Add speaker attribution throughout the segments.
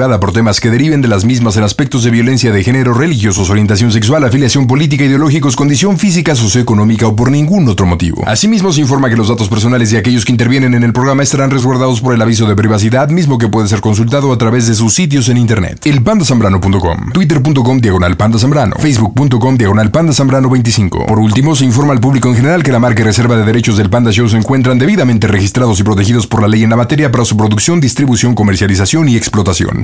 Speaker 1: por temas que deriven de las mismas en aspectos de violencia de género, religiosos, orientación sexual, afiliación política, ideológicos, condición física, socioeconómica o por ningún otro motivo. Asimismo, se informa que los datos personales de aquellos que intervienen en el programa estarán resguardados por el aviso de privacidad, mismo que puede ser consultado a través de sus sitios en internet. Elpandasambrano.com, twitter.com diagonal pandazambrano, facebook.com diagonal pandazambrano 25. Por último, se informa al público en general que la marca y reserva de derechos del Panda Show se encuentran debidamente registrados y protegidos por la ley en la materia para su producción, distribución, comercialización y explotación.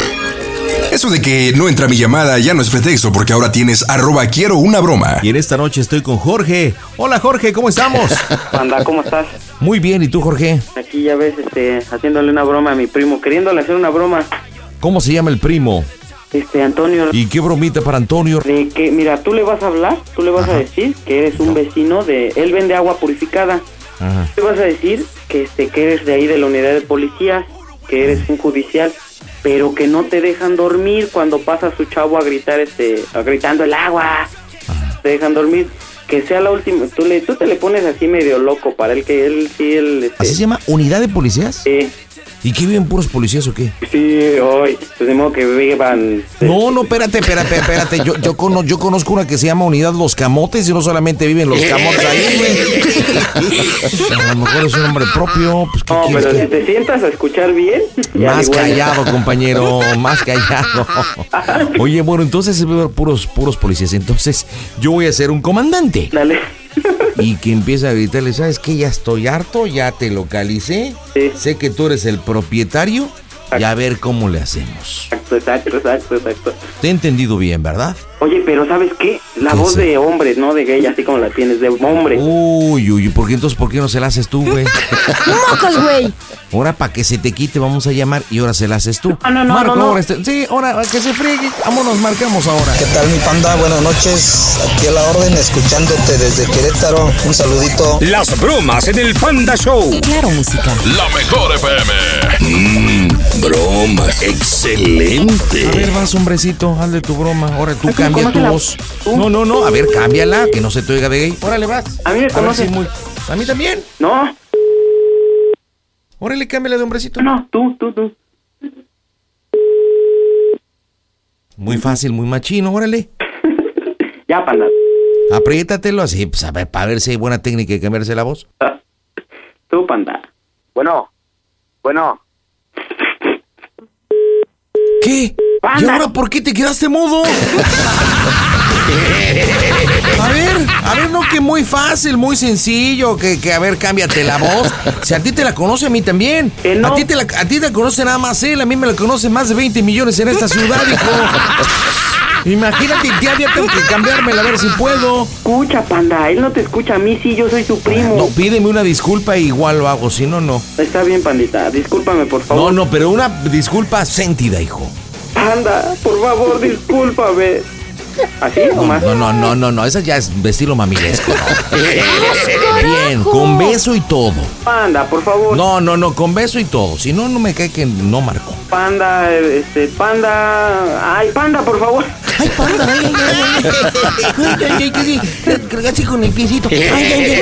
Speaker 1: Eso de que no entra mi llamada ya no es pretexto porque ahora tienes arroba quiero una broma.
Speaker 2: Y en esta noche estoy con Jorge. Hola Jorge, ¿cómo estamos?
Speaker 3: Panda, ¿cómo estás?
Speaker 2: Muy bien, ¿y tú Jorge?
Speaker 3: Aquí ya ves, este, haciéndole una broma a mi primo, queriéndole hacer una broma.
Speaker 2: ¿Cómo se llama el primo?
Speaker 3: Este, Antonio,
Speaker 2: ¿Y qué bromita para Antonio?
Speaker 3: de que, mira, tú le vas a hablar, tú le vas a decir que eres un vecino de, él vende agua purificada.
Speaker 2: Ajá.
Speaker 3: Tú le vas a decir que, este, que eres de ahí de la unidad de policía, que eres un judicial, pero que no te dejan dormir cuando pasa su chavo a gritar, este, a gritando el agua.
Speaker 2: Ah.
Speaker 3: Te dejan dormir. Que sea la última, tú, le, tú te le pones así medio loco para él, que él sí, él, este, eh,
Speaker 2: ¿Así se llama? ¿Unidad de policías?
Speaker 3: sí.
Speaker 2: ¿Y qué viven puros policías o qué?
Speaker 3: Sí, hoy. Pues de modo que vivan.
Speaker 2: No, no, espérate, espérate, espérate. Yo, yo, cono- yo conozco una que se llama Unidad Los Camotes y no solamente viven los camotes ahí, güey. A lo mejor es un nombre propio. Pues, ¿qué
Speaker 3: No,
Speaker 2: quieres
Speaker 3: pero
Speaker 2: que-
Speaker 3: si te sientas a escuchar bien. ya
Speaker 2: Más
Speaker 3: igual.
Speaker 2: callado, compañero, más callado. Oye, bueno, entonces eh, puros, puros policías. Entonces yo voy a ser un comandante
Speaker 3: Dale.
Speaker 2: y que empieza a gritarle, ¿sabes qué? Ya estoy harto, ya te localicé,
Speaker 3: Sí.
Speaker 2: sé que tú eres el propietario y a ver cómo le hacemos.
Speaker 3: Exacto, exacto, exacto, exacto.
Speaker 2: Te he entendido bien, ¿verdad?
Speaker 3: Oye, pero ¿sabes qué? La
Speaker 2: ¿Qué
Speaker 3: voz
Speaker 2: sé?
Speaker 3: de hombre, no de gay, así como la tienes, de hombre.
Speaker 2: Uy, uy, ¿por qué entonces por qué no se la haces tú, güey?
Speaker 4: ¡Mocos, güey!
Speaker 2: Ahora para que se te quite vamos a llamar y ahora se la haces tú.
Speaker 4: Ah, No, no, no,
Speaker 2: Marco,
Speaker 4: no, no.
Speaker 2: ahora este- sí, ahora que se friegue. Vámonos, marcamos ahora.
Speaker 5: ¿Qué tal mi panda? Buenas noches. Aquí a la orden, escuchándote desde Querétaro. Un saludito.
Speaker 6: Las bromas en el Panda Show.
Speaker 7: Claro, música.
Speaker 8: La mejor FM. Mmm, broma.
Speaker 2: A
Speaker 8: Excelente.
Speaker 2: ver, vas, hombrecito, hazle tu broma. Ahora tú
Speaker 3: Ay, ¿cómo
Speaker 2: cambia tu
Speaker 3: que la-
Speaker 2: voz.
Speaker 3: tú?
Speaker 2: No, no, no, a ver, cámbiala, que no se te oiga de gay. Órale, vas.
Speaker 3: A mí me
Speaker 2: ver
Speaker 3: conoces.
Speaker 2: si muy- A mí también.
Speaker 3: No,
Speaker 2: Órale, cámbiala de hombrecito.
Speaker 3: no, tú, tú, tú.
Speaker 2: Muy fácil, muy machino, órale.
Speaker 3: Ya, panda.
Speaker 2: Apriétatelo así, pues, a ver, para ver si hay buena técnica de cambiarse la voz.
Speaker 3: Tú, panda. Bueno, bueno.
Speaker 2: ¿Qué? ¿Y
Speaker 3: Panda.
Speaker 2: ahora por qué te quedaste mudo? A ver, a ver, no, que muy fácil, muy sencillo, que, que a ver, cámbiate la voz. Si a ti te la conoce, a mí también.
Speaker 3: Que no.
Speaker 2: A ti te la, a ti te la conoce nada más él, a mí me la conoce más de 20 millones en esta ciudad, hijo. Imagínate, ya, ya tengo que cambiármela, a ver si puedo.
Speaker 3: Escucha, panda. Él no te escucha a mí, sí, yo soy su primo.
Speaker 2: No, pídeme una disculpa, igual lo hago, si no, no.
Speaker 3: Está bien, pandita. Discúlpame, por
Speaker 2: No,
Speaker 3: favor.
Speaker 2: no, pero una disculpa sentida, hijo.
Speaker 3: Panda, por favor, discúlpame.
Speaker 9: ¿Así o más?
Speaker 2: No, no, no, no, no, esa ya es estilo mamilesco. ¿no? Bien, con beso y todo.
Speaker 9: Panda, por favor.
Speaker 2: No, no, no, con beso y todo. Si no, no me cae que no marco.
Speaker 9: Panda, eh, este, panda. Ay, panda, por favor.
Speaker 3: Ay, panda, ay, ay, ay, ay, ay, ay, ay, ay, cargaste con el piecito. Ay, ay, ay.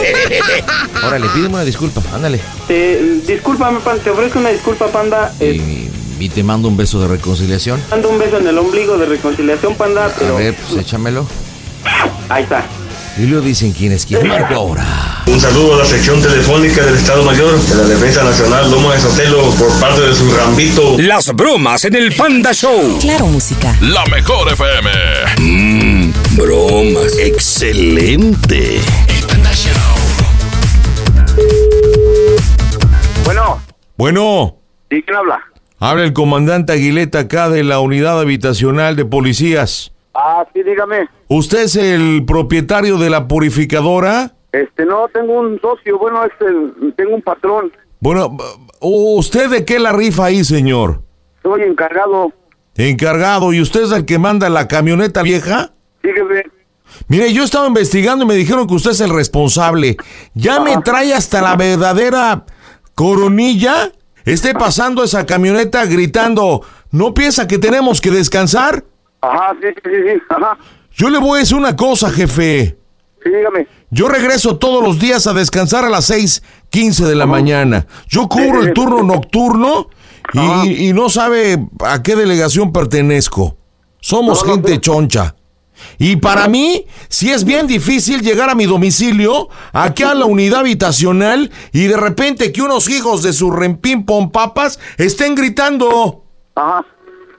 Speaker 2: Órale, pídeme una disculpa, ándale.
Speaker 9: Te, discúlpame, panda, te ofrezco una disculpa, panda. Eh,
Speaker 2: Y, y te mando un beso de reconciliación.
Speaker 9: Mando un beso en el ombligo de reconciliación, panda,
Speaker 2: A
Speaker 9: pero.
Speaker 2: ver, pues échamelo.
Speaker 9: Ahí está.
Speaker 2: Y luego dicen quién es quién. Marco ahora.
Speaker 8: Un saludo a la sección telefónica del Estado Mayor de la Defensa Nacional Loma de Sotelo por parte de su rambito.
Speaker 6: Las bromas en el Panda Show.
Speaker 7: Claro, música.
Speaker 10: La mejor FM. Mmm, bromas. Excelente.
Speaker 9: Bueno,
Speaker 4: Bueno,
Speaker 9: ¿y quién habla?
Speaker 4: habla el comandante Aguileta acá de la unidad habitacional de policías.
Speaker 9: Ah, sí, dígame.
Speaker 4: ¿Usted es el propietario de la purificadora?
Speaker 9: Este, no, tengo un socio, bueno, es el- tengo un patrón.
Speaker 4: Bueno, b- ¿usted de qué la rifa ahí, señor?
Speaker 9: Soy encargado.
Speaker 4: Encargado, ¿y usted es el que manda la camioneta vieja?
Speaker 9: Sígueme.
Speaker 4: Mire, yo estaba investigando y me dijeron que usted es el responsable. Ya me trae hasta la verdadera coronilla. Esté pasando esa camioneta gritando, ¿no piensa que tenemos que descansar?
Speaker 9: Ajá, sí, sí, sí, sí, ajá.
Speaker 4: Yo le voy a decir una cosa, jefe.
Speaker 9: Sí, dígame.
Speaker 4: Yo regreso todos los días a descansar a las 6.15 de la mañana. Yo cubro el turno nocturno y, y no sabe a qué delegación pertenezco. Somos gente choncha. Y para mí, si es bien difícil llegar a mi domicilio, aquí a la unidad habitacional, y de repente que unos hijos de su rempín pompapas estén gritando.
Speaker 9: Ajá.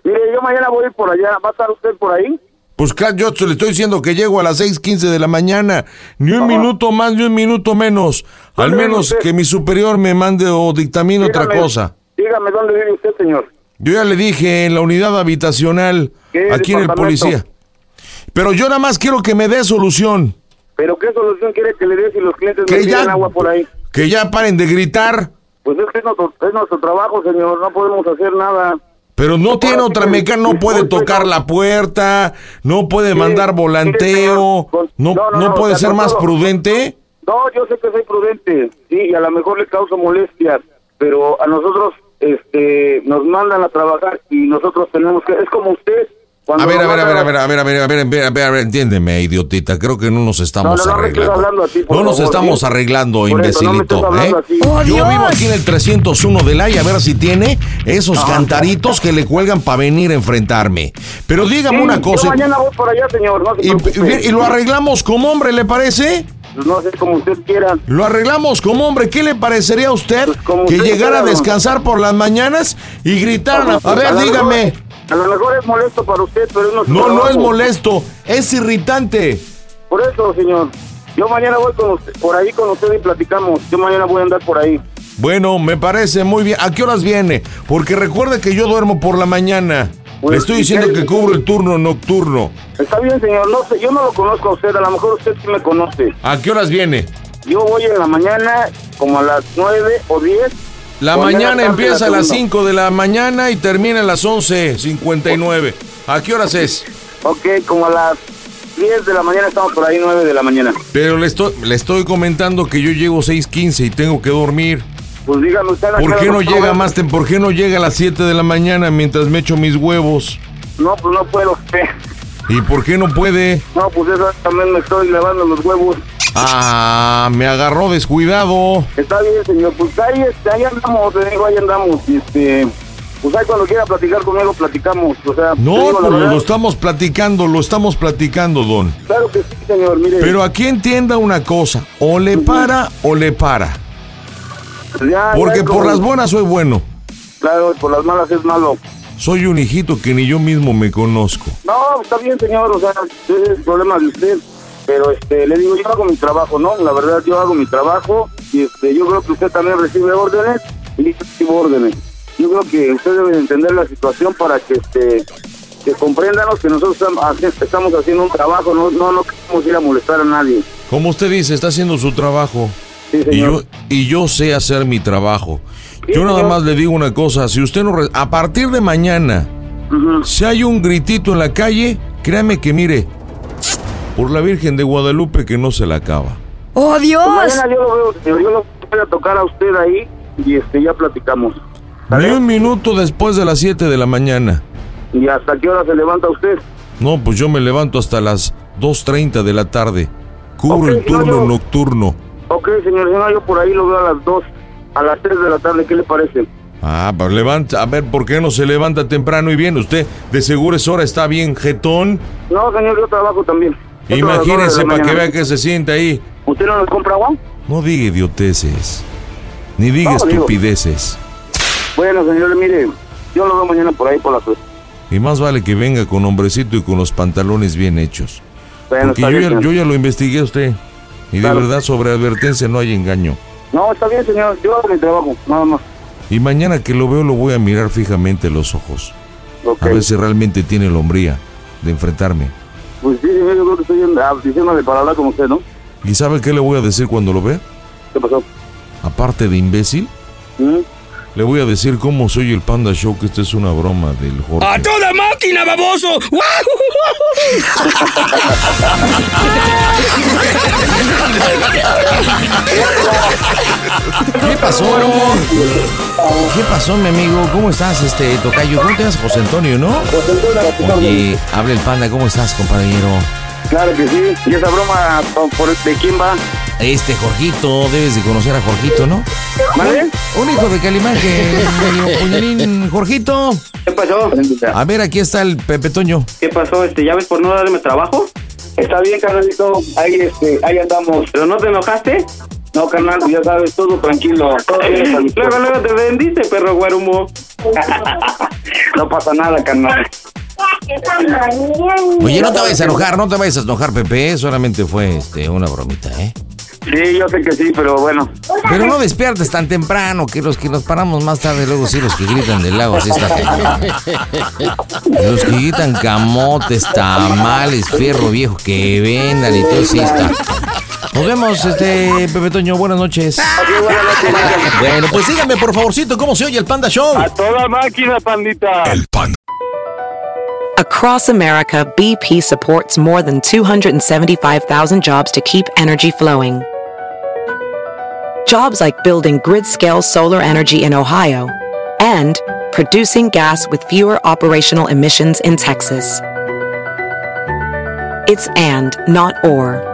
Speaker 9: Mire, yo mañana voy por allá. ¿Va a estar usted por ahí?
Speaker 4: Pues claro, yo te le estoy diciendo que llego a las 6:15 de la mañana, ni un minuto más, ni un minuto menos. Al
Speaker 9: Bueno,
Speaker 4: menos
Speaker 9: usted-
Speaker 4: que mi superior me mande o dictamine otra
Speaker 9: Dígame-
Speaker 4: cosa.
Speaker 9: Dígame dónde vive usted, señor.
Speaker 4: Yo ya le dije en la unidad habitacional,
Speaker 9: ¿Qué
Speaker 4: aquí en el
Speaker 9: departamento?
Speaker 4: policía. Pero yo nada más quiero que me dé solución,
Speaker 9: ¿Pero qué solución quiere que le dé si los clientes me
Speaker 4: Que
Speaker 9: piden
Speaker 4: ya-
Speaker 9: agua por ahí?
Speaker 4: que ya paren de gritar.
Speaker 9: Pues es que es nuestro, es nuestro trabajo, señor. No podemos hacer nada.
Speaker 4: Pero no tiene otra mecánica, no puede tocar la puerta, no puede mandar volanteo,
Speaker 9: con-
Speaker 4: no,
Speaker 9: no, no,
Speaker 4: no
Speaker 9: no,
Speaker 4: puede
Speaker 9: o sea,
Speaker 4: ser
Speaker 9: con
Speaker 4: más
Speaker 9: todo.
Speaker 4: prudente.
Speaker 9: No, yo sé que soy prudente, sí, y a lo mejor le causo molestias, pero a nosotros este, nos mandan a trabajar y nosotros tenemos que... Es como usted. cuando
Speaker 4: A ver, a
Speaker 9: nos
Speaker 4: ver, a ver,
Speaker 9: mandan
Speaker 4: a ver, a ver, a ver, a ver, a ver, a ver, a ver, entiéndeme, idiotita. Creo que no nos
Speaker 9: No,
Speaker 4: estamos
Speaker 9: no, no me estoy
Speaker 4: arreglando.
Speaker 9: hablando a ti, por
Speaker 4: no nos
Speaker 9: favor,
Speaker 4: estamos
Speaker 9: ¿sí?
Speaker 4: arreglando,
Speaker 9: Por eso, no me
Speaker 4: imbecilito.
Speaker 9: estés hablando
Speaker 4: ¿eh?
Speaker 9: así.
Speaker 11: ¡Oh,
Speaker 4: Yo
Speaker 11: Dios!
Speaker 4: vivo aquí en el 301 del AY, a ver si tiene
Speaker 9: Ah,
Speaker 4: esos cantaritos que le cuelgan para venir a enfrentarme. Pero dígame
Speaker 9: Sí,
Speaker 4: una
Speaker 9: yo
Speaker 4: cosa.
Speaker 9: mañana voy por allá, señor, no se
Speaker 4: Y,
Speaker 9: preocupe.
Speaker 4: y- y lo arreglamos como hombre, ¿le parece?
Speaker 9: Pues No sé, como usted quiera.
Speaker 4: Lo arreglamos como hombre. ¿Qué le parecería a usted
Speaker 9: Pues como
Speaker 4: que
Speaker 9: usted
Speaker 4: llegara a
Speaker 9: quiera, don.
Speaker 4: descansar por las mañanas y gritaran? A ver,
Speaker 9: lo
Speaker 4: dígame.
Speaker 9: mejor- a lo mejor es molesto para usted, pero es nuestro
Speaker 4: No, no
Speaker 9: trabajo.
Speaker 4: es molesto, es irritante.
Speaker 9: Por eso, señor. Yo mañana voy con usted, por ahí con usted y platicamos. Yo mañana voy a andar por ahí.
Speaker 4: Bueno, me parece muy bien. ¿A qué horas viene? Porque recuerde que yo duermo por la mañana. Le
Speaker 9: Pues,
Speaker 4: estoy
Speaker 9: ¿y
Speaker 4: diciendo
Speaker 9: qué?
Speaker 4: que cubro el turno nocturno.
Speaker 9: Está bien, señor. No sé, yo no lo conozco a usted. A lo mejor usted sí me conoce.
Speaker 4: ¿A qué horas viene?
Speaker 9: Yo voy en la mañana, como a las nueve o diez.
Speaker 4: La
Speaker 9: O Pues, ya
Speaker 4: mañana
Speaker 9: tarde,
Speaker 4: empieza a
Speaker 9: la
Speaker 4: las
Speaker 9: segunda.
Speaker 4: 5 de la mañana y termina a las 11.59. ¿A qué horas es?
Speaker 9: Ok, como a las diez de la mañana estamos por ahí, nueve de la mañana.
Speaker 4: Pero le estoy, le estoy comentando que yo llego 6.15 y tengo que dormir.
Speaker 9: Pues dígame usted. ¿a
Speaker 4: ¿Por
Speaker 9: hora
Speaker 4: qué no
Speaker 9: nos
Speaker 4: llega
Speaker 9: vamos?
Speaker 4: más? tem- ¿Por qué no llega a las 7 de la mañana mientras me echo mis huevos?
Speaker 9: No, pues no puedo usted.
Speaker 4: ¿Y por qué no puede?
Speaker 9: No, pues eso también me estoy lavando los huevos.
Speaker 4: Ah, me agarró descuidado.
Speaker 9: Está bien, señor. Pues ahí, este, ahí andamos, le digo, ahí andamos. Este, pues ahí cuando quiera platicar conmigo, platicamos. O sea,
Speaker 4: No,
Speaker 9: le digo la
Speaker 4: pues,
Speaker 9: verdad,
Speaker 4: lo estamos platicando, lo estamos platicando, don.
Speaker 9: Claro que sí, señor. Mire,
Speaker 4: Pero aquí entienda una cosa, o le para o le para.
Speaker 9: ya-
Speaker 4: Porque
Speaker 9: ya como-
Speaker 4: por las buenas soy bueno.
Speaker 9: Claro, por las malas es malo.
Speaker 4: Soy un hijito que ni yo mismo me conozco.
Speaker 9: No, está bien, señor. O sea, ese es el problema de usted. Pero este, le digo, yo hago mi trabajo, ¿no? La verdad, yo hago mi trabajo. Y este, yo creo que usted también recibe órdenes. Y yo recibo órdenes. Yo creo que usted debe de entender la situación para que este que compréndanos que nosotros estamos haci- estamos haciendo un trabajo, no, no, no queremos ir a molestar a nadie.
Speaker 4: Como usted dice, está haciendo su trabajo.
Speaker 9: Sí,
Speaker 4: Y yo,
Speaker 9: señor.
Speaker 4: y yo sé hacer mi trabajo. Yo nada
Speaker 9: señor.
Speaker 4: más le digo una cosa, si usted no... re- a partir de mañana,
Speaker 9: Ujú.
Speaker 4: si hay un gritito en la calle, créame que mire, por la Virgen de Guadalupe que no se la acaba.
Speaker 12: ¡Oh, Dios!
Speaker 9: Pues Mañana yo lo veo, yo lo voy a tocar a usted ahí y este, ya platicamos.
Speaker 4: Ni un minuto después de las 7 de la mañana.
Speaker 9: ¿Y hasta qué hora se levanta usted?
Speaker 4: No, pues yo me levanto hasta las 2.30 de la tarde. Cubro
Speaker 9: Ok,
Speaker 4: el turno
Speaker 9: yo- yo-
Speaker 4: nocturno.
Speaker 9: Ok, señor Gena, yo por ahí lo veo a las 2, a las 3 de la tarde, ¿qué le parece?
Speaker 4: Ah, pues levanta, a ver, ¿por qué no se levanta temprano y bien? Usted de seguro es hora, está bien jetón.
Speaker 9: No, señor, yo trabajo también. Yo trabajo a las dos de
Speaker 4: Imagínense
Speaker 9: la
Speaker 4: para que
Speaker 9: mañana.
Speaker 4: vea que se sienta ahí.
Speaker 9: ¿Usted no nos compra agua?
Speaker 4: No diga idioteces, ni diga
Speaker 9: No, digo-
Speaker 4: estupideces.
Speaker 9: Bueno, señor, mire, yo lo veo mañana por ahí por las 3.
Speaker 4: Y más vale que venga con hombrecito y con los pantalones bien hechos.
Speaker 9: Bueno,
Speaker 4: Porque
Speaker 9: está
Speaker 4: yo
Speaker 9: bien,
Speaker 4: ya,
Speaker 9: señor.
Speaker 4: yo ya lo investigué a usted. Y de verdad, sobre advertencia no hay engaño.
Speaker 9: No, está bien, señor, yo hago mi trabajo, nada más.
Speaker 4: Y mañana que lo veo, lo voy a mirar fijamente los ojos. A ver si realmente tiene la hombría de enfrentarme.
Speaker 9: Pues sí, señor, yo creo que estoy en- ah, diciéndole para hablar con usted, ¿no?
Speaker 4: ¿Y sabe qué le voy a decir cuando lo vea?
Speaker 9: ¿Qué pasó?
Speaker 4: Aparte de imbécil,
Speaker 9: ¿Mm?
Speaker 4: le voy a decir cómo soy el Panda Show, que esto es una broma del Jorge.
Speaker 6: ¡A toda máquina, baboso!
Speaker 2: ¿Qué pasó? ¿Qué pasó, mi amigo? ¿Cómo estás, este tocayo? ¿Cómo te llamas? José Antonio, ¿no?
Speaker 9: José Antonio.
Speaker 2: Oye, habla el panda, ¿cómo estás, compañero?
Speaker 9: Claro que sí, y esa broma, ¿por- por- ¿de quién va?
Speaker 2: Este Jorgito, debes de conocer a Jorgito, ¿no?
Speaker 9: ¿Vale?
Speaker 2: Un hijo de Calimán que medio puñalín, Jorgito.
Speaker 13: ¿Qué pasó?
Speaker 2: A ver, aquí está el Pepe Toño.
Speaker 13: ¿Qué pasó? Este, ¿Ya ves por no darme trabajo? Está bien, carnalito. Ahí, este, ahí andamos. ¿Pero no te enojaste? No, carnal, ya sabes, todo tranquilo. luego, luego te vendiste, perro guarumo. no pasa nada, carnal.
Speaker 2: Oye, no te vayas a enojar, no te vayas a enojar, Pepe. ¿eh? Solamente fue este, una bromita, ¿eh?
Speaker 9: Sí, yo sé que sí, pero bueno.
Speaker 2: Pero no despiertes tan temprano, que los que nos paramos más tarde, luego sí, los que gritan del lago, sí está cañón. Los que gritan camotes, tamales, fierro viejo, que vendan y todo, sí está. Nos vemos, este, Pepe Toño, buenas noches. Bueno, pues dígame, por favorcito, ¿cómo se oye el Panda Show?
Speaker 9: A toda máquina, pandita.
Speaker 7: Across America, BP supports more than 275,000 jobs to keep energy flowing. Jobs like building grid scale solar energy in Ohio and producing gas with fewer operational emissions in Texas. It's and, not or.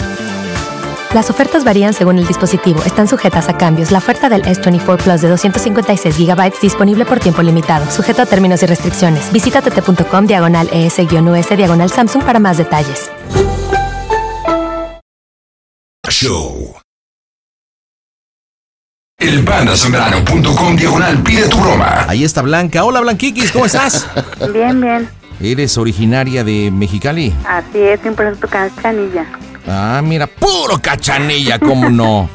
Speaker 14: Las ofertas varían según el dispositivo. Están sujetas a cambios. La oferta del S24 Plus de 256 GB disponible por tiempo limitado. Sujeto a términos y restricciones. Visita tt.com diagonal ES-US diagonal Samsung para más detalles.
Speaker 15: Show. Elbandasembrano.com diagonal pide tu broma.
Speaker 2: Ahí está Blanca. Hola, Blanquiquis, ¿cómo estás?
Speaker 16: Bien, bien.
Speaker 2: Eres originaria de Mexicali.
Speaker 16: Así es, siempre es tu canilla.
Speaker 2: Ah, mira, puro cachanilla, ¿cómo no?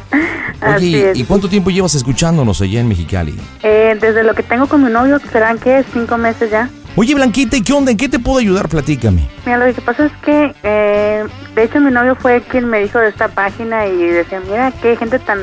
Speaker 16: Así
Speaker 2: Oye,
Speaker 16: es.
Speaker 2: ¿y cuánto tiempo llevas escuchándonos allá en Mexicali?
Speaker 16: Eh, desde lo que tengo con mi novio, que serán que cinco meses ya.
Speaker 2: Oye, Blanquita, ¿y qué onda? ¿En qué te puedo ayudar? Platícame.
Speaker 16: Mira, lo que pasa es que, eh, de hecho, mi novio fue quien me dijo de esta página y decía, mira, qué gente tan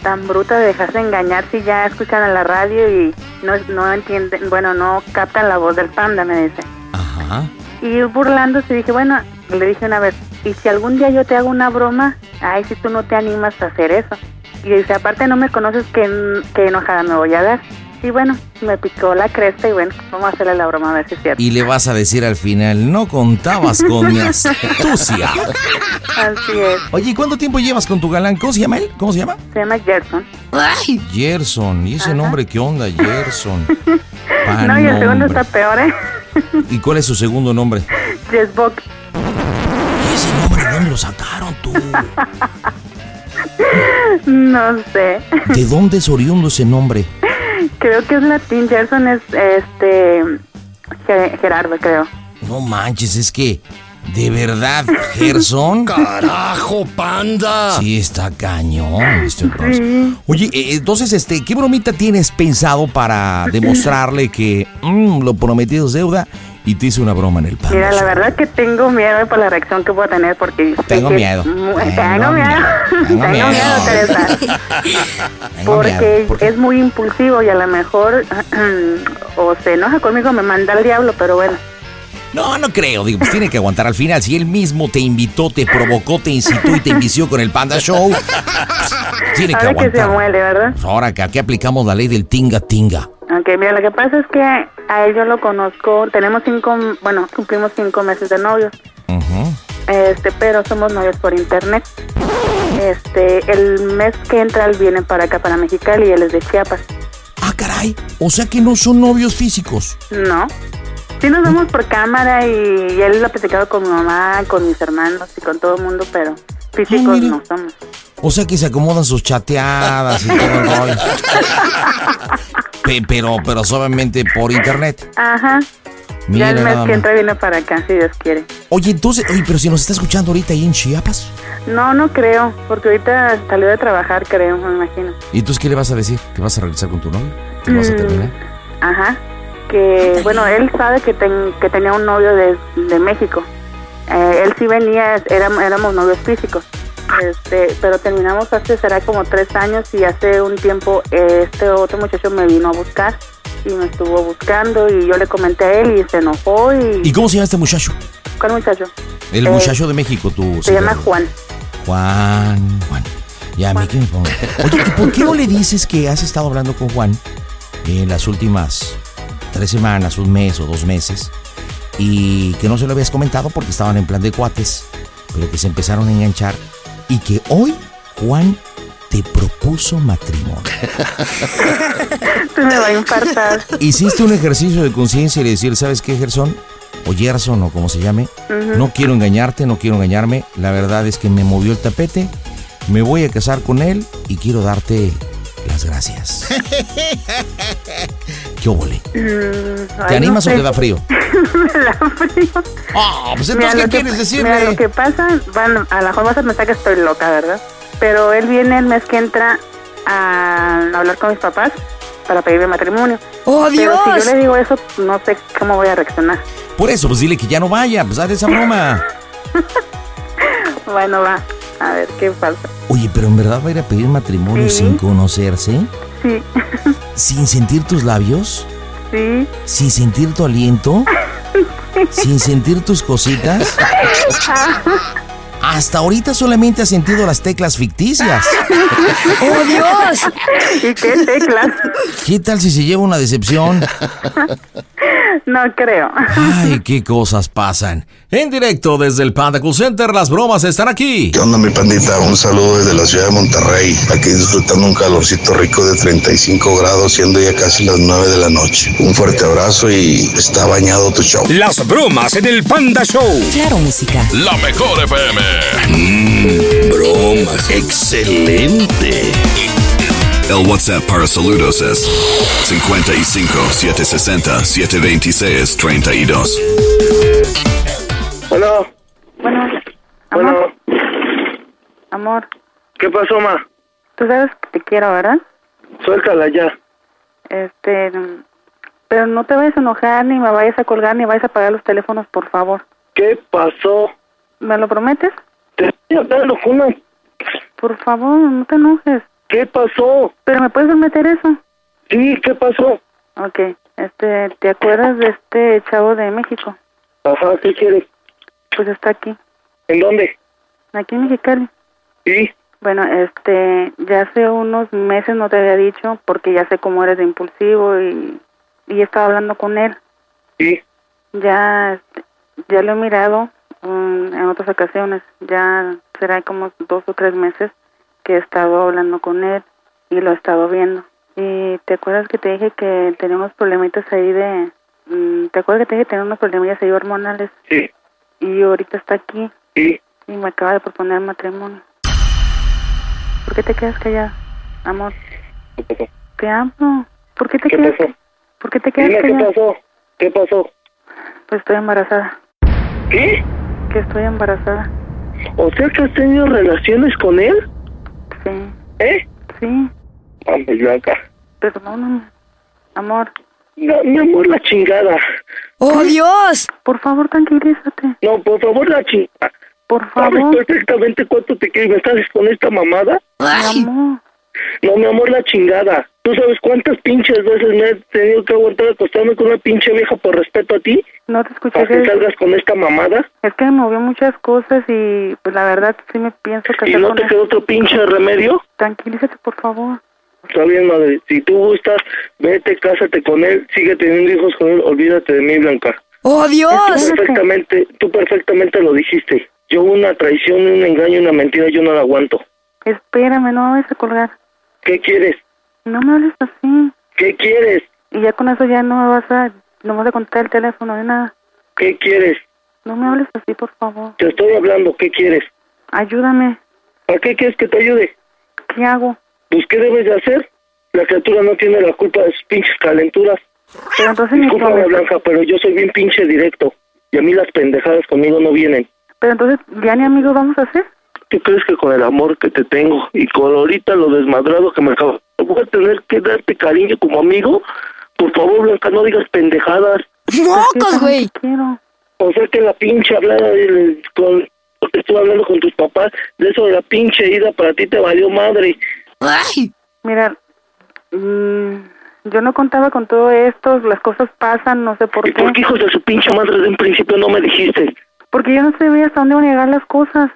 Speaker 16: tan bruta de dejarse engañar si ya escuchan a la radio y no, no entienden, bueno, no captan la voz del panda, me dice.
Speaker 2: Ajá.
Speaker 16: Y burlándose dije, bueno, le dije una vez, ¿y si algún día yo te hago una broma? Ay, si tú no te animas a hacer eso. Y dice, aparte no me conoces, que, que enojada me voy a ver. Y bueno, me picó la cresta y bueno, vamos a hacerle la broma a ver si es cierto.
Speaker 2: Y le vas a decir al final, no contabas con mi astucia.
Speaker 16: Así es.
Speaker 2: Oye, ¿y cuánto tiempo llevas con tu galán? ¿Cómo se llama él? ¿Cómo se llama?
Speaker 16: Se llama Gerson.
Speaker 2: ¡Ay! Gerson. ¿Y ese nombre qué onda? Gerson. Pa'
Speaker 16: no, y el
Speaker 2: nombre.
Speaker 16: segundo está peor, ¿eh?
Speaker 2: ¿Y cuál es su segundo nombre?
Speaker 16: Jessbock.
Speaker 2: Ese nombre no me lo sacaron tú.
Speaker 16: No sé.
Speaker 2: ¿De dónde es oriundo ese nombre?
Speaker 16: Creo que es latín. Gerson es este. Ge- Gerardo, creo.
Speaker 2: No manches, es que. De verdad, Gerson.
Speaker 16: Carajo,
Speaker 2: panda! Sí, está cañón. Mr. Burns. Oye, eh, entonces, este, ¿qué bromita tienes pensado para demostrarle que mm, lo prometido es deuda y te hice una broma en el pan?
Speaker 16: Mira, la verdad que tengo miedo por la reacción que puedo tener porque... sé
Speaker 2: Tengo
Speaker 16: que-
Speaker 2: miedo.
Speaker 16: Mu-
Speaker 2: Tengo
Speaker 16: Tengo miedo.
Speaker 2: Tengo
Speaker 16: Tengo
Speaker 2: miedo.
Speaker 16: miedo, Teresa. Porque es muy impulsivo y a lo mejor o se enoja conmigo o me manda al diablo, pero bueno.
Speaker 2: No, no creo. Digo, pues tiene que aguantar al final. Si él mismo te invitó, te provocó, te incitó y te envició con el Panda Show, pues, tiene que
Speaker 16: Ahora que se
Speaker 2: aguantar.
Speaker 16: muere, ¿verdad?
Speaker 2: Pues Ahora que aquí aplicamos la ley del tinga tinga.
Speaker 16: Aunque mira, lo que pasa es que a él yo lo conozco, tenemos cinco, bueno, cumplimos cinco meses de novios. Este, pero somos novios por internet. Este, el mes que entra él viene para acá, para Mexicali, y él es de Chiapas.
Speaker 2: Ah, caray. O sea que no son novios físicos.
Speaker 16: No. Sí nos vemos por cámara y, y él lo ha platicado con mi mamá, con mis hermanos y con todo el mundo, pero físicos no somos.
Speaker 2: O sea que se acomodan sus chateadas y todo el rollo. Pe- pero, pero solamente por internet.
Speaker 16: Ajá.
Speaker 2: Mira
Speaker 16: ya el mes
Speaker 2: nada
Speaker 16: que
Speaker 2: más.
Speaker 16: entra viene para acá, si Dios quiere.
Speaker 2: Oye, entonces, oye, pero si nos está escuchando ahorita ahí en Chiapas,
Speaker 16: No, no creo, porque ahorita salió de trabajar, creo, me imagino.
Speaker 2: ¿y entonces qué le vas a decir? ¿Que vas a regresar con tu novio? ¿Que vas a
Speaker 16: Mm.
Speaker 2: terminar?
Speaker 16: Ajá. Que, bueno, él sabe que, ten- que tenía un novio de, de México. Eh, él sí venía, éram- éramos novios físicos. Este, pero terminamos hace, será como tres años y hace un tiempo eh, este otro muchacho me vino a buscar y me estuvo buscando y yo le comenté a él y se enojó y...
Speaker 2: ¿Y cómo Uh, se llama este muchacho?
Speaker 16: ¿Cuál muchacho?
Speaker 2: El
Speaker 16: Eh,
Speaker 2: muchacho de México, tú.
Speaker 16: Se llama Juan.
Speaker 2: Juan, Juan. Y a mí que me ponga. Oye, ¿y por qué no le dices que has estado hablando con Juan en las últimas tres semanas, un mes o dos meses? Y que no se lo habías comentado porque estaban en plan de cuates, pero que se empezaron a enganchar. Y que hoy Juan te propuso matrimonio.
Speaker 16: Se me va a infartar.
Speaker 2: Hiciste un ejercicio de conciencia y le decir, ¿sabes qué, Gerson? O Gerson, o como se llame.
Speaker 16: Ujú.
Speaker 2: No quiero engañarte, no quiero engañarme. La verdad es que me movió el tapete. Me voy a casar con él y quiero darte las gracias. ¿Qué óvole? ¿Te animas o te da frío?
Speaker 16: me da frío.
Speaker 2: Ah, pues, entonces, ¿qué quieres decirle?
Speaker 16: lo que pasa, bueno, a lo mejor vas a pensar que estoy loca, ¿verdad? Pero él viene el mes que entra a hablar con mis papás para pedirme matrimonio.
Speaker 17: ¡Oh,
Speaker 16: Pero
Speaker 17: Dios!
Speaker 16: si yo le digo eso, no sé cómo voy a reaccionar.
Speaker 2: Por eso, pues dile que ya no vaya, pues haz esa broma.
Speaker 16: Bueno, va. A ver, ¿qué pasa?
Speaker 2: Oye, pero en verdad va a ir a pedir matrimonio
Speaker 16: Sí.
Speaker 2: sin conocerse,
Speaker 16: Sí,
Speaker 2: sin sentir tus labios,
Speaker 16: sí.
Speaker 2: sin sentir tu aliento, sin sentir tus cositas. Hasta ahorita solamente has sentido las teclas ficticias.
Speaker 17: ¡Oh, Dios!
Speaker 16: ¿Y qué teclas?
Speaker 2: ¿Qué tal si se lleva una decepción?
Speaker 16: No creo.
Speaker 2: Ay, qué cosas pasan. En directo desde el Panda Cool Center, las bromas están aquí.
Speaker 4: ¿Qué onda mi pandita? Un saludo desde la ciudad de Monterrey, aquí disfrutando un calorcito rico de 35 grados, siendo ya casi las 9 de la noche. Un fuerte abrazo y está bañado tu show.
Speaker 6: Las bromas en el Panda Show.
Speaker 18: Claro, música.
Speaker 10: La mejor FM. bromas. Excelente. El WhatsApp para saludos es 55 760 726 32.
Speaker 19: Bueno,
Speaker 16: Amor. Amor,
Speaker 19: ¿qué pasó, ma?
Speaker 16: tú sabes que te quiero, ¿verdad?
Speaker 19: Suéltala ya.
Speaker 16: Este, pero no te vayas a enojar, ni me vayas a colgar, ni vayas a apagar los teléfonos, por favor.
Speaker 19: ¿Qué pasó?
Speaker 16: ¿Me lo prometes?
Speaker 19: Te estoy hablando, Juan.
Speaker 16: Por favor, no te enojes.
Speaker 19: ¿Qué pasó?
Speaker 16: ¿Pero me puedes prometer eso?
Speaker 19: Sí, ¿qué pasó?
Speaker 16: Ok, este, ¿te acuerdas de este chavo de México?
Speaker 19: Ajá, ¿qué quieres?
Speaker 16: Pues está aquí,
Speaker 19: ¿En dónde?
Speaker 16: aquí en Mexicali.
Speaker 19: Sí,
Speaker 11: Bueno, este, ya hace unos meses no te había dicho porque ya sé cómo eres de impulsivo y, y he estado hablando con él.
Speaker 19: Sí.
Speaker 11: Ya, este, ya lo he mirado mm, en otras ocasiones, ya será como dos o tres meses que he estado hablando con él y lo he estado viendo. Y te acuerdas que te dije que tenía unos problemitas ahí de, mm, te acuerdas que te dije que tenía unos problemitas ahí hormonales
Speaker 19: Sí.
Speaker 11: y ahorita está aquí
Speaker 19: Sí.
Speaker 11: y me acaba de proponer matrimonio. ¿Por qué te quedas callada, amor? Te amo. ¿Por qué te
Speaker 19: ¿Qué
Speaker 11: quedas?
Speaker 19: pasó?
Speaker 11: ¿Por qué te quedas
Speaker 19: Dime, ¿qué
Speaker 11: callada?
Speaker 19: pasó? ¿Qué pasó?
Speaker 11: Pues estoy embarazada.
Speaker 19: ¿Qué?
Speaker 11: Que estoy embarazada.
Speaker 19: ¿O sea que has tenido relaciones con él?
Speaker 11: Sí.
Speaker 19: ¿Eh?
Speaker 11: Sí.
Speaker 19: Vamos, Blanca.
Speaker 11: Perdóname, amor.
Speaker 19: No, mi amor, la chingada.
Speaker 20: ¡Oh, Dios!
Speaker 11: Por favor, tranquilízate.
Speaker 19: No, por favor, la chingada.
Speaker 11: Por
Speaker 19: ¿Sabes
Speaker 11: favor.
Speaker 19: perfectamente cuánto te quiero y me estás con esta mamada?
Speaker 11: Mi amor.
Speaker 19: No, mi amor, la chingada. ¿Tú sabes cuántas pinches veces me he tenido que aguantar acostarme con una pinche vieja por respeto a ti?
Speaker 11: No te escuché.
Speaker 19: ¿Para que
Speaker 11: Es,
Speaker 19: salgas con esta mamada?
Speaker 11: es que me movió muchas cosas y pues la verdad sí me pienso
Speaker 19: ¿Y
Speaker 11: casar
Speaker 19: no
Speaker 11: con
Speaker 19: te
Speaker 11: él.
Speaker 19: quedó otro pinche remedio?
Speaker 11: Tranquilízate, por favor.
Speaker 19: Está bien, madre. Si tú gustas, vete, cásate con él, sigue teniendo hijos con él, olvídate de mí, Blanca.
Speaker 20: ¡Oh, Dios!
Speaker 19: Tú perfectamente, tú perfectamente lo dijiste. Yo una traición, un engaño, una mentira, yo no la aguanto.
Speaker 11: Espérame, no me vayas a colgar.
Speaker 19: ¿Qué quieres?
Speaker 11: No me hables así.
Speaker 19: ¿Qué quieres?
Speaker 11: Y ya con eso ya no me vas a... No me vas a contar el teléfono ni nada.
Speaker 19: ¿Qué quieres?
Speaker 11: No me hables así, por favor.
Speaker 19: Te estoy hablando, ¿qué quieres?
Speaker 11: Ayúdame.
Speaker 19: ¿Para qué quieres que te ayude?
Speaker 11: ¿Qué hago?
Speaker 19: Pues, ¿qué debes de hacer? La criatura no tiene la culpa de sus pinches calenturas.
Speaker 11: Pero entonces ni
Speaker 19: Discúlpame, Blanca, pero yo soy bien pinche directo. Y a mí las pendejadas conmigo no vienen.
Speaker 11: Pero entonces ya ni amigos vamos a hacer.
Speaker 19: ¿Tú crees que con el amor que te tengo y con ahorita lo desmadrado que me acabo, voy a tener que darte cariño como amigo? Por favor, Blanca, no digas pendejadas.
Speaker 20: ¡Mocos, güey!
Speaker 11: Quiero.
Speaker 19: O sea Pues que la pinche hablada del- con estuve hablando con tus papás, de eso de la pinche ida para ti te valió madre.
Speaker 11: Mira, mm, yo no contaba con todo esto, las cosas pasan, no sé por
Speaker 19: ¿Y
Speaker 11: qué.
Speaker 19: por qué hijos de su pinche madre desde un principio no me dijiste?
Speaker 11: Porque yo no sabía hasta dónde iban a llegar las cosas.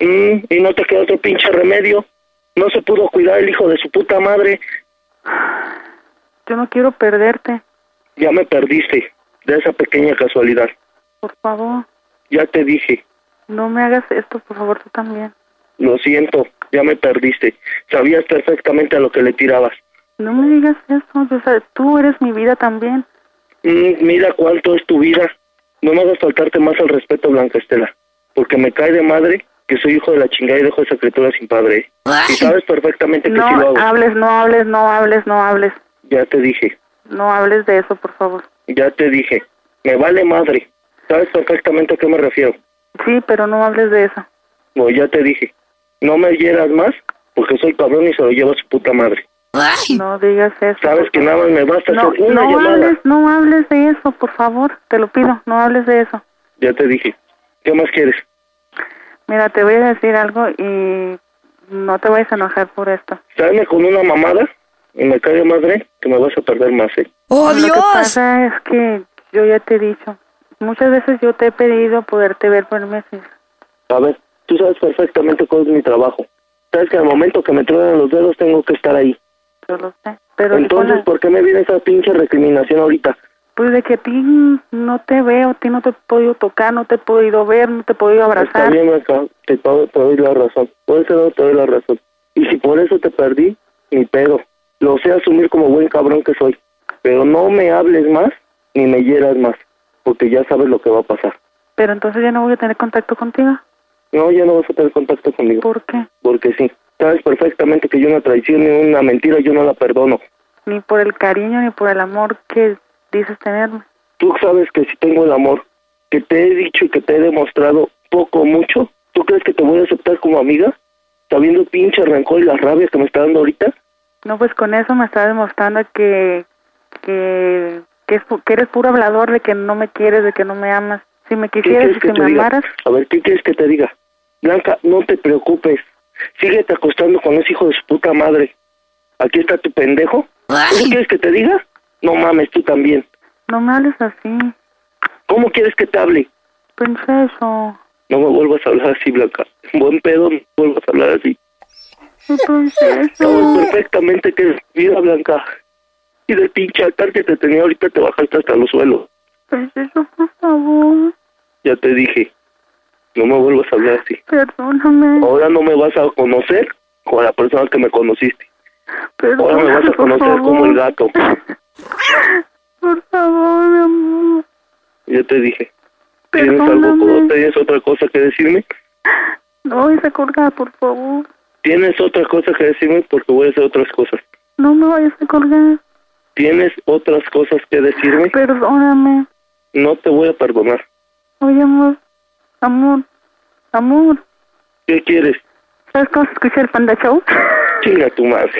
Speaker 19: Mm, y no te quedó otro pinche remedio. No se pudo cuidar el hijo de su puta madre.
Speaker 11: Yo no quiero perderte,
Speaker 19: Ya me perdiste de esa pequeña casualidad.
Speaker 11: por favor.
Speaker 19: Ya te dije,
Speaker 11: No me hagas esto, por favor, tú también.
Speaker 19: lo siento, ya me perdiste. Sabías perfectamente a lo que le tirabas.
Speaker 11: No me digas eso, yo sé, tú eres mi vida también.
Speaker 19: Mm, mira cuánto es tu vida. No me hagas faltarte más al respeto, Blanca Estela. Porque me cae de madre que soy hijo de la chingada y dejo esa criatura sin padre. ¿eh? Y sabes perfectamente que sí lo
Speaker 11: No
Speaker 19: hago.
Speaker 11: hables, no hables, no hables, no hables.
Speaker 19: Ya te dije,
Speaker 11: No hables de eso, por favor.
Speaker 19: ya te dije. Me vale madre. Sabes perfectamente a qué me refiero.
Speaker 11: Sí, pero no hables de eso.
Speaker 19: No, ya te dije. No me hieras más porque soy cabrón y se lo lleva su puta madre.
Speaker 11: No digas eso.
Speaker 19: Sabes que nada más me basta
Speaker 11: No,
Speaker 19: hacer una
Speaker 11: no
Speaker 19: llamada.
Speaker 11: hables, no hables de eso, por favor. Te lo pido, no hables de eso.
Speaker 19: Ya te dije. ¿Qué más quieres?
Speaker 11: Mira, te voy a decir algo y no te vayas a enojar por esto.
Speaker 19: Salme con una mamada y me cae de madre que me vas a perder más, ¿eh?
Speaker 20: ¡Oh,
Speaker 11: Lo que
Speaker 20: Dios!
Speaker 11: pasa es que yo ya te he dicho, muchas veces yo te he pedido poderte ver por meses.
Speaker 19: A ver, tú sabes perfectamente cuál es mi trabajo. Sabes que al momento que me truenan los dedos tengo que estar ahí.
Speaker 11: Yo lo sé. Pero
Speaker 19: Entonces, pues,
Speaker 11: Nicola,
Speaker 19: ¿por qué me viene esa pinche recriminación ahorita?
Speaker 11: pues de que a ti no te veo, a ti no te he podido tocar, no te he podido ver, no te he podido
Speaker 19: Está
Speaker 11: abrazar.
Speaker 19: bien, acá, te, pa- te doy la razón. Por eso no te doy la razón. Y si por eso te perdí, ni pedo. Lo sé asumir como buen cabrón que soy. Pero no me hables más ni me hieras más. Porque ya sabes lo que va a pasar.
Speaker 11: Pero entonces ya no voy a tener contacto contigo.
Speaker 19: No, ya no vas a tener contacto conmigo.
Speaker 11: ¿Por qué?
Speaker 19: Porque sí. Sabes perfectamente que yo una traición y una mentira yo no la perdono.
Speaker 11: Ni por el cariño ni por el amor que dices tenerme.
Speaker 19: Tú sabes que si tengo el amor que te he dicho y que te he demostrado poco o mucho, ¿tú crees que te voy a aceptar como amiga? Sabiendo el pinche rencor y la rabia que me está dando ahorita.
Speaker 11: No, pues con eso me está demostrando que, que, que, es pu- que eres puro hablador, de que no me quieres, de que no me amas. Si me
Speaker 19: ¿Qué
Speaker 11: quisieras
Speaker 19: quieres
Speaker 11: y
Speaker 19: que
Speaker 11: si
Speaker 19: te
Speaker 11: me
Speaker 19: diga?
Speaker 11: amaras,
Speaker 19: A ver, ¿qué quieres que te diga? Blanca, no te preocupes. Síguete acostando con ese hijo de su puta madre. Aquí está tu pendejo. ¿Qué quieres que te diga? No mames, tú también.
Speaker 11: no me hables así.
Speaker 19: ¿Cómo quieres que te hable?
Speaker 11: Piensa eso.
Speaker 19: No me vuelvas a hablar así, Blanca. Buen pedo, no me vuelvas a hablar así.
Speaker 16: Entonces,
Speaker 21: Sabes perfectamente que es vida blanca. Y del pinche altar que te tenía ahorita te bajaste hasta los suelos.
Speaker 16: Princeso, por favor,
Speaker 21: Ya te dije. No me vuelvas a hablar así.
Speaker 16: perdóname.
Speaker 21: Ahora no me vas a conocer con la persona que me conociste. Ahora me
Speaker 16: Perdóname,
Speaker 21: vas a
Speaker 16: por
Speaker 21: conocer como el
Speaker 16: favor.
Speaker 21: gato.
Speaker 16: Por favor, mi amor.
Speaker 21: Ya te dije. ¿Tienes algo,
Speaker 16: Perdóname.
Speaker 21: tienes otra cosa que decirme?
Speaker 16: No vayas a colgar, por favor.
Speaker 21: ¿Tienes otra cosa que decirme? Porque voy a hacer otras cosas.
Speaker 16: No me vayas a colgar.
Speaker 21: ¿Tienes otras cosas que decirme?
Speaker 16: Perdóname.
Speaker 21: No te voy a perdonar.
Speaker 16: Oye, amor. Amor. Amor.
Speaker 21: ¿Qué quieres?
Speaker 16: ¿Sabes cómo se escucha el Panda Show?
Speaker 21: Chinga tu madre.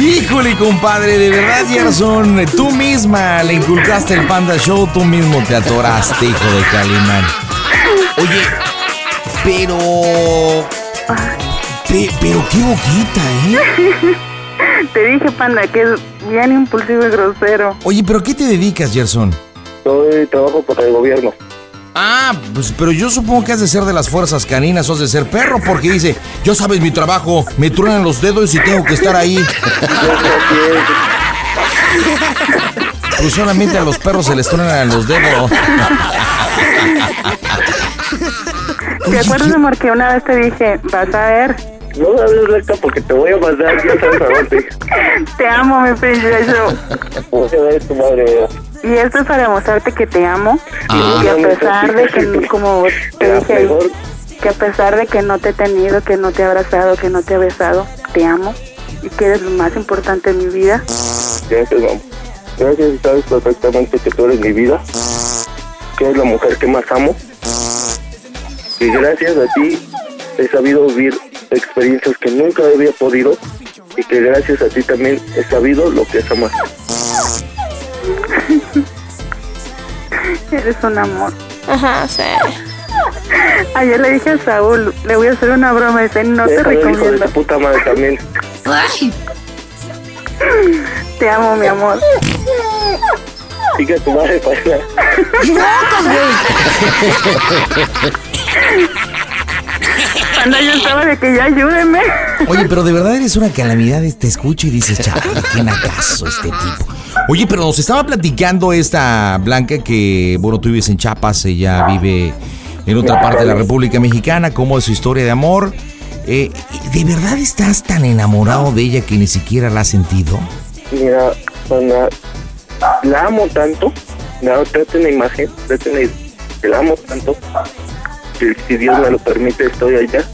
Speaker 2: Híjole, compadre, de verdad, Gerson, tú misma le inculcaste el Panda Show, tú mismo te atoraste, hijo de Calimán. Oye, pero... pe- pero qué boquita, ¿eh?
Speaker 16: Te dije, Panda, que es bien impulsivo y grosero.
Speaker 2: Oye, pero ¿qué te dedicas, Gerson?
Speaker 21: Soy trabajo para el gobierno.
Speaker 2: Ah, pues, pero yo supongo que has de ser de las fuerzas caninas, has de ser perro, porque dice, yo sabes mi trabajo, me truenan los dedos y tengo que estar ahí. Pues solamente a los perros se les truenan los dedos.
Speaker 16: ¿Te acuerdas, amor, que una vez te dije, vas a ver?
Speaker 21: No me hables recta porque te voy a mandar ya sabes a dónde.
Speaker 16: Te amo, mi princeso.
Speaker 21: Voy a ver tu madre.
Speaker 16: Y esto es para mostrarte que te amo.
Speaker 21: Ah.
Speaker 16: Y a pesar de que, como te dije, ahí, que a pesar de que no te he tenido, que no te he abrazado, que no te he besado, te amo. Y que eres lo más importante de mi vida.
Speaker 21: Gracias, mamá. Gracias, sabes perfectamente que tú eres mi vida. Que eres la mujer que más amo. Y gracias a ti he sabido vivir experiencias que nunca había podido. Y que gracias a ti también he sabido lo que es amar.
Speaker 16: Eres un amor. Ajá, sí. Ayer le dije a Saúl, le voy a hacer una broma, y dice, no te
Speaker 21: Déjame, hijo de
Speaker 16: recomiendo.
Speaker 21: tu puta madre también.
Speaker 16: Te amo, mi amor.
Speaker 21: Sigue tu madre para allá.
Speaker 16: Cuando yo estaba de que ya ayúdeme.
Speaker 2: Oye, pero de verdad eres una calamidad, te escucho y dices, chaval, qué nacazo este tipo. Oye, pero nos estaba platicando esta Blanca que, bueno, tú vives en Chiapas, ella vive en otra parte de la República Mexicana, cómo es su historia de amor. Eh, ¿De verdad estás tan enamorado de ella que ni siquiera la has sentido?
Speaker 21: Mira, Ana, la amo tanto. La, trate una imagen, trate una que La amo tanto. que si Dios me lo permite, estoy allá,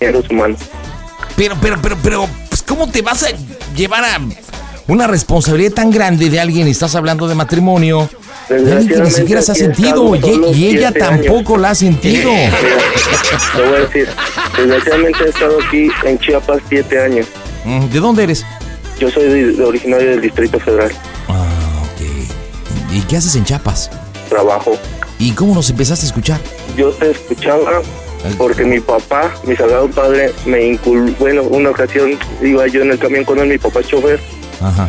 Speaker 21: viendo su mano.
Speaker 2: Pero, pero, pero, pero, pues, ¿cómo te vas a llevar a una responsabilidad tan grande de alguien y estás hablando de matrimonio? De alguien que ni
Speaker 21: Desgraciadamente,
Speaker 2: siquiera se ha
Speaker 21: aquí he
Speaker 2: sentido
Speaker 21: estado
Speaker 2: y,
Speaker 21: solo
Speaker 2: y ella
Speaker 21: siete años.
Speaker 2: tampoco la ha sentido.
Speaker 21: Mira, Te voy a decir, desgraciadamente he estado aquí en Chiapas siete años.
Speaker 2: Mm, ¿De dónde eres?
Speaker 21: Yo soy de- de originario del Distrito Federal.
Speaker 2: ¿Y qué haces en Chiapas?
Speaker 21: Trabajo.
Speaker 2: ¿Y cómo nos empezaste a escuchar?
Speaker 21: Yo te escuchaba porque mi papá, mi sagrado padre, me inculcó. Bueno, una ocasión iba yo en el camión con él, mi papá es chofer.
Speaker 2: Ajá.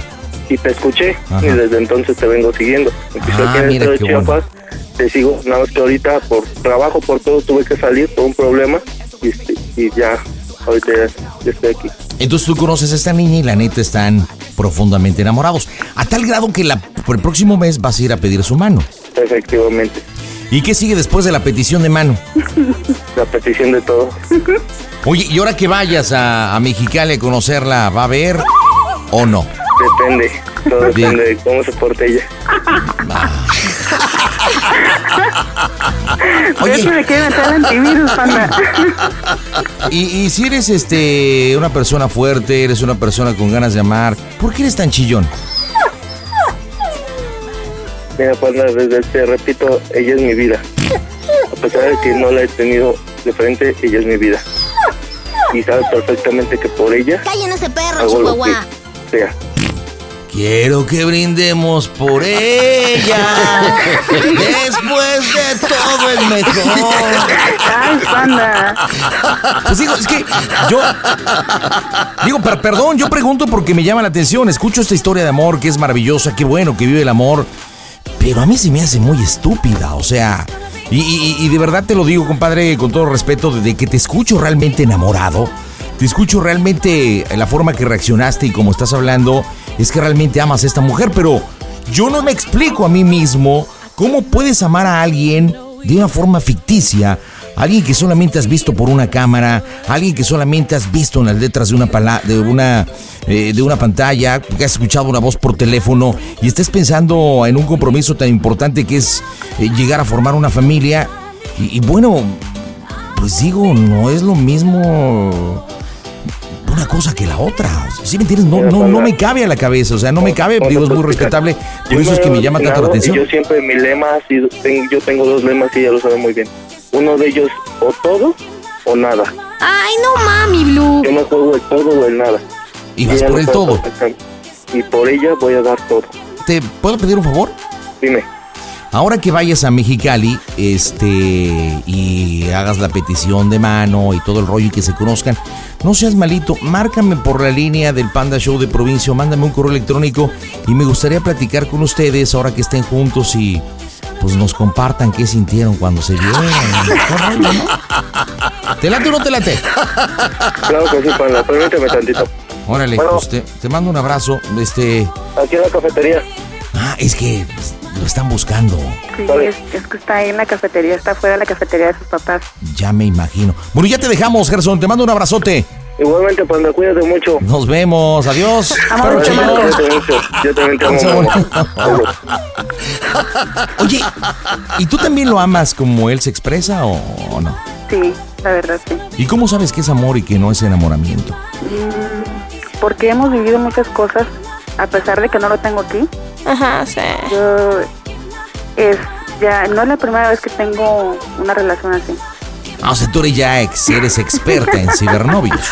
Speaker 21: y te escuché
Speaker 2: Ajá.
Speaker 21: y desde entonces te vengo siguiendo. Empecé
Speaker 2: Ah,
Speaker 21: aquí en el
Speaker 2: mira
Speaker 21: estado de
Speaker 2: qué
Speaker 21: Chiapas, te sigo, nada más que ahorita por trabajo, por todo tuve que salir por un problema y, este, y ya, ahorita ya, ya estoy aquí.
Speaker 2: Entonces tú conoces a esta niña y la neta están profundamente enamorados. A tal grado que la- por el próximo mes vas a ir a pedir su mano.
Speaker 21: Efectivamente,
Speaker 2: ¿Y qué sigue después de la petición de mano?
Speaker 21: la petición de todo.
Speaker 2: Oye, y ahora que vayas a, a Mexicali a conocerla, ¿va a ver o no?
Speaker 21: Depende, todo
Speaker 2: Bien.
Speaker 21: depende de cómo se porte ella.
Speaker 16: Oye. Eso le quiere meter el antivirus, panda.
Speaker 2: Y, y si eres este una persona fuerte, eres una persona con ganas de amar, ¿por qué eres tan chillón?
Speaker 21: Mira, Panda, desde te repito, ella es mi vida. A pesar de que no la he tenido de frente, ella es mi vida. Y sabes perfectamente que por ella
Speaker 13: Callen ese perro,
Speaker 21: hago lo que
Speaker 13: chihuahua.
Speaker 21: sea.
Speaker 2: Quiero que brindemos por ella. Después de todo el
Speaker 3: el mejor.
Speaker 22: Ay, panda.
Speaker 2: Pues digo, es que yo. Digo, per- perdón, yo pregunto porque me llama la atención. Escucho esta historia de amor que es maravillosa, qué bueno que vive el amor. Pero a mí se me hace muy estúpida, o sea. Y, y- y de verdad te lo digo, compadre, con todo respeto, desde que te escucho realmente enamorado, te escucho realmente la forma que reaccionaste y como estás hablando, es que realmente amas a esta mujer, pero yo no me explico a mí mismo cómo puedes amar a alguien de una forma ficticia, alguien que solamente has visto por una cámara, alguien que solamente has visto en las letras de una pala- de una eh, de una pantalla, que has escuchado una voz por teléfono y estés pensando en un compromiso tan importante que es eh, llegar a formar una familia y, y bueno, pues digo, no es lo mismo una cosa que la otra. ¿Sí me entiendes? No, no, no me cabe a la cabeza, o sea, no me cabe, Eh, digo, es muy respetable, por eso es que me llama tanto la
Speaker 19: Nada, y
Speaker 2: atención.
Speaker 19: Yo siempre mi lema ha sido, ten- yo tengo dos lemas y ya lo saben muy bien. Uno de ellos o todo o nada.
Speaker 11: Ay, no mami, Blue.
Speaker 19: Yo no juego el todo o el nada.
Speaker 2: Y vas
Speaker 19: ella
Speaker 2: por
Speaker 19: lo
Speaker 2: el
Speaker 19: sabe
Speaker 2: todo.
Speaker 19: perfectamente. Y por ella voy a dar todo.
Speaker 2: ¿Te puedo pedir un favor?
Speaker 19: Dime.
Speaker 2: Ahora que vayas a Mexicali, este, y hagas la petición de mano y todo el rollo y que se conozcan, no seas malito, márcame por la línea del Panda Show de provincia, o mándame un correo electrónico y me gustaría platicar con ustedes ahora que estén juntos y pues nos compartan qué sintieron cuando se vieron. ¿Te late o no te late?
Speaker 19: Claro que sí, Panda. Permíteme tantito.
Speaker 2: Órale,
Speaker 19: Bueno.
Speaker 2: pues te, te mando un abrazo, este,
Speaker 19: Aquí en la cafetería.
Speaker 2: ah, es que lo están buscando.
Speaker 22: Sí, es, es que está ahí en la cafetería, está fuera de la cafetería de sus papás.
Speaker 2: Ya me imagino. Bueno, ya te dejamos, Gerson. Te mando un abrazote.
Speaker 19: Igualmente, Panda, cuídate mucho.
Speaker 2: Nos vemos. Adiós.
Speaker 19: Amo mucho, Marco. Cuídate mucho. Yo también te amo. Marco.
Speaker 2: Oye, ¿y tú también lo amas como él se expresa o o no?
Speaker 22: Sí, la verdad, sí.
Speaker 2: ¿Y cómo sabes que es amor y que no es enamoramiento?
Speaker 22: Mm, Porque hemos vivido muchas cosas, a pesar de que no lo tengo aquí. Ajá, sí. Yo, es ya, no es la primera vez que tengo una relación así.
Speaker 2: Ah, o sea, tú eres ya ex, eres experta en cibernovios.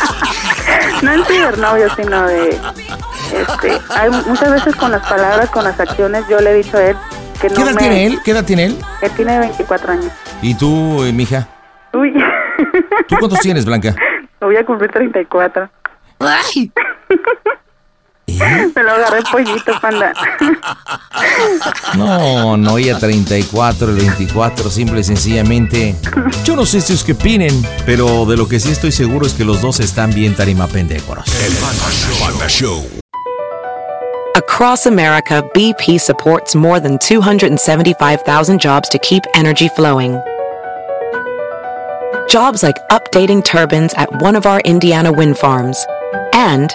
Speaker 22: No en cibernovio, sino de... Este, hay muchas veces con las palabras, con las acciones, yo le he dicho a él que no
Speaker 2: ¿Qué edad
Speaker 22: me-
Speaker 2: tiene él? ¿Qué edad tiene él?
Speaker 22: Él tiene 24 años.
Speaker 2: ¿Y tú, eh, mija?
Speaker 22: Uy,
Speaker 2: ¿Tú cuántos tienes, Blanca?
Speaker 22: voy a cumplir 34. ¡Ay! Me lo agarré pollito, panda.
Speaker 2: No, no, ella 34, el 24, simple y sencillamente. Yo no sé si es que opinen, pero de lo que sí estoy seguro es que los dos están bien tarima pendécoros.
Speaker 7: Across America, BP supports more than 275,000 jobs to keep energy flowing. Jobs like updating turbines at one of our Indiana wind farms and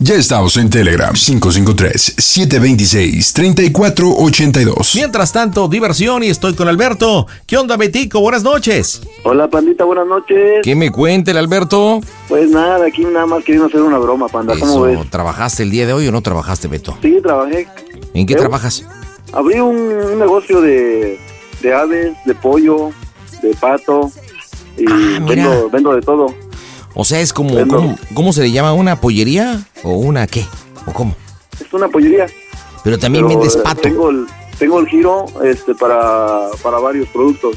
Speaker 1: Ya estamos en Telegram 553-726-3482.
Speaker 2: Mientras tanto, diversión y estoy con Alberto. ¿Qué onda, Betico? Buenas noches.
Speaker 13: Hola, pandita, buenas noches.
Speaker 2: ¿Qué me cuenta el Alberto?
Speaker 13: Pues nada, aquí nada más queriendo hacer una broma, panda. ¿Cómo
Speaker 2: Eso,
Speaker 13: ves?
Speaker 2: ¿Trabajaste el día de hoy o no trabajaste, Beto?
Speaker 13: Sí, trabajé.
Speaker 2: ¿En qué
Speaker 13: ¿Eh?
Speaker 2: trabajas?
Speaker 13: Abrí un, un negocio de, de aves, de pollo, de pato. Y
Speaker 2: Ah, mira.
Speaker 13: vendo, vendo de todo.
Speaker 2: O sea, es como, ¿cómo, cómo se le llama? ¿Una pollería? ¿O una qué? ¿O cómo?
Speaker 13: Es una pollería.
Speaker 2: Pero también
Speaker 13: pero,
Speaker 2: vendes
Speaker 13: eh,
Speaker 2: pato.
Speaker 13: Tengo el, tengo el giro este, para, para varios productos.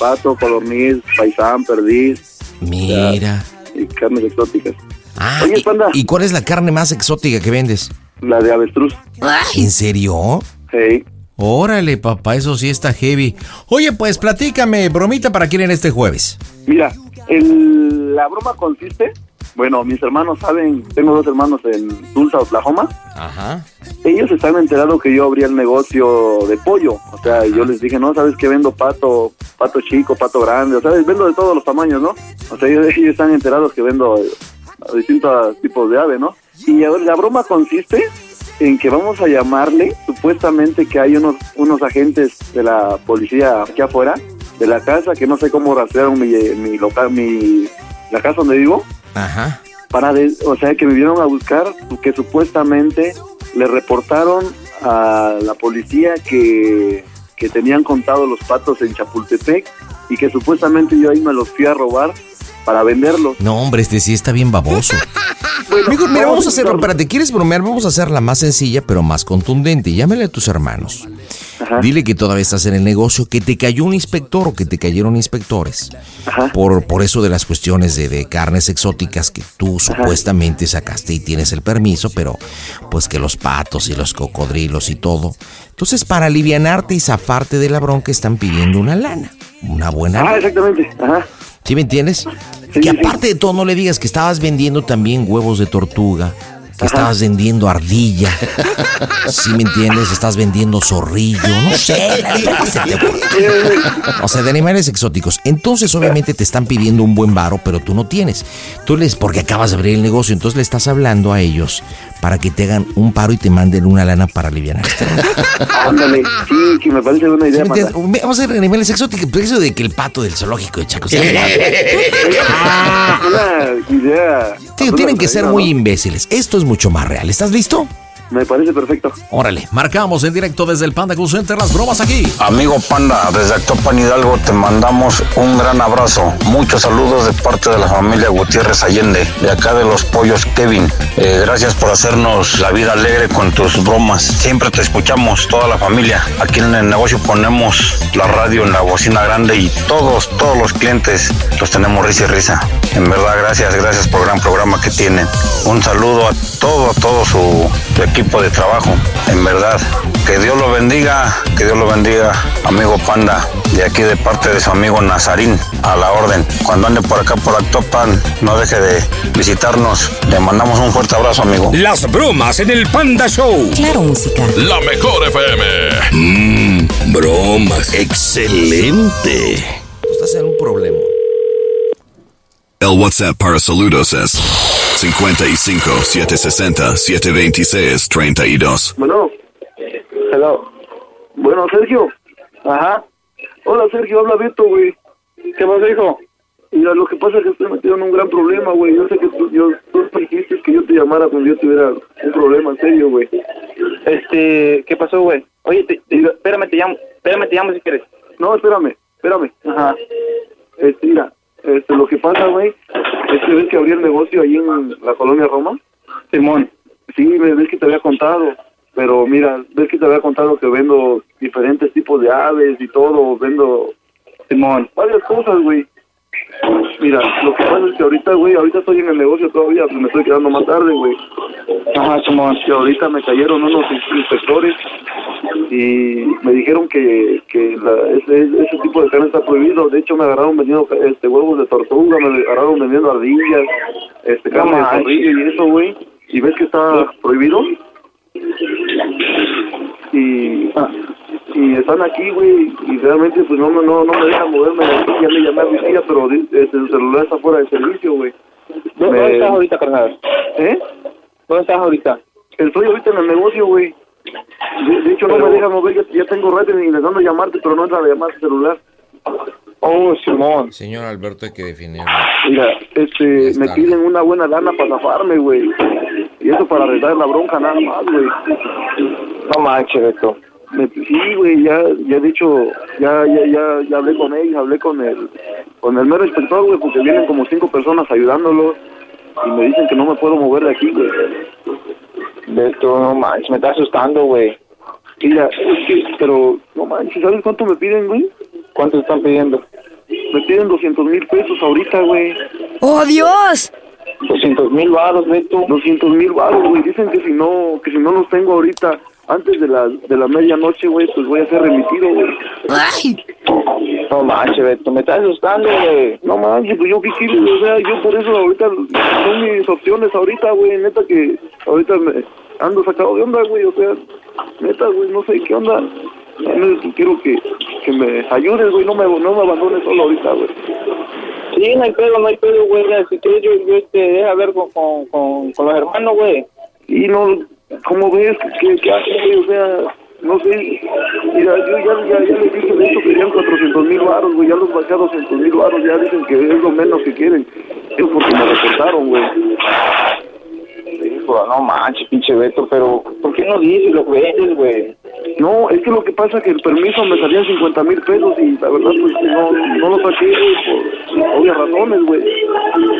Speaker 13: Pato, codorniz, paisán, perdiz.
Speaker 2: Mira.
Speaker 13: Y carnes exóticas.
Speaker 2: Ah, y- ¿Y cuál es la carne más exótica que vendes?
Speaker 13: La de avestruz.
Speaker 2: ¿En serio?
Speaker 13: Sí.
Speaker 2: Órale, papá, eso sí está heavy. Oye, pues platícame, bromita para quién en este jueves.
Speaker 13: Mira, el- la broma consiste, bueno, mis hermanos saben, tengo dos hermanos en Tulsa, Oklahoma.
Speaker 2: Ajá.
Speaker 13: ellos están enterados que yo abría el negocio de pollo. O sea, yo les dije, no, ¿sabes qué? Vendo pato, pato chico, pato grande. O sea, vendo de todos los tamaños, ¿no? O sea, ellos, ellos están enterados que vendo eh, distintos tipos de ave, ¿no? Y ahora la broma consiste en que vamos a llamarle, supuestamente que hay unos, unos agentes de la policía aquí afuera, de la casa, que no sé cómo rastrearon mi, mi local, mi, la casa donde vivo
Speaker 2: Ajá.
Speaker 13: para de- o sea que me vinieron a buscar que supuestamente le reportaron a la policía que, que tenían contados los patos en Chapultepec y que supuestamente yo ahí me los fui a robar para venderlos.
Speaker 2: No, hombre, este sí está bien baboso. Mijo, mira, vamos a hacerlo. Espérate, ¿quieres bromear? Vamos a hacerla más sencilla, pero más contundente. Llámale a tus hermanos. Dile que todavía estás en el negocio, que te cayó un inspector o que te cayeron inspectores. Por, por eso de las cuestiones de, de carnes exóticas que tú supuestamente sacaste y tienes el permiso, pero pues que los patos y los cocodrilos y todo. Entonces, para alivianarte y zafarte de la bronca, están pidiendo una lana. Una buena lana.
Speaker 13: Ah, exactamente. Ajá.
Speaker 2: ¿Sí me entiendes? que aparte de todo no le digas que estabas vendiendo también huevos de tortuga, que estabas vendiendo ardilla, ¿sí me entiendes? Estás vendiendo zorrillo, no sé. la neta que se te ocurra. o sea, de animales exóticos. Entonces obviamente te están pidiendo un buen varo, pero tú no tienes. Tú les, porque acabas de abrir el negocio, entonces le estás hablando a ellos para que te hagan un paro y te manden una lana para aliviar.
Speaker 13: Ándale, sí, que me parece buena idea.
Speaker 2: ¿Sí me entiendes?
Speaker 13: Marta.
Speaker 2: Vamos a hacer animales exóticos, pero eso de que el pato del zoológico de Chaco sea
Speaker 13: Una idea.
Speaker 2: Tío, tienen que ser muy imbéciles. Esto es mucho más real. ¿Estás listo?
Speaker 13: Me parece perfecto.
Speaker 2: Órale, marcamos en directo desde el Panda Cool Center las bromas aquí.
Speaker 5: Amigo Panda, desde Actopan Hidalgo te mandamos un gran abrazo. Muchos saludos de parte de la familia Gutiérrez Allende, de acá de los pollos Kevin. Eh, gracias por hacernos la vida alegre con tus bromas. Siempre te escuchamos, toda la familia. Aquí en el negocio ponemos la radio en la bocina grande y todos, todos los clientes los tenemos risa y risa. En verdad, gracias, gracias por el gran programa que tienen. Un saludo a todo, a todo su, su equipo de trabajo. En verdad, que Dios lo bendiga, que Dios lo bendiga, amigo Panda, de aquí de parte de su amigo Nazarín, a la orden. Cuando ande por acá, por Actopan, no deje de visitarnos. Le mandamos un fuerte abrazo, amigo.
Speaker 6: Las bromas en el Panda Show. Claro, música.
Speaker 10: La mejor FM.
Speaker 6: Mmm, bromas. Excelente.
Speaker 2: Estás en un problema.
Speaker 10: El WhatsApp para saludos es 55 760 726 32.
Speaker 13: Bueno, hello. Bueno, Sergio. Ajá. Hola, Sergio, habla Beto, güey. ¿Qué pasa, hijo? Mira, lo que pasa es que estoy metido en un gran problema, güey. Yo sé que tú, yo, tú dijiste que yo te llamara cuando yo tuviera un problema, en serio, güey. Este, ¿qué pasó, güey? Oye, espérame, te llamo. Espérame, te llamo si quieres. No, espérame, espérame. Ajá. Este, mira, este, lo que pasa, güey, es que ves que abrí el negocio ahí en la colonia Roma. Simón. Sí, güey, ves que te había contado. Pero mira, ves que te había contado que vendo diferentes tipos de aves y todo, vendo Simón. varias cosas, güey. Mira, lo que pasa es que ahorita, güey, ahorita estoy en el negocio todavía, pues me estoy quedando más tarde, güey. Ajá, Simón. Que ahorita me cayeron unos ins- inspectores y me dijeron que, que la- ese, ese tipo de carne está prohibido. De hecho, me agarraron vendiendo este, huevos de tortuga, me agarraron vendiendo ardillas, este,
Speaker 19: No
Speaker 13: carne de
Speaker 19: manches.
Speaker 13: zorrillo y eso, güey. ¿Y ves que está prohibido? y, y están aquí, güey, y realmente pues no, me- no, no me dejan moverme de aquí, ya le llamé a mi tía, pero di- este, el celular está fuera de servicio, güey.
Speaker 19: ¿Dó- dónde estás ahorita,
Speaker 13: carnal? ¿Eh? ¿Dónde estás ahorita? Estoy ahorita en el negocio, güey. De, de hecho, no me dejan mover, ya, ya tengo rato intentando llamarte, pero no entra la llamada al celular. Oh, Simón.
Speaker 2: Señor Alberto, hay que definir.
Speaker 13: Mira, este, me piden una buena lana para zafarme, güey. Y eso para arreglar la bronca nada más, güey. No manches, esto. Sí, güey, ya, ya de hecho, ya, ya, ya, ya hablé con ellos, hablé con el, con el mero inspector, güey, porque vienen como cinco personas ayudándolos y me dicen que no me puedo mover de aquí, güey. De esto, no manches, me está asustando, güey. Mira, es que, pero, no manches, ¿sabes cuánto me piden, güey? ¿Cuánto están pidiendo? Me piden 200 mil pesos ahorita, güey.
Speaker 11: ¡Oh, Dios!
Speaker 13: 200 mil baros, Beto. 200 mil baros, güey. Dicen que si no, que si no los tengo ahorita, antes de la, de la medianoche, güey, pues voy a ser remitido, güey. ¡Ay! No manches, Beto, me estás asustando, güey. No manches, pues yo qué quiero, o sea, yo por eso ahorita son mis opciones ahorita, güey. Neta que ahorita me, ando sacado de onda, güey, o sea, neta, güey, no sé qué onda. Ya no- Quiero que, que me ayudes, güey, no me, no me abandones solo ahorita, güey.
Speaker 9: Sí, no hay pedo, no hay pedo, güey. Si quieres, yo, yo te dejo hablar con, con, con, con los hermanos, güey.
Speaker 13: Y no, ¿cómo ves? ¿Qué, qué haces, güey? O sea, no sé. Mira, yo ya, ya, ya les dije de esto, querían 400 mil baros, güey. Ya los bajé a 200 mil baros, ya dicen que es lo menos que quieren. Es porque me reportaron, güey. "Ah,
Speaker 5: Hijo, no manches, pinche Beto, pero ¿por qué no dices lo que vendes, güey?
Speaker 13: No, es que lo que pasa es que el permiso me salía 50 mil pesos y la verdad, pues no, no lo saqué, güey, por obvias razones, güey.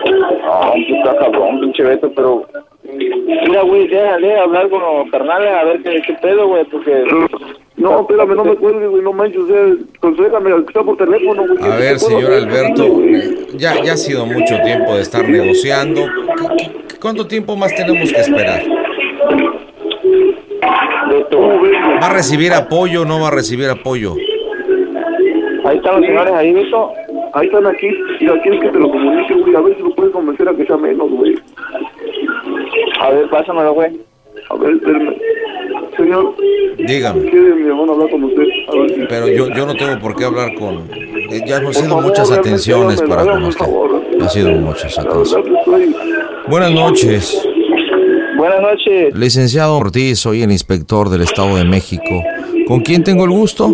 Speaker 5: No, puta cabrón, pinche Beto, pero...
Speaker 9: Mira, güey, déjale hablar con los carnales a ver qué, qué pedo, güey, porque...
Speaker 13: No, espérame, no me cuelgues, güey, no manches, o sea, consuélame, aunque sea por teléfono, güey.
Speaker 2: A ver, señor Alberto,
Speaker 13: eh,
Speaker 2: eh, ya, ya ha sido mucho tiempo de estar negociando. ¿Qué- qué- qué- ¿Cuánto tiempo más tenemos que esperar? ¿Va a recibir apoyo o no va a recibir apoyo?
Speaker 13: Ahí están los señores, ahí, Beto. Ahí están aquí, y aquí es que te lo comunique, güey, a ver si lo puedes convencer a que sea menos, güey. A ver, pásamelo, güey. A ver, espérame. Señor,
Speaker 2: Dígame.
Speaker 13: quiere mi hermano hablar con usted. A ver si...
Speaker 2: Pero yo, yo no tengo por qué hablar con... eh, Ya
Speaker 13: Por
Speaker 2: hemos sido
Speaker 13: favor,
Speaker 2: muchas
Speaker 13: realmente,
Speaker 2: atenciones
Speaker 13: hágame-
Speaker 2: para con
Speaker 13: hágame un
Speaker 2: usted.
Speaker 13: favor.
Speaker 2: Ha sido muchas
Speaker 13: La verdad,
Speaker 2: atenciones.
Speaker 13: pues, estoy...
Speaker 2: Buenas noches.
Speaker 9: Buenas noches.
Speaker 2: Licenciado Ortiz, soy el inspector del Estado de México. ¿Con quién tengo el gusto?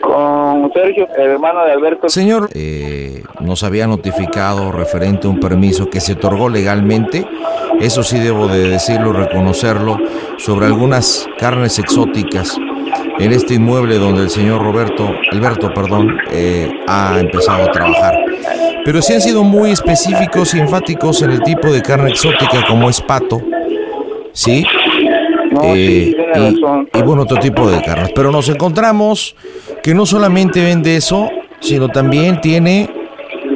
Speaker 9: Con Sergio, el hermano de Alberto.
Speaker 2: Señor, eh, nos había notificado referente a un permiso que se otorgó legalmente, eso sí debo de decirlo y reconocerlo, sobre algunas carnes exóticas en este inmueble donde el señor Roberto, Alberto, perdón, eh, ha empezado a trabajar. Pero sí han sido muy específicos y enfáticos en el tipo de carne exótica como es pato, ¿sí? Eh, y, y bueno, otro tipo de carros. Pero nos encontramos que no solamente vende eso, sino también tiene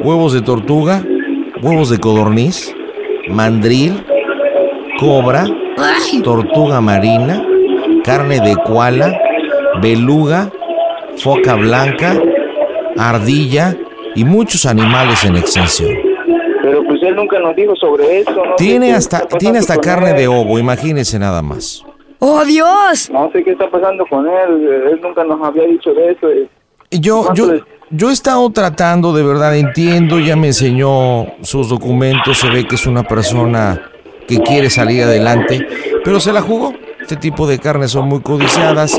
Speaker 2: huevos de tortuga, huevos de codorniz, mandril, cobra, tortuga marina, carne de koala, beluga, foca blanca, ardilla y muchos animales en extensión.
Speaker 9: Pero pues él nunca nos dijo sobre eso, ¿no?
Speaker 2: Tiene
Speaker 9: ¿Qué-
Speaker 2: hasta,
Speaker 9: qué está
Speaker 2: tiene hasta
Speaker 9: pasando con
Speaker 2: carne
Speaker 9: él?
Speaker 2: de ovo, imagínense nada más.
Speaker 9: ¡Oh, Dios! No sé qué está pasando con él. eh, Él nunca nos había dicho de eso. eh.
Speaker 2: Yo, yo, yo he estado tratando, de verdad, entiendo, ya me enseñó sus documentos, se ve que es una persona que quiere salir adelante, pero se la jugó. Este tipo de carnes son muy codiciadas,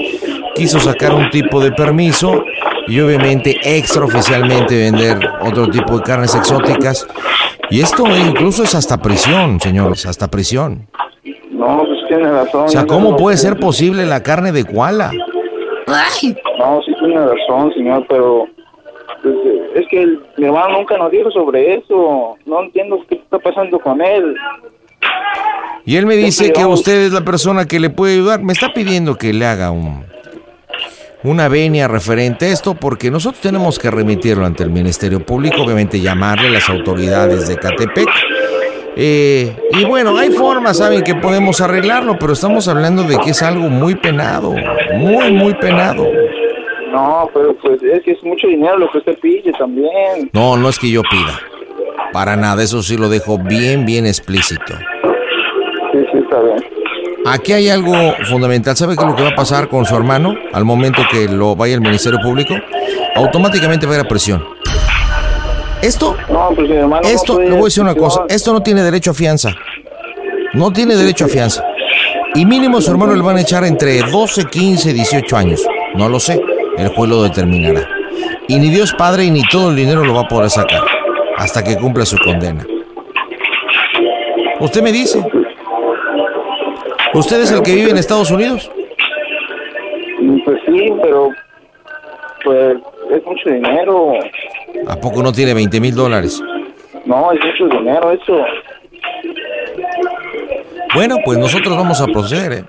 Speaker 2: quiso sacar un tipo de permiso y obviamente extraoficialmente vender otro tipo de carnes exóticas. Y esto eh, incluso es hasta prisión, señores, hasta prisión.
Speaker 9: No, pues tiene razón.
Speaker 2: O sea,
Speaker 9: yo
Speaker 2: ¿cómo
Speaker 9: no-
Speaker 2: puede ser posible la carne de koala?
Speaker 9: No, sí tiene razón, señor, pero pues, eh, es que el- mi hermano nunca nos dijo sobre eso. No entiendo qué está pasando con él.
Speaker 2: Y él me dice que usted es la persona que le puede ayudar. Me está pidiendo que le haga un, una venia referente a esto porque nosotros tenemos que remitirlo ante el Ministerio Público, obviamente llamarle a las autoridades de Catepec. Eh, y bueno, hay formas, saben, que podemos arreglarlo, pero estamos hablando de que es algo muy penado, muy, muy penado.
Speaker 9: No, pero pues es que es mucho dinero lo que usted pide también.
Speaker 2: No, no es que yo pida. Para nada, eso sí lo dejo bien, bien explícito.
Speaker 9: Sí, sí, está bien.
Speaker 2: Aquí hay algo fundamental. ¿Sabe qué es lo que va a pasar con su hermano al momento que lo vaya el Ministerio Público? Automáticamente va a ir a prisión. Esto,
Speaker 9: No, pues mi hermano. no
Speaker 2: Esto,
Speaker 9: puede
Speaker 2: le voy a decir una
Speaker 9: decir
Speaker 2: cosa,
Speaker 9: nada.
Speaker 2: esto no tiene derecho a fianza. No tiene derecho a fianza. Y mínimo a su hermano le van a echar entre 12, 15, 18 años. No lo sé, el juez lo determinará. Y ni Dios Padre ni todo el dinero lo va a poder sacar hasta que cumpla su condena. Usted me dice. ¿Usted es el que vive en Estados Unidos?
Speaker 9: Pues sí, pero pues es mucho dinero.
Speaker 2: ¿A poco no tiene 20 mil dólares?
Speaker 9: No, es mucho dinero eso.
Speaker 2: Bueno, pues nosotros vamos a proceder, ¿eh?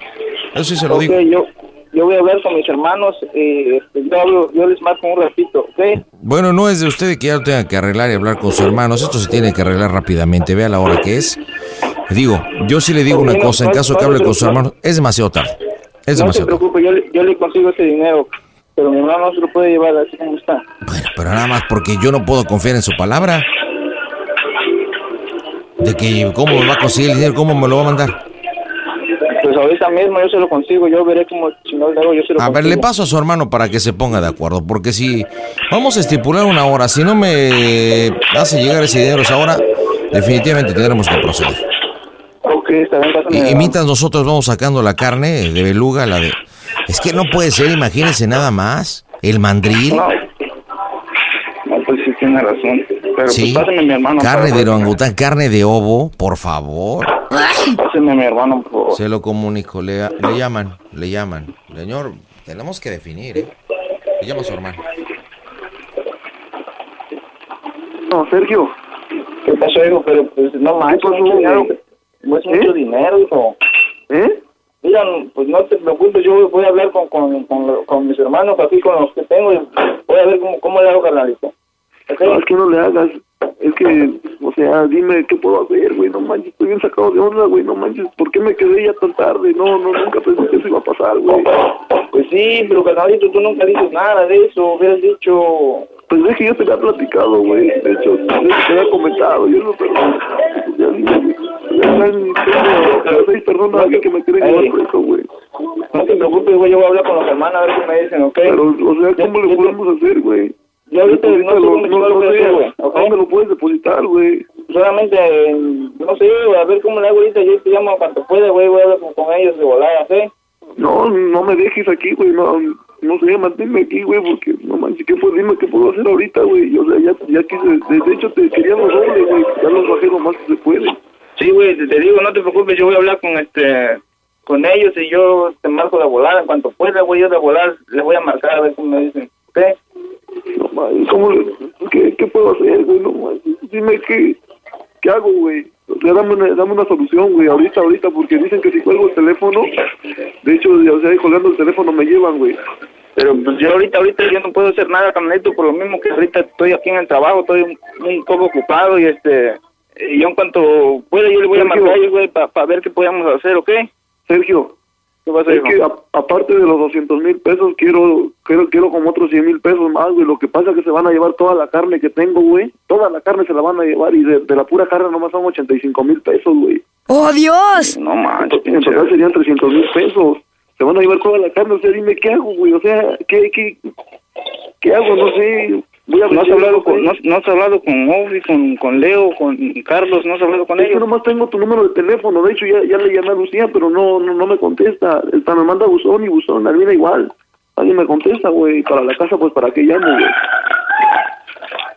Speaker 2: Eso sí se lo
Speaker 9: Ok,
Speaker 2: digo.
Speaker 9: Yo, yo voy a hablar con mis hermanos y este, yo, hablo- yo les marco un ratito, ¿ok?
Speaker 2: Bueno, no es de usted que ya lo tenga que arreglar y hablar con sus hermanos. Esto se tiene que arreglar rápidamente. Vea la hora que es. Digo, yo sí le digo una cosa. En caso que hable con sus hermanos, es demasiado tarde. Es
Speaker 9: no se
Speaker 2: demasiado tarde.
Speaker 9: preocupe, yo, le- yo le consigo ese dinero, pero mi hermano no se lo puede llevar así como está.
Speaker 2: Pero nada más porque yo no puedo confiar en su palabra. De que cómo me va a conseguir el dinero, cómo me lo va a mandar.
Speaker 19: Pues ahorita mismo yo se lo consigo, yo veré cómo si no le hago, yo se lo
Speaker 2: A
Speaker 19: consigo.
Speaker 2: ver, le paso a su hermano para que se ponga de acuerdo, porque si vamos a estipular una hora, si no me hace llegar ese dinero esa hora, definitivamente tendremos que proceder.
Speaker 19: Ok, está bien,
Speaker 2: Y,
Speaker 19: pásame.
Speaker 2: y mientras nosotros vamos sacando la carne de beluga, la de... Es que no puede ser, imagínense nada más, el mandril.
Speaker 19: No, pues sí tiene razón. Pero
Speaker 2: Sí.
Speaker 19: pues pásame a mi hermano.
Speaker 2: Carne
Speaker 19: por
Speaker 2: de
Speaker 19: favor.
Speaker 2: orangután, carne de ovo, por favor.
Speaker 19: Pásame a mi hermano, por favor.
Speaker 2: Se lo comunico, le, le llaman, le llaman. Señor, tenemos que definir, ¿eh? Le llama a su hermano.
Speaker 19: No, Sergio. ¿Qué pasó, hijo? Pero pues no manches, mucho dinero. No
Speaker 13: ¿Eh?
Speaker 19: es mucho dinero, hijo. ¿Eh? Mira, pues no te preocupes, yo voy a hablar con, con, con, con mis hermanos aquí, con los que tengo, y voy a ver cómo, cómo le hago, carnalito.
Speaker 13: No, es que no le hagas. Es que, o sea, dime qué puedo hacer, güey. No manches, estoy bien sacado de onda, güey. No manches, ¿por qué me quedé ya tan tarde? No, no, nunca pensé que eso iba a pasar, güey.
Speaker 19: Pues sí, pero carnalito, tú nunca dices nada de eso, hubieras dicho...
Speaker 13: Pues es que yo te lo he platicado, güey. De hecho, te te lo he comentado. Yo no, pero. Ya, ya saben, tengo a las seis personas aquí que me quieren llevar preso, güey.
Speaker 19: No te preocupes, güey, yo voy a hablar con los hermanos a ver qué me dicen, ¿ok?
Speaker 13: Pero, o sea, ¿cómo le podemos hacer, güey?
Speaker 19: Yo ahorita no
Speaker 13: Pues, te
Speaker 19: sé
Speaker 13: lo-
Speaker 19: cómo
Speaker 13: no
Speaker 19: chingados
Speaker 13: lo
Speaker 19: voy a
Speaker 13: sé,
Speaker 19: hacer, güey,
Speaker 13: ¿a
Speaker 19: ¿ok?
Speaker 13: dónde lo puedes depositar, güey?
Speaker 19: Solamente, eh, no sé, güey, a ver cómo le hago ahorita, yo te llamo cuanto pueda, güey, voy a hablar con, con ellos de volada, ¿sí?
Speaker 13: No, no me dejes aquí, güey. No, no sé, manténme aquí, güey, porque no manches, ¿qué puedo, dime qué puedo hacer ahorita, güey. O sea, ya, ya quise, de, de hecho te quería los doble, güey. Ya los bajé lo más que se puede.
Speaker 19: Sí, güey, te, te digo, no te preocupes, yo voy a hablar con este con ellos y yo te marco la volada en cuanto pueda, güey, yo de volar les voy a marcar a ver cómo me dicen, ¿ok?
Speaker 13: No manches, ¿cómo le- qué, qué puedo hacer, güey? No manches, dime qué, qué hago, güey. O sea, dame una, dame una solución, güey, ahorita, ahorita, porque dicen que si cuelgo el teléfono, de hecho, o sea, colgando el teléfono me llevan, güey.
Speaker 19: Pero pues yo ahorita, ahorita yo no puedo hacer nada, carnalito, por lo mismo que ahorita estoy aquí en el trabajo, estoy un, un poco ocupado y este, y yo en cuanto pueda yo le voy a
Speaker 13: Sergio.
Speaker 19: marcar, güey, para ver qué podemos hacer, ¿ok?
Speaker 13: Sergio,
Speaker 19: ¿Qué pasa,
Speaker 13: es
Speaker 19: hijo?
Speaker 13: que a- aparte de los 200 mil pesos, quiero, quiero, quiero como otros 100 mil pesos más, güey. Lo que pasa es que se van a llevar toda la carne que tengo, güey. Toda la carne se la van a llevar y de, de la pura carne nomás son 85 mil pesos, güey.
Speaker 11: ¡Oh, Dios!
Speaker 19: No manches,
Speaker 13: En total serían 300 mil pesos. Se van a llevar toda la carne, o sea, dime qué hago, güey. O sea, ¿qué, qué, qué hago? No sé. Voy a
Speaker 19: no has
Speaker 13: vender, ¿eh?
Speaker 19: hablado
Speaker 13: no sé.
Speaker 19: con, no, no has hablado con Ovi, con, con Leo, con Carlos, no has hablado con
Speaker 13: Es que
Speaker 19: ellos.
Speaker 13: nomás tengo tu número de teléfono. De hecho, ya, ya le llamé a Lucía, pero no, no, no me contesta. Está, me manda buzón y buzón. A mí me da igual. Alguien me contesta, güey. Para la casa, pues, ¿para qué llamo, güey?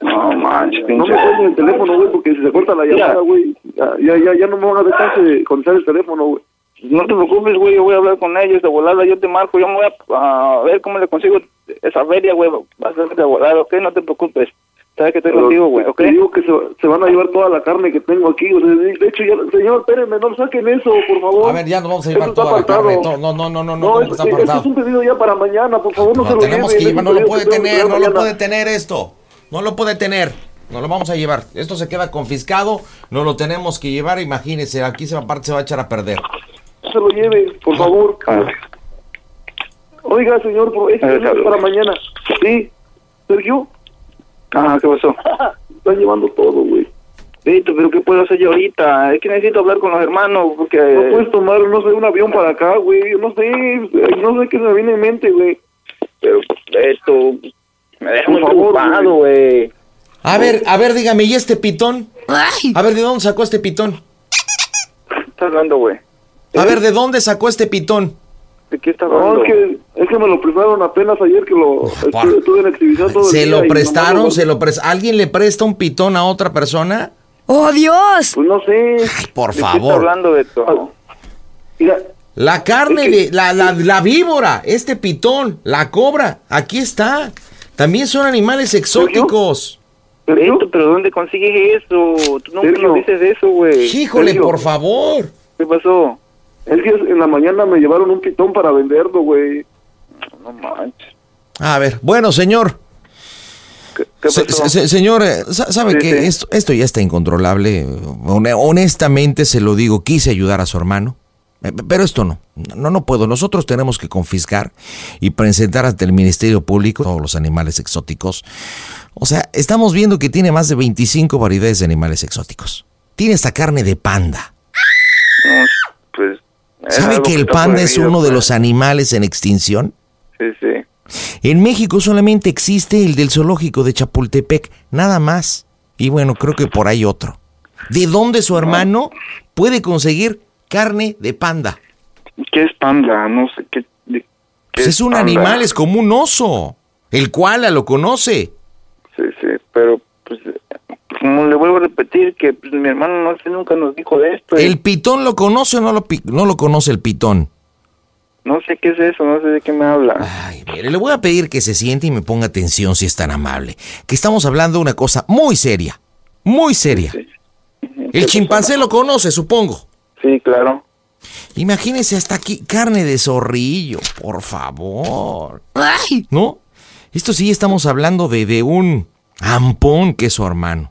Speaker 19: No manches,
Speaker 13: No me cuelguen el teléfono, güey, porque si se corta la llamada, güey, ya, ya, ya, ya no me van a dar chance de contestar el teléfono, güey.
Speaker 19: No te preocupes, güey, yo voy a hablar con ellos de volada, yo te marco, yo me voy a, a ver cómo le consigo esa feria, güey, vas a ser de volada, ok, no te preocupes, sabes que estoy
Speaker 13: Pero
Speaker 19: contigo, güey,
Speaker 13: te-
Speaker 19: ok.
Speaker 13: Te digo que se, se van a llevar toda la carne que tengo aquí. o sea, de, de hecho, ya, señor, espérenme, no saquen eso, por favor.
Speaker 2: A ver, ya nos vamos a llevar
Speaker 13: Eso está
Speaker 2: toda la
Speaker 13: apartado.
Speaker 2: carne. todo- No, no, no, no, no,
Speaker 13: No,
Speaker 2: ¿cómo
Speaker 13: es,
Speaker 2: que está
Speaker 13: es- es
Speaker 2: apartado?
Speaker 13: un pedido ya para mañana, por favor, no, se
Speaker 2: No,
Speaker 13: lo
Speaker 2: tenemos
Speaker 13: lleven,
Speaker 2: que
Speaker 13: es
Speaker 2: llevar,
Speaker 13: un
Speaker 2: no lo
Speaker 13: pedido
Speaker 2: puede
Speaker 13: que tengo que
Speaker 2: tener, no
Speaker 13: llevar
Speaker 2: lo
Speaker 13: mañana.
Speaker 2: puede tener esto. No lo puede tener. No lo vamos a llevar. Esto se queda confiscado, no lo tenemos que llevar, imagínense, aquí se va, aparte se va a echar a perder.
Speaker 13: No se lo lleven,
Speaker 2: Ah.
Speaker 13: por favor. Oiga, señor, por- es
Speaker 19: Ah,
Speaker 13: es para mañana. Sí, Sergio,
Speaker 19: Ah, ¿qué pasó?
Speaker 13: están llevando todo, güey.
Speaker 19: Listo, pero ¿qué puedo hacer yo ahorita? Es que necesito hablar con los hermanos, porque...
Speaker 13: No puedes tomar, no sé, un avión para acá, güey. No sé, no sé qué se me viene en mente, güey.
Speaker 19: Pero esto... Me deja
Speaker 13: Por
Speaker 19: muy
Speaker 13: favor,
Speaker 19: preocupado, güey.
Speaker 2: A ver, a ver, dígame, ¿y este pitón? A ver, ¿de dónde sacó este pitón?
Speaker 19: estás hablando, güey?
Speaker 13: ¿Eh?
Speaker 2: A ver, ¿de dónde sacó este pitón?
Speaker 19: ¿De qué está
Speaker 13: No, es que, es que me lo prestaron apenas ayer que lo estuve, estuve en exhibición todo el
Speaker 2: ¿Se
Speaker 13: día
Speaker 2: lo
Speaker 13: y
Speaker 2: prestaron?
Speaker 13: nomás
Speaker 2: ¿Se lo pres- ¿Alguien le presta un pitón a otra persona?
Speaker 11: ¡Oh, Dios!
Speaker 13: Pues no sé. Ah,
Speaker 2: Por
Speaker 19: ¿De qué está
Speaker 2: favor.
Speaker 19: hablando de esto?
Speaker 2: La carne de la, la- la víbora, este pitón, la cobra, aquí está. También son animales exóticos.
Speaker 19: Listo, pero ¿dónde consigues eso? Tú nunca
Speaker 13: Sergio.
Speaker 19: nos dices eso, güey.
Speaker 2: Híjole,
Speaker 13: Sergio.
Speaker 2: por favor.
Speaker 19: ¿Qué pasó?
Speaker 13: Es que en la mañana me llevaron un pitón para venderlo, güey.
Speaker 19: No manches.
Speaker 2: A ver, bueno, señor. Se-
Speaker 19: pasó?
Speaker 2: se- señor, eh, sa- ¿sabe
Speaker 19: Sí,
Speaker 2: que
Speaker 19: sí.
Speaker 2: Esto, esto ya está incontrolable? Hone- Honestamente se lo digo, quise ayudar a su hermano, eh, pe- pero esto no, no, no puedo. Nosotros tenemos que confiscar y presentar ante el Ministerio Público todos los animales exóticos. O sea, estamos viendo que tiene más de 25 variedades de animales exóticos. Tiene esta carne de panda.
Speaker 19: No, pues
Speaker 2: ¿Sabe
Speaker 13: algo
Speaker 2: que
Speaker 13: que
Speaker 2: el
Speaker 13: está
Speaker 2: panda es
Speaker 13: prohibido, pues,
Speaker 2: uno de los animales en extinción?
Speaker 13: Sí, sí.
Speaker 2: En México solamente existe el del zoológico de Chapultepec, nada más. Y bueno, creo que por ahí otro. ¿De dónde su hermano puede conseguir carne de panda?
Speaker 13: ¿Qué es panda? No sé qué. de- qué
Speaker 2: Pues es un
Speaker 13: panda?
Speaker 2: animal, es como un oso, el cual a lo conoce.
Speaker 13: Sí, sí, pero pues, como le vuelvo a repetir que pues, mi hermano no sé, nunca nos dijo de esto. y
Speaker 2: ¿El pitón lo conoce o no lo, pi- no lo conoce el pitón?
Speaker 13: No sé qué es eso, no sé de qué me habla.
Speaker 2: Mire, le voy a pedir que se siente y me ponga atención si es tan amable. Que estamos hablando de una cosa muy seria, muy seria. El chimpancé lo conoce, supongo.
Speaker 13: Pues, Sí, claro.
Speaker 2: Imagínese hasta aquí carne de zorrillo, por favor. ¿No? Esto sí estamos hablando de, de un ampón que es su hermano.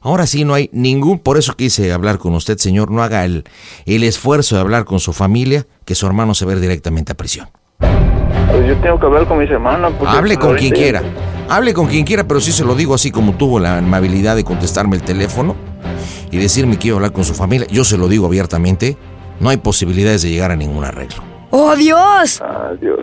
Speaker 2: Ahora sí no hay ningún, por eso quise hablar con usted, señor, no haga el, el esfuerzo de hablar con su familia, que su hermano se va a ir directamente a prisión.
Speaker 13: Pues yo tengo que hablar con mis hermanos. porque,
Speaker 2: Hable
Speaker 13: pues,
Speaker 2: con quien
Speaker 13: ahorita ya-
Speaker 2: quiera. Hable con quien quiera, pero sí se lo digo así como tuvo la amabilidad de contestarme el teléfono y decirme que iba a hablar con su familia. Yo se lo digo abiertamente. No hay posibilidades de llegar a ningún arreglo.
Speaker 11: ¡Oh, Dios!
Speaker 13: Ah, Dios.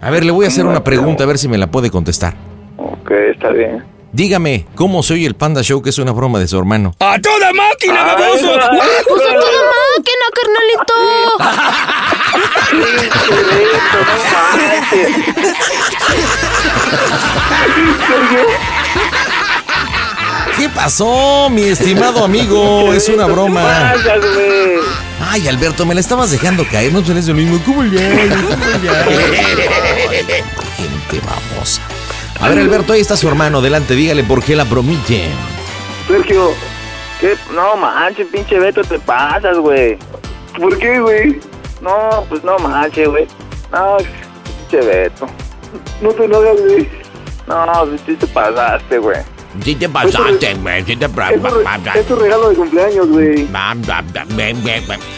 Speaker 2: A ver, le voy a hacer una pregunta a ver si me la puede contestar.
Speaker 13: Ok, está bien.
Speaker 2: Dígame, ¿cómo se oye el Panda Show que es una broma de su hermano?
Speaker 6: ¡A toda máquina, baboso!
Speaker 21: ¡Pues a toda máquina, carnalito!
Speaker 2: ¿Qué pasó, mi estimado amigo? Es una broma. Ay, Alberto, me la estabas dejando caer, no eres lo mismo. ¿Cómo le hago? ¿Cómo le hago? Gente babosa. A ver, Alberto, ahí está su hermano. Adelante, dígale por qué la bromite.
Speaker 13: Sergio, ¿qué? No manches, pinche Beto, te pasas, güey. ¿Por qué, güey? No, pues no manches, güey. No, pinche Beto. No te enojes, güey. No, pues sí te pasaste, güey.
Speaker 2: Sí te
Speaker 13: pasaste,
Speaker 2: güey. Sí te
Speaker 13: Es tu, re- es tu regalo de cumpleaños, güey.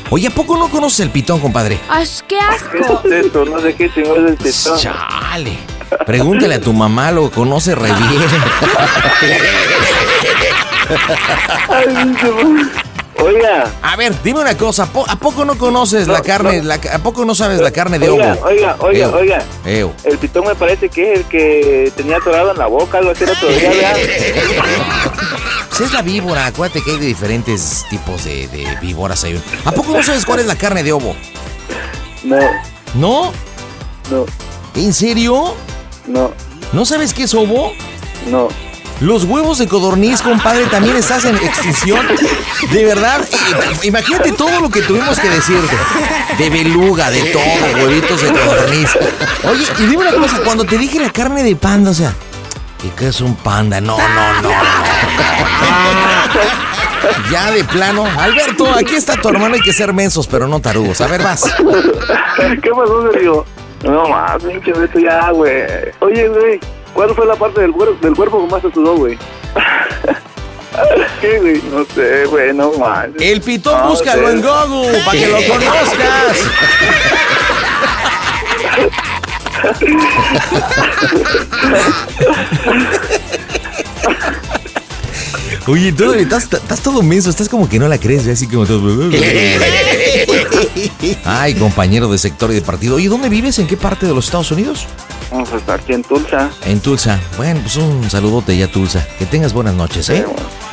Speaker 2: Oye, ¿a poco no conoces el pitón, compadre?
Speaker 21: ¡Ay, qué asco!
Speaker 13: Beto, no sé qué chingados es este
Speaker 2: Chale. Pregúntale a tu mamá, lo conoce re bien.
Speaker 13: Oiga.
Speaker 2: A ver, dime una cosa, ¿a po- ¿a poco no conoces la carne, la ca- a poco no sabes la carne de
Speaker 13: Oiga,
Speaker 2: ovo? Eh,
Speaker 13: oiga, oiga,
Speaker 2: Eo,
Speaker 13: oiga.
Speaker 2: eo.
Speaker 13: El pitón me parece que es el que tenía atorado en la boca, algo así el otro día, ¿verdad?
Speaker 2: Pues es la víbora, acuérdate que hay de diferentes tipos de, de víboras ahí. ¿A poco no sabes cuál es la carne de ovo?
Speaker 13: No.
Speaker 2: ¿No?
Speaker 13: No.
Speaker 2: ¿En serio?
Speaker 13: No.
Speaker 2: ¿No sabes qué es ovo?
Speaker 13: No.
Speaker 2: Los huevos de codorniz, compadre, también estás en extinción. De verdad, eh, imagínate todo lo que tuvimos que decirte. De beluga, de todo, huevitos de codorniz. Oye, y dime una cosa, cuando te dije la carne de panda, o sea, ¿y qué es un panda? No, no, no. no. Ya de plano. Alberto, aquí está tu hermano, hay que ser mensos, pero no tarugos. A ver, vas.
Speaker 13: ¿Qué pasó, Sergio? No más, pinche Beto, ya, güey. Oye, güey, ¿cuál fue la parte del, cuer- del cuerpo que más te sudó, güey? ¿Qué, güey? No sé, güey, no más.
Speaker 2: El pitón, Ah, búscalo en Google, para que lo conozcas. Oye, tú estás, estás todo menso, estás como que no la crees, así como todo. Ay, compañero de sector y de partido. Oye, ¿dónde vives? ¿En qué parte de los Estados Unidos?
Speaker 13: Vamos a estar aquí en Tulsa.
Speaker 2: En Tulsa. Bueno, pues un saludote ya, Tulsa. Que tengas buenas noches, ¿eh?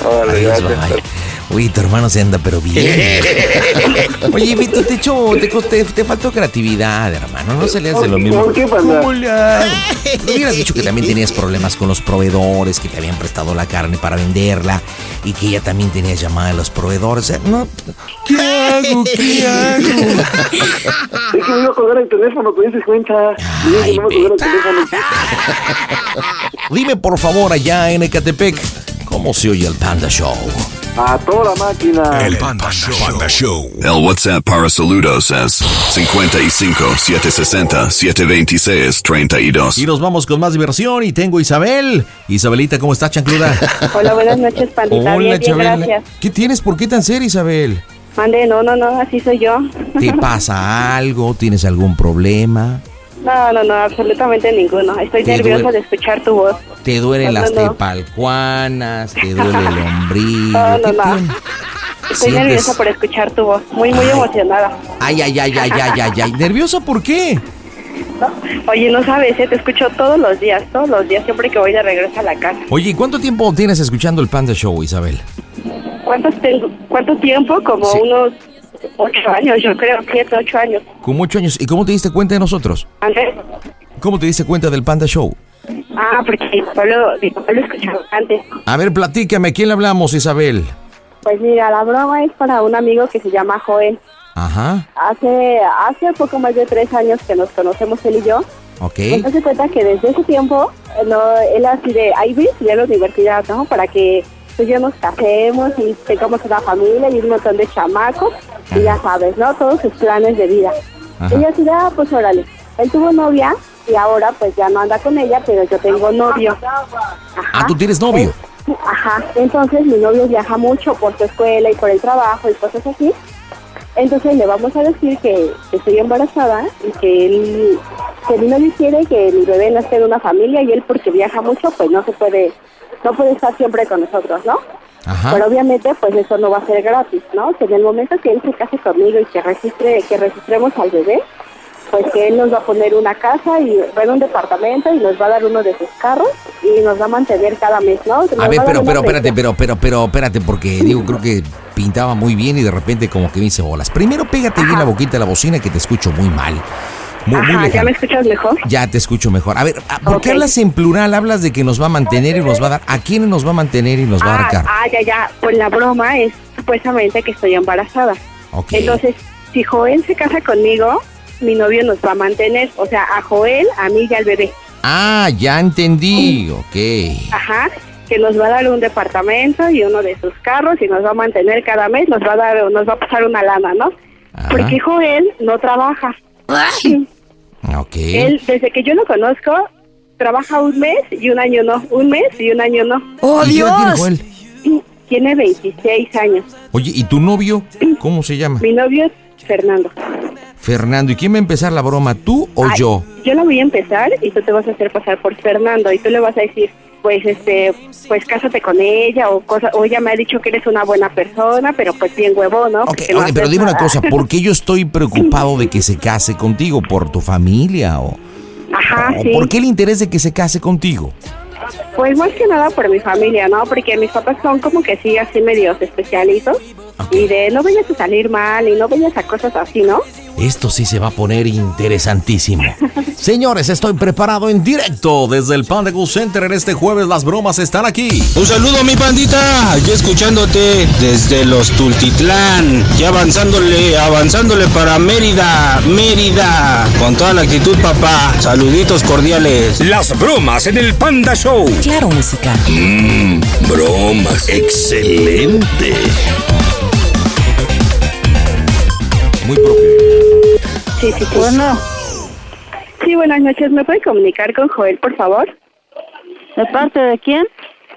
Speaker 13: Órale,
Speaker 2: Adiós,
Speaker 13: gracias.
Speaker 2: bye. Uy, tu hermano se anda, pero bien. Oye, Vito, te, echo, te, co- te, te faltó creatividad, hermano. No salías de lo mismo.
Speaker 13: ¿Por qué, panda?
Speaker 2: ¿Cómo le hago? Tú hubieras dicho que también tenías problemas con los proveedores, que te habían prestado la carne para venderla y que ya también tenías llamada a los proveedores. O sea, no, ¿Qué hago? ¿Qué hago?
Speaker 13: Es que me iba a colgar el teléfono, te dices cuenta. Y yo que no me colgara el teléfono.
Speaker 2: Dime por favor allá en Ecatepec, ¿cómo se oye el Panda Show?
Speaker 13: A toda máquina.
Speaker 10: El Panda Show. El WhatsApp para saludos es 55 760 726 32.
Speaker 23: Y nos vamos con más diversión y tengo a Isabel. Isabelita, ¿cómo estás, chancluda?
Speaker 17: Hola, buenas noches, pandita. bien, bien,
Speaker 2: Chabela.
Speaker 17: gracias.
Speaker 2: ¿Qué tienes? ¿Por qué tan seria, Isabel?
Speaker 17: Mande, no, no, no, así soy yo.
Speaker 2: ¿Te pasa algo? ¿Tienes algún problema?
Speaker 17: No, no, no, absolutamente ninguno. Estoy
Speaker 2: Te
Speaker 17: nerviosa
Speaker 2: duele.
Speaker 17: de escuchar tu voz.
Speaker 2: ¿Te duelen
Speaker 17: No,
Speaker 2: las
Speaker 17: no, no.
Speaker 2: tepalcuanas? ¿Te duele el hombrillo?
Speaker 17: No, no,
Speaker 2: ¿Qué
Speaker 17: no.
Speaker 2: tiene?
Speaker 17: Estoy
Speaker 2: Sientes-
Speaker 17: nerviosa por escuchar tu voz. Muy, muy emocionada.
Speaker 2: Ay, ay, ay, ay, ay, ay, ay. ¿Nerviosa por qué?
Speaker 17: Oye, no sabes, ¿eh? te escucho todos los días, todos los días, siempre que voy de regreso a la casa.
Speaker 2: Oye, ¿y cuánto tiempo tienes escuchando el Panda Show, Isabel?
Speaker 17: ¿Cuántos tengo? ¿Cuánto tiempo? Como unos ocho años, yo creo, siete, ocho años.
Speaker 2: Con ocho años. ¿Y cómo te diste cuenta de nosotros?
Speaker 17: Antes,
Speaker 2: ¿Cómo te diste cuenta del Panda Show?
Speaker 17: ah, porque mi papá lo, mi papá lo escuchaba antes.
Speaker 2: A ver, platícame, ¿a quién le hablamos, Isabel?
Speaker 17: Pues mira, la broma es para un amigo que se llama Joel.
Speaker 2: Ajá,
Speaker 17: Hace, hace poco más de tres años que nos conocemos él y yo.
Speaker 2: ok.
Speaker 17: Entonces se cuenta que desde ese tiempo, eh, no, él así de, ay, ves, ya nos divertirás, ¿no? Para que tú y yo nos casemos y tengamos una familia y un montón de chamacos, y ya sabes, ¿no? Todos sus planes de vida.
Speaker 24: Ajá.
Speaker 17: Ella así de, ah, pues órale. Él tuvo novia y ahora pues ya no anda con ella, pero yo tengo novio.
Speaker 2: Ah, tú tienes novio.
Speaker 17: Ajá, entonces mi novio viaja mucho por su escuela y por el trabajo y cosas así. Entonces le vamos a decir que estoy embarazada y que él, que mi novio quiere que mi bebé nazca en una familia y él porque viaja mucho pues no se puede, no puede estar siempre con nosotros, ¿no? Pero obviamente pues eso no va a ser gratis, ¿no? Que en el momento que él se case conmigo y que registre, que registremos al bebé, pues que él nos va a poner una casa y bueno, un departamento y nos va a dar uno de sus carros y nos va a mantener cada mes, ¿no? Nos va
Speaker 2: A ver,
Speaker 17: dar
Speaker 2: pero,
Speaker 17: una
Speaker 2: pero,
Speaker 17: pensión.
Speaker 2: espérate, pero, pero, pero, espérate, porque digo, creo que pintaba muy bien y de repente como que me hice bolas. Primero pégate bien la boquita a la bocina que te escucho muy mal. Muy, muy
Speaker 17: Ajá, ¿ya
Speaker 2: lejano.
Speaker 17: me escuchas mejor?
Speaker 2: Ya te escucho mejor. A ver, ¿a- ¿por qué
Speaker 17: Ok.
Speaker 2: hablas en plural? Hablas de que nos va a mantener y nos va a dar. ¿A quién nos va a mantener y nos va a
Speaker 17: Ah,
Speaker 2: dar carro?
Speaker 17: ah, ya, ya. Pues la broma es supuestamente que estoy embarazada.
Speaker 2: Ok.
Speaker 17: ah, Entonces, si Joel se casa conmigo, mi novio nos va a mantener. O sea, a Joel, a mí y al bebé.
Speaker 2: Ah, ya entendí. Ok.
Speaker 17: Ajá. Que nos va a dar un departamento y uno de sus carros y nos va a mantener cada mes. Nos va a dar, nos va a pasar una lana, ¿no? Porque Joel no trabaja.
Speaker 2: Ah, Ok.
Speaker 17: Él, desde que yo lo conozco, trabaja un mes y un año no. Un mes y un año no.
Speaker 2: ¡Oh, ¿Y qué edad tiene Dios! Joel?
Speaker 17: Tiene 26 años.
Speaker 2: Oye, ¿y tu novio? ¿Cómo se llama?
Speaker 17: Mi novio es Fernando.
Speaker 2: Fernando. ¿Y quién va a empezar la broma? ¿Tú o
Speaker 17: Ay,
Speaker 2: yo?
Speaker 17: Yo la voy a empezar y tú te vas a hacer pasar por Fernando y tú le vas a decir, pues este, pues cásate con ella o cosa, o ella me ha dicho que eres una buena persona, pero pues bien huevón, ¿no? Porque no
Speaker 2: Oye, pero
Speaker 17: haces
Speaker 2: dime una
Speaker 17: nada.
Speaker 2: cosa, ¿por qué yo estoy preocupado de que se case contigo? ¿Por tu familia? ¿O,
Speaker 24: Ah,
Speaker 17: Ajá,
Speaker 2: o
Speaker 17: sí.
Speaker 2: por qué el interés de que se case contigo?
Speaker 17: Pues más que nada por mi familia, ¿no? Porque mis papás son como que sí, así medios especialitos. Y de no vayas a salir mal y no vayas a cosas así, ¿no?
Speaker 23: Esto sí se va a poner interesantísimo. Señores, estoy preparado en directo desde el Panda Gold Center. En este jueves las bromas están aquí.
Speaker 25: Un saludo mi pandita, aquí escuchándote desde los Tultitlán, ya avanzándole, avanzándole para Mérida, Mérida, con toda la actitud papá, saluditos cordiales.
Speaker 6: Las bromas en el Panda Show.
Speaker 7: Claro, música.
Speaker 6: Mmm, bromas. Excelente.
Speaker 23: Muy propio.
Speaker 17: Sí, sí, sí. Bueno. Sí, buenas noches. ¿Me puede comunicar con Joel, por favor? ¿De parte de quién?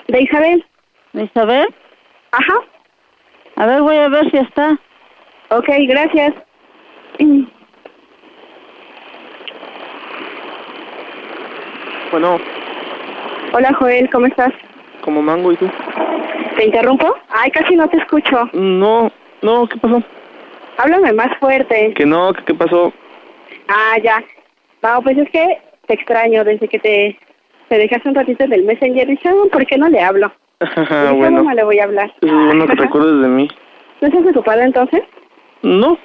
Speaker 17: De Isabel. ¿De Isabel? Ajá. A ver, voy a ver si está. Ok, gracias.
Speaker 24: Bueno,
Speaker 17: Hola, Joel, ¿cómo estás?
Speaker 24: como mango y tú.
Speaker 17: ¿Te interrumpo? Ay, casi no te escucho.
Speaker 24: No, no, ¿qué pasó?
Speaker 17: Háblame más fuerte.
Speaker 24: Que no, que qué pasó.
Speaker 17: Ah, ya. No, pues es que te extraño desde que te, te dejaste un ratito en el Messenger. Dije, "Ah, ¿por qué no le hablo?
Speaker 24: Ah,
Speaker 17: Dije,
Speaker 24: bueno,
Speaker 17: "No, no le voy a hablar?
Speaker 24: es bueno que te acuerdes de mí.
Speaker 17: ¿No estás ocupada entonces?
Speaker 24: No.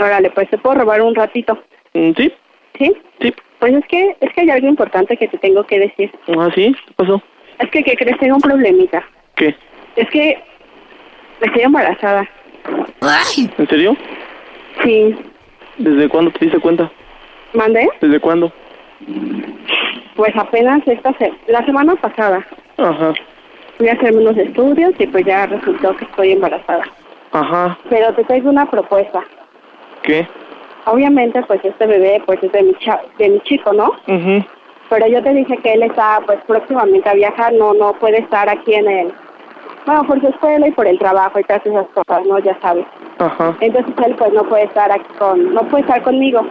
Speaker 17: Órale, pues te puedo robar un ratito.
Speaker 24: mm, ¿Sí?
Speaker 17: ¿Sí?
Speaker 24: Sí.
Speaker 17: Pues es que, es que hay algo importante que te tengo que decir.
Speaker 24: ¿Ah, sí? ¿Qué pasó?
Speaker 17: Es que, ¿qué crees? Tengo un problemita.
Speaker 24: ¿Qué?
Speaker 17: Es que estoy embarazada.
Speaker 24: ¿En serio?
Speaker 17: Sí.
Speaker 24: ¿Desde cuándo te diste cuenta?
Speaker 17: ¿Mandé?
Speaker 24: ¿Desde cuándo?
Speaker 17: Pues apenas esta se- la semana pasada.
Speaker 24: Ajá,
Speaker 17: Fui a hacerme unos estudios y pues ya resultó que estoy embarazada.
Speaker 24: ajá,
Speaker 17: Pero te traigo una propuesta.
Speaker 24: ¿qué?
Speaker 17: Obviamente, pues este bebé pues es de mi, cha- de mi chico, ¿no?
Speaker 24: Ujú.
Speaker 17: Pero yo te dije que él está pues próximamente a viajar, no no puede estar aquí en el... Bueno, por su escuela y por el trabajo y todas esas cosas, ¿no? Ya sabes.
Speaker 24: Ajá,
Speaker 17: Entonces él pues no puede estar aquí con... No puede estar conmigo.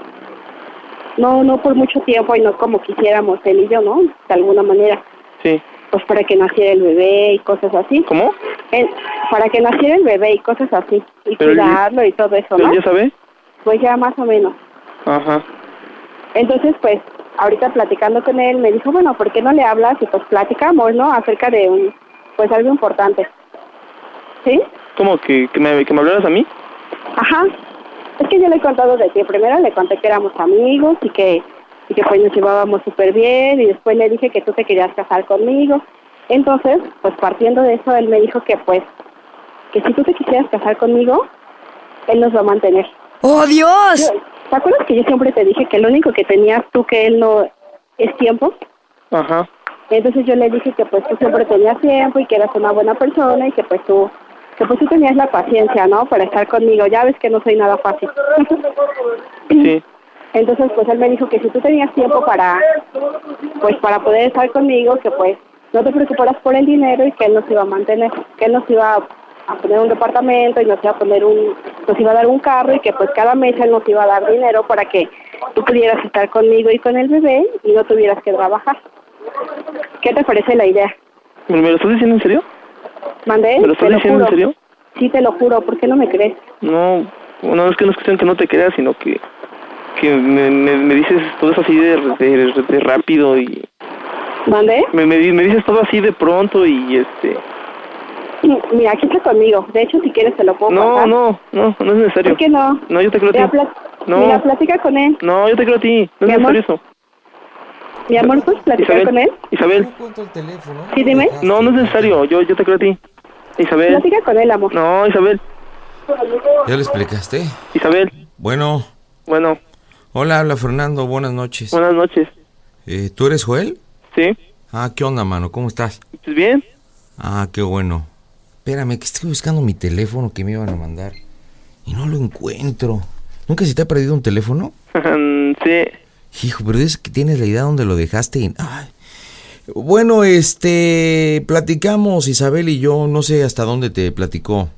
Speaker 17: No, no por mucho tiempo y no como quisiéramos él y yo, ¿no? De alguna manera.
Speaker 24: sí.
Speaker 17: Pues para que naciera el bebé y cosas así.
Speaker 24: ¿Cómo?
Speaker 17: En- para que naciera el bebé y cosas así, y
Speaker 24: Pero él-
Speaker 17: cuidarlo y todo eso,
Speaker 24: ¿Pero
Speaker 17: ¿no?
Speaker 24: ya sabe?
Speaker 17: Pues ya más o menos.
Speaker 24: Ajá.
Speaker 17: Entonces, pues, ahorita platicando con él, me dijo, bueno, ¿por qué no le hablas? Y pues platicamos, ¿no? Acerca de un, pues algo importante. ¿Sí?
Speaker 24: ¿Cómo? ¿Que, que, me, ¿Que me hablaras a mí?
Speaker 17: Ajá. Es que yo le he contado de ti. Primero le conté que éramos amigos y que, y que pues nos llevábamos súper bien y después le dije que tú te querías casar conmigo. Entonces, pues partiendo de eso, él me dijo que pues, que si tú te quisieras casar conmigo, él nos va a mantener.
Speaker 11: ¡Oh, Dios!
Speaker 17: Yo- ¿Te acuerdas que yo siempre te dije que lo único que tenías tú que él no es tiempo?
Speaker 24: Ajá.
Speaker 17: Entonces yo le dije que pues tú siempre tenías tiempo y que eras una buena persona y que pues tú que pues tú tenías la paciencia, ¿no? Para estar conmigo. Ya ves que no soy nada fácil.
Speaker 24: Sí.
Speaker 17: Entonces pues él me dijo que si tú tenías tiempo para pues para poder estar conmigo, que pues no te preocuparas por el dinero y que él nos iba a mantener, que él nos iba a- a poner un departamento y nos iba a poner un nos iba a dar un carro y que pues cada mes él nos iba a dar dinero para que tú pudieras estar conmigo y con el bebé y no tuvieras que trabajar. ¿Qué te parece la idea?
Speaker 24: ¿Me, me lo estás diciendo en serio?
Speaker 17: ¿Mandé?
Speaker 24: ¿Me lo estás
Speaker 17: Te
Speaker 24: diciendo en
Speaker 17: Este, juro.
Speaker 24: serio?
Speaker 17: Sí, te lo juro, ¿por qué no me crees?
Speaker 24: No, no es que no es cuestión que no te creas, sino que, que me, me, me dices todo eso así de, de- de rápido y...
Speaker 17: ¿Mandé?
Speaker 24: Me, me, di- me dices todo así de pronto y este...
Speaker 17: Mira, aquí está conmigo. De hecho, si quieres te lo puedo
Speaker 24: No,
Speaker 17: pasar.
Speaker 24: no, no, no es necesario.
Speaker 17: ¿Por qué no?
Speaker 24: No, yo te creo
Speaker 17: Mira,
Speaker 24: a ti.
Speaker 17: pla-
Speaker 24: No.
Speaker 17: Mira, platica con él.
Speaker 24: No, yo te creo a ti. No
Speaker 17: Mi
Speaker 24: es
Speaker 17: amor.
Speaker 24: necesario eso.
Speaker 17: Mi amor, ¿puedes platicar
Speaker 24: Isabel,
Speaker 17: con él?
Speaker 24: Isabel.
Speaker 17: Sí, dime.
Speaker 2: Ah,
Speaker 24: No, no es necesario. Yo, yo te creo a ti. Isabel.
Speaker 17: Platica con él, amor.
Speaker 24: No, Isabel.
Speaker 2: ¿Ya le explicaste?
Speaker 24: Isabel.
Speaker 2: Bueno.
Speaker 24: Bueno.
Speaker 2: Hola, habla Fernando. Buenas noches.
Speaker 24: Buenas noches.
Speaker 2: Eh, ¿Tú eres Joel?
Speaker 24: Sí.
Speaker 2: Ah, ¿qué onda, mano? ¿Cómo estás?
Speaker 24: ¿Estás pues bien?
Speaker 2: Ah, qué bueno. Espérame, que estoy buscando mi teléfono que me iban a mandar. Y no lo encuentro. ¿Nunca se te ha perdido un teléfono?
Speaker 24: Mm,
Speaker 2: sí. Hijo, pero es que tienes la idea dónde lo dejaste y... ay. Bueno, este... Platicamos, Isabel y yo. No sé hasta dónde te platicó.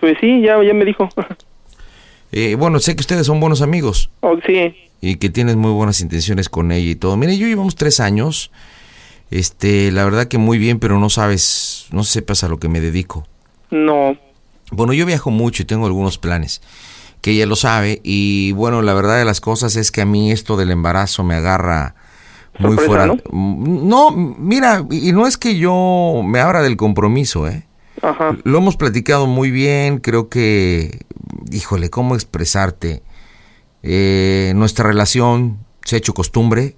Speaker 24: Pues sí, ya, ya me dijo.
Speaker 2: Eh, bueno, sé que ustedes son buenos amigos.
Speaker 24: Oh, sí.
Speaker 2: y que tienes muy buenas intenciones con ella y todo. Mire, yo llevamos tres años, este, la verdad que muy bien, pero no sabes, no sepas a lo que me dedico.
Speaker 24: No.
Speaker 2: Bueno, yo viajo mucho y tengo algunos planes, que ella lo sabe, y bueno, la verdad de las cosas es que a mí esto del embarazo me agarra muy
Speaker 24: Sorpresa,
Speaker 2: fuera.
Speaker 24: ¿no?
Speaker 2: Mm, no, mira, y y no es que yo me abra del compromiso, ¿eh?
Speaker 24: Ajá.
Speaker 2: Lo hemos platicado muy bien, creo que, híjole, ¿cómo expresarte? Eh, nuestra relación se ha hecho costumbre.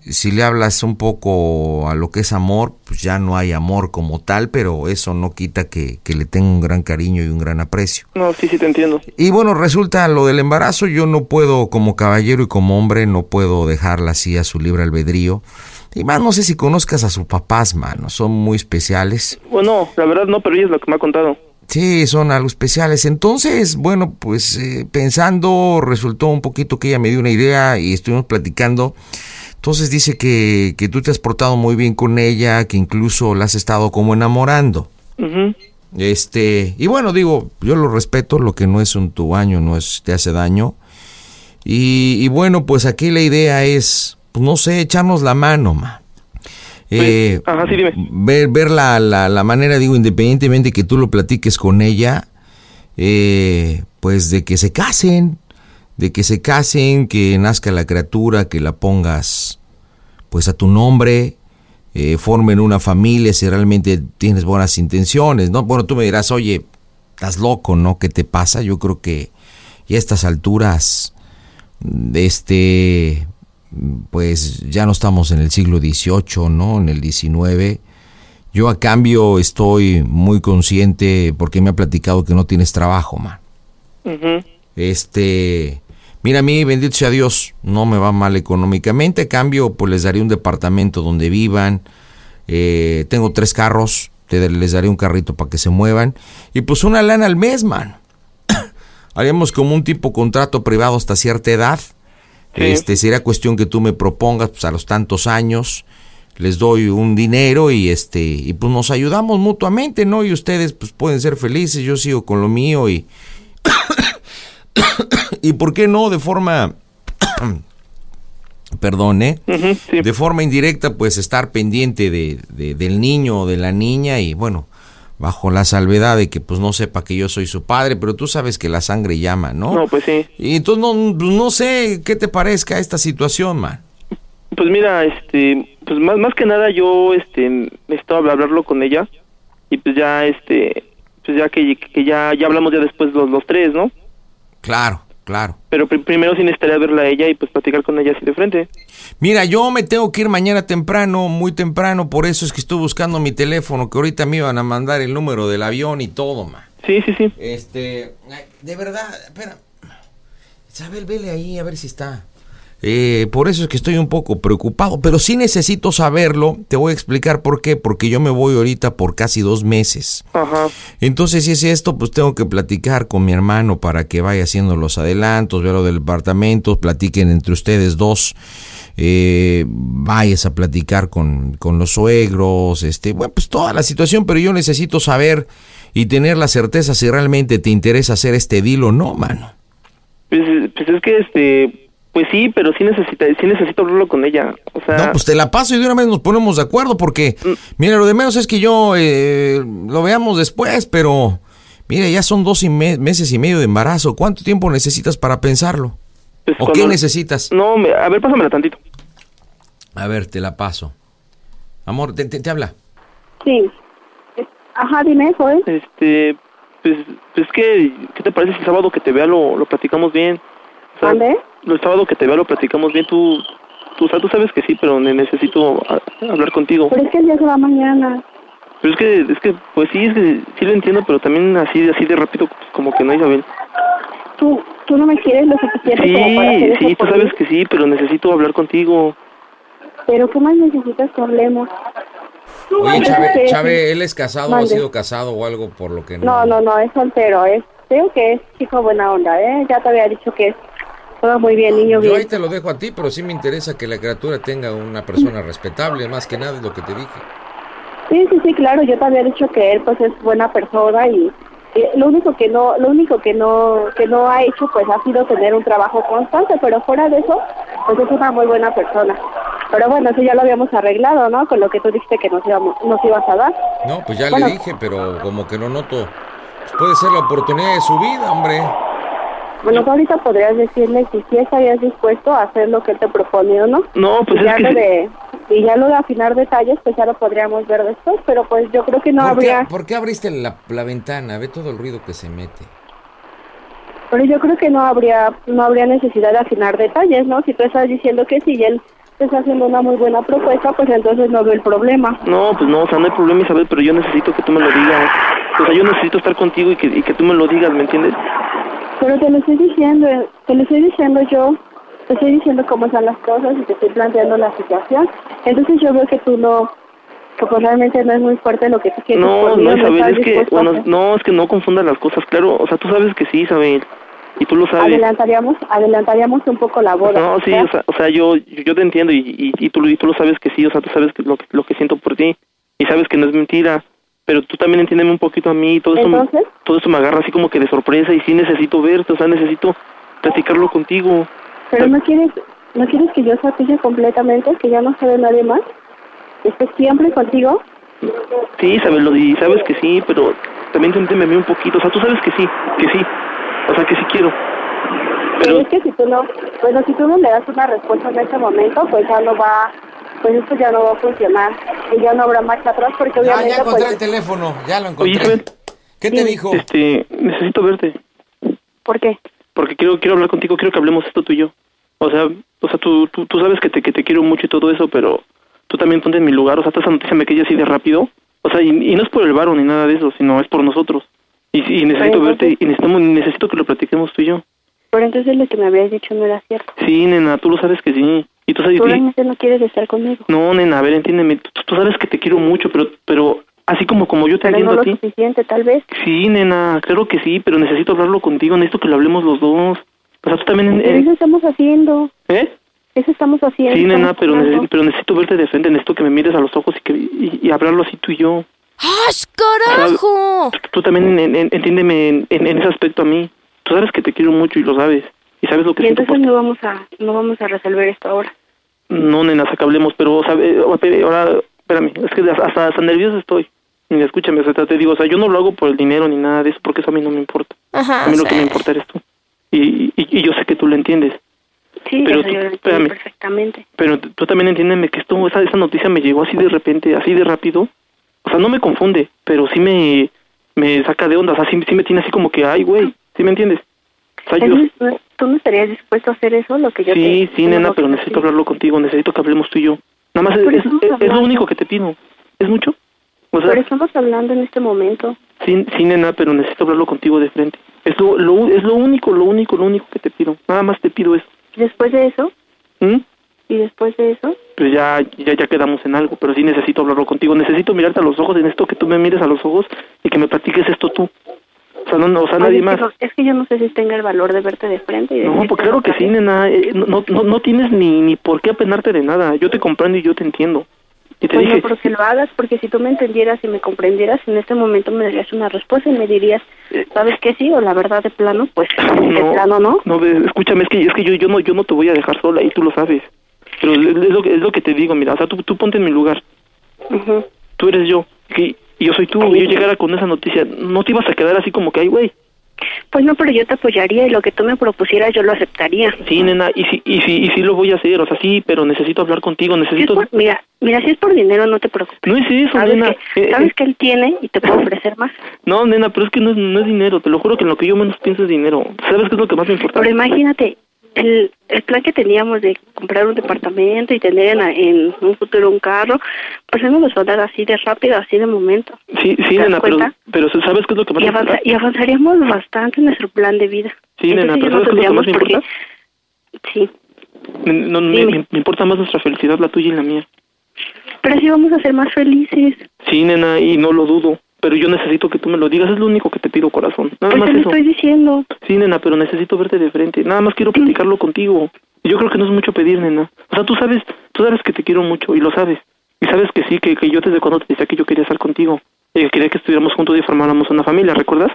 Speaker 2: Si le hablas un poco a lo que es amor, pues ya no hay amor como tal, pero eso no quita que, que le tenga un gran cariño y un gran aprecio.
Speaker 24: No, sí, sí, te entiendo.
Speaker 2: Y bueno, resulta lo del embarazo, yo no puedo, como caballero y como hombre, no puedo dejarla así a su libre albedrío. Y más, no sé si conozcas a sus papás, mano, son muy especiales.
Speaker 24: Bueno, la verdad no, pero ella es lo que me ha contado.
Speaker 2: Sí, son algo especiales. Entonces, bueno, pues eh, pensando, resultó un poquito que ella me dio una idea y estuvimos platicando. Entonces dice que, que tú te has portado muy bien con ella, que incluso la has estado como enamorando.
Speaker 24: Ujú.
Speaker 2: Este, y bueno, digo, yo lo respeto, lo que no es un tu baño no es, te hace daño. Y, y bueno, pues aquí la idea es, pues no sé, echarnos la mano, ma. Eh,
Speaker 24: Pues, Ajá, sí, dime.
Speaker 2: ver, ver la, la, la manera, digo, independientemente que tú lo platiques con ella, eh, pues de que se casen, de que se casen, que nazca la criatura, que la pongas pues a tu nombre, eh, formen una familia, si realmente tienes buenas intenciones, ¿no? Bueno, tú me dirás, oye, estás loco, ¿no? ¿Qué te pasa? Yo creo que ya a estas alturas, mm, este, mm, pues ya no estamos en el siglo XVIII, ¿no? En el XIX. Yo a cambio estoy muy consciente porque me ha platicado que no tienes trabajo, man.
Speaker 24: Ujú.
Speaker 2: Este, mira a mí, bendito sea Dios, no me va mal económicamente. A cambio, pues les daré un departamento donde vivan. Eh, tengo tres carros, te- les daré un carrito para que se muevan. Y pues una lana al mes, man. Haríamos como un tipo contrato privado hasta cierta edad. Este, sería cuestión que tú me propongas, pues a los tantos años les doy un dinero y este y pues nos ayudamos mutuamente, ¿no? Y ustedes pues pueden ser felices, yo sigo con lo mío y y por qué no de forma perdón, ¿eh? de forma indirecta pues estar pendiente de, de- del niño o de la niña y bueno, bajo la salvedad de que pues no sepa que yo soy su padre, pero tú sabes que la sangre llama, ¿no?
Speaker 24: No, pues sí.
Speaker 2: Y entonces no, pues, no sé qué te parezca esta situación, man.
Speaker 24: Pues mira, este, pues más, más que nada yo, este, estaba a hablarlo con ella y pues ya, este, pues ya que, que ya, ya hablamos ya después los, los tres, ¿no?
Speaker 2: Claro, claro.
Speaker 24: Pero pri- primero sí necesitaría verla a ella y pues platicar con ella así de frente.
Speaker 2: Mira, yo me tengo que ir mañana temprano, muy temprano, por eso es que estoy buscando mi teléfono, que ahorita me iban a mandar el número del avión y todo, man.
Speaker 24: Sí, sí, sí.
Speaker 2: Este, ay, de verdad, espera. Isabel, vele ahí a ver si está. Eh, por eso es que estoy un poco preocupado, pero sí necesito saberlo. Te voy a explicar por qué, porque yo me voy ahorita por casi dos meses.
Speaker 24: Ajá.
Speaker 2: Entonces, si es esto, pues tengo que platicar con mi hermano para que vaya haciendo los adelantos, vea lo del departamento, platiquen entre ustedes dos. eh, vayas a platicar con, con los suegros, este, bueno, pues toda la situación, pero yo necesito saber y tener la certeza si realmente te interesa hacer este deal o no, mano.
Speaker 24: Pues, pues es que, este, pues sí, pero sí, necesita, sí necesito hablarlo con ella. O sea,
Speaker 2: No, pues te la paso y de una vez nos ponemos de acuerdo porque,
Speaker 17: Mm.
Speaker 2: mira, lo de menos es que yo eh, lo veamos después, pero, mira, ya son dos y me- meses y medio de embarazo. ¿Cuánto tiempo necesitas para pensarlo?
Speaker 24: pues
Speaker 2: ¿O
Speaker 24: cuando-
Speaker 2: qué necesitas?
Speaker 24: No, me- a ver, pásamela tantito.
Speaker 2: A ver, te la paso. Amor, te, te- te habla.
Speaker 17: Sí. Ajá, dime, joven.
Speaker 24: Este, pues, pues que, ¿qué te parece si el sábado que te vea lo, lo platicamos bien? O sea,
Speaker 17: ¿Mande?
Speaker 24: El sábado que te vea lo platicamos bien, tú, tú, o sea, tú sabes que sí, pero ne- necesito a- hablar contigo.
Speaker 17: Pero es que el día se va mañana.
Speaker 24: Pero es que, es que, pues sí, es que sí lo entiendo, pero también así, así de rápido, pues, como que no, Isabel.
Speaker 17: Tú, tú no me quieres lo suficiente como para hacer
Speaker 24: Sí,
Speaker 17: eso
Speaker 24: sí, tú
Speaker 17: por
Speaker 24: sabes
Speaker 17: mí.
Speaker 24: que sí, pero necesito hablar contigo.
Speaker 17: Pero ¿qué más necesitas que hablemos?
Speaker 2: Oye, Chave,
Speaker 17: Sí, sí.
Speaker 2: Chave, ¿él es casado o ha
Speaker 17: Mande.
Speaker 2: sido casado o algo por lo que
Speaker 17: No, no, no, es soltero, es, creo que es chico buena onda, ¿eh? Ya te había dicho que es todo muy bien, niño
Speaker 2: Yo
Speaker 17: bien.
Speaker 2: ahí te lo dejo a ti, pero sí me interesa que la criatura tenga una persona respetable, más que nada es lo que te dije.
Speaker 17: Sí, sí, sí, claro, yo te había dicho que él pues es buena persona y eh, lo único que no lo único que no que no ha hecho pues ha sido tener un trabajo constante, pero fuera de eso pues es una muy buena persona. Pero bueno, eso ya lo habíamos arreglado, ¿no? Con lo que tú dijiste que nos íbamos nos ibas a dar.
Speaker 2: No, pues ya
Speaker 17: Bueno.
Speaker 2: le dije, pero como que no noto. Pues puede ser la oportunidad de su vida, hombre.
Speaker 17: Bueno, tú ahorita podrías decirle si sí estarías dispuesto a hacer lo que él te propone o no.
Speaker 24: No, pues
Speaker 17: y
Speaker 24: es
Speaker 17: ya
Speaker 24: que
Speaker 17: lo
Speaker 24: sí.
Speaker 17: de y ya lo de afinar detalles pues ya lo podríamos ver después, pero pues yo creo que no
Speaker 2: ¿Por,
Speaker 17: habría
Speaker 2: qué, por qué abriste la, la ventana? Ve todo el ruido que se mete.
Speaker 17: Pero yo creo que no habría no habría necesidad de afinar detalles, ¿no? Si tú estás diciendo que sí y él te está haciendo una muy buena propuesta, pues entonces no veo el problema.
Speaker 24: No, pues no, o sea, no hay problema, Isabel, pero yo necesito que tú me lo digas. O sea, yo necesito estar contigo y que, y que tú me lo digas, ¿me entiendes?
Speaker 17: Pero te lo estoy diciendo, eh, te lo estoy diciendo yo, te estoy diciendo cómo están las cosas y te estoy planteando la situación. Entonces yo veo que tú no, que pues realmente no es muy fuerte lo que tú quieres.
Speaker 24: No,
Speaker 17: por mí,
Speaker 24: no,
Speaker 17: estás
Speaker 24: Isabel, es que,
Speaker 17: dispuesto a
Speaker 24: bueno,
Speaker 17: hacer.
Speaker 24: no, es que no confundas las cosas, claro, o sea, tú sabes que sí, Isabel, y tú lo sabes.
Speaker 17: Adelantaríamos, adelantaríamos un poco la boda.
Speaker 24: No, sí,
Speaker 17: ¿ya?
Speaker 24: o sea, o sea, yo, yo te entiendo y, y, y tú, y tú lo sabes que sí, o sea, tú sabes que lo, que- lo que siento por ti y sabes que no es mentira, pero tú también entiéndeme un poquito a mí y todo eso, me-
Speaker 17: Entonces,
Speaker 24: todo eso me agarra así como que de sorpresa y sí necesito verte, o sea, necesito platicarlo contigo.
Speaker 17: pero no quieres, no quieres que yo se apoye completamente, que ya no se ve nadie más, esté siempre contigo.
Speaker 24: Sí, Isabel, lo- y sabes que sí, pero también entiéndeme a mí un poquito, o sea, tú sabes que sí, que sí, o sea, que sí quiero.
Speaker 17: Pero es que si tú no, bueno, si tú no le das una respuesta en este momento, pues ya no va, pues esto ya no va a funcionar y ya no habrá marcha atrás porque
Speaker 2: Ah, Ya, ya
Speaker 17: obviamente
Speaker 2: encontré el
Speaker 17: pues,
Speaker 2: teléfono, ya lo
Speaker 24: Oye,
Speaker 2: encontré.
Speaker 24: Isabel.
Speaker 2: ¿Qué te dijo?
Speaker 24: Este, necesito verte.
Speaker 17: ¿por qué?
Speaker 24: porque quiero quiero hablar contigo, quiero que hablemos esto tú y yo. O sea, o sea, tú, tú, tú sabes que te, que te quiero mucho y todo eso, pero tú también ponte en mi lugar, o sea, toda esa noticia me quedé así de rápido. O sea, y, y no es por el varón ni nada de eso, sino es por nosotros. Y, y necesito
Speaker 17: Ay,
Speaker 24: verte
Speaker 17: entonces-
Speaker 24: y necesitamos, necesito que lo platiquemos tú y yo.
Speaker 17: Pero entonces lo que me habías dicho no era cierto.
Speaker 24: Sí, nena, tú lo sabes que sí. Y tú sabes
Speaker 17: Tú
Speaker 24: y-
Speaker 17: realmente no quieres estar conmigo,
Speaker 24: No, nena, a ver, entiéndeme, tú, tú sabes que te quiero mucho, pero pero así como como yo te
Speaker 17: pero
Speaker 24: entiendo
Speaker 17: no lo
Speaker 24: a ti. Eh.
Speaker 17: suficiente tal vez.
Speaker 24: Sí, nena, claro que sí, pero necesito hablarlo contigo, necesito que lo hablemos los dos. O sea, tú también...
Speaker 17: Pero
Speaker 24: eh,
Speaker 17: eso estamos haciendo,
Speaker 24: ¿Eh?
Speaker 17: eso estamos haciendo.
Speaker 24: Sí, nena,
Speaker 17: estamos
Speaker 24: pero,
Speaker 17: hablando.
Speaker 24: necesito, pero necesito verte de frente, necesito que me mires a los ojos y, que, y, y hablarlo así tú y yo.
Speaker 21: ¡Ash, carajo!
Speaker 24: Tú, tú también en- en- entiéndeme en, en- en ese aspecto a mí. Tú sabes que te quiero mucho y lo sabes. Y sabes lo que
Speaker 17: Y
Speaker 24: siento
Speaker 17: entonces
Speaker 24: por...
Speaker 17: no vamos a, no vamos a resolver esto ahora.
Speaker 24: No, nena, hasta que hablemos, pero o sea, eh, ahora, espérame, es que hasta, hasta nervioso estoy. Ni escúchame, o sea, te digo, o sea, yo no lo hago por el dinero ni nada de eso, porque eso a mí no me importa.
Speaker 21: Ajá,
Speaker 17: Ah,
Speaker 24: a mí
Speaker 21: o
Speaker 24: lo que
Speaker 21: sea,
Speaker 24: me importa eres tú. Y, y, y yo sé que tú lo entiendes.
Speaker 17: Sí,
Speaker 24: Pero
Speaker 17: eso
Speaker 24: tú-
Speaker 17: yo lo entiendo
Speaker 24: espérame.
Speaker 17: perfectamente.
Speaker 24: Pero t- tú también entiéndeme que esto, esa, esa noticia me llegó así de repente, así de rápido. O sea, no me confunde, pero sí me, me saca de onda. O sea, sí, sí me tiene así como que, ay, güey, ¿sí me entiendes? O sea, yo,
Speaker 17: Entonces, ¿tú- ¿tú no estarías dispuesto a hacer eso? Lo que yo
Speaker 24: sí,
Speaker 17: te-
Speaker 24: sí, Ah, nena,
Speaker 17: lo que
Speaker 24: pero
Speaker 17: te
Speaker 24: necesito hablarlo contigo, necesito que hablemos tú y yo. Nada más es,
Speaker 17: Pero
Speaker 24: es-
Speaker 17: estamos
Speaker 24: es- es lo
Speaker 17: hablando.
Speaker 24: único que te pido. ¿Es mucho? O sea,
Speaker 17: Pero estamos hablando en este momento.
Speaker 24: sí, sí, nena, pero necesito hablarlo contigo de frente. Es lo, lo, u- es lo único, lo único, lo único que te pido. Nada más te pido eso.
Speaker 17: ¿Y después de eso?
Speaker 24: ¿Mm?
Speaker 17: ¿Y después de eso?
Speaker 24: pues ya, ya, ya quedamos en algo, pero sí necesito hablarlo contigo, necesito mirarte a los ojos, en esto que tú me mires a los ojos y que me platiques esto tú. O sea, no, no, o sea,
Speaker 17: Ay,
Speaker 24: nadie
Speaker 17: es
Speaker 24: más.
Speaker 17: que no- es que yo no sé si tenga el valor de verte de frente. Y de
Speaker 24: No,
Speaker 17: decirte,
Speaker 24: pues claro que sí, nena, eh, no, no, no tienes ni, ni por qué apenarte de nada, yo te comprendo y yo te entiendo. Y te
Speaker 17: pues
Speaker 24: dije,
Speaker 17: no creo que lo hagas, porque si tú me entendieras y me comprendieras, en este momento me darías una respuesta y me dirías, ¿sabes qué sí? O la verdad de plano, pues de
Speaker 24: Eh. no,
Speaker 17: plano no.
Speaker 24: no, ves, escúchame, es que, es que yo, yo, no, yo no te voy a dejar sola y tú lo sabes. Pero es es lo, que- es lo que te digo, mira, o sea, tú, tú ponte en mi lugar,
Speaker 17: Ujú.
Speaker 24: tú eres yo, y, y yo soy tú, y yo llegara con esa noticia, no te ibas a quedar así como que, ay, güey,
Speaker 17: Pues no, pero yo te apoyaría y lo que tú me propusieras yo lo aceptaría.
Speaker 24: Sí, nena, y sí, y sí, y sí lo voy a hacer, o sea, sí, pero necesito hablar contigo,
Speaker 17: Si es
Speaker 24: necesito...
Speaker 17: por- mira, mira, si es por dinero no te preocupes.
Speaker 24: pues, No es eso,
Speaker 17: ¿Sabes
Speaker 24: nena.
Speaker 17: que-
Speaker 24: Eh,
Speaker 17: sabes
Speaker 24: eh,
Speaker 17: que él tiene y te puede ofrecer más.
Speaker 24: No, nena, pero es que no es, no es dinero, te lo juro que en lo que yo menos pienso es dinero. ¿Sabes qué es lo que más me importa?
Speaker 17: Pero imagínate, el, el plan que teníamos de comprar un departamento y tener en, en un futuro un carro, pues no nos va a dar así de rápido, así de momento.
Speaker 24: Sí,
Speaker 17: ¿Te
Speaker 24: sí,
Speaker 17: das
Speaker 24: nena, pero,
Speaker 17: cuenta?
Speaker 24: pero ¿sabes qué es lo que más
Speaker 17: Y,
Speaker 24: me
Speaker 17: avanza-
Speaker 24: importa?
Speaker 17: y avanzaríamos bastante en nuestro plan de vida.
Speaker 24: Sí, nena,
Speaker 17: Entonces ya no
Speaker 24: pero ¿sabes qué es lo
Speaker 17: tendríamos
Speaker 24: que más me
Speaker 17: por qué-
Speaker 24: importa?
Speaker 17: Sí,
Speaker 24: Me- No, me,
Speaker 17: Dime.
Speaker 24: me- me importa más nuestra felicidad, la tuya y la mía.
Speaker 17: pero sí vamos a ser más felices.
Speaker 24: Sí, nena, y no lo dudo, pero yo necesito que tú me lo digas, es lo único que te pido, corazón. Nada
Speaker 17: Pues
Speaker 24: más
Speaker 17: te lo
Speaker 24: eso.
Speaker 17: estoy diciendo.
Speaker 24: Sí, nena, pero necesito verte de frente. Nada más quiero platicarlo contigo. Yo creo que no es mucho pedir, nena. O sea, tú sabes, tú sabes que te quiero mucho y lo sabes. Y sabes que sí, que, que yo desde cuando te decía que yo quería estar contigo. Eh, quería que estuviéramos juntos y formáramos una familia, ¿recuerdas?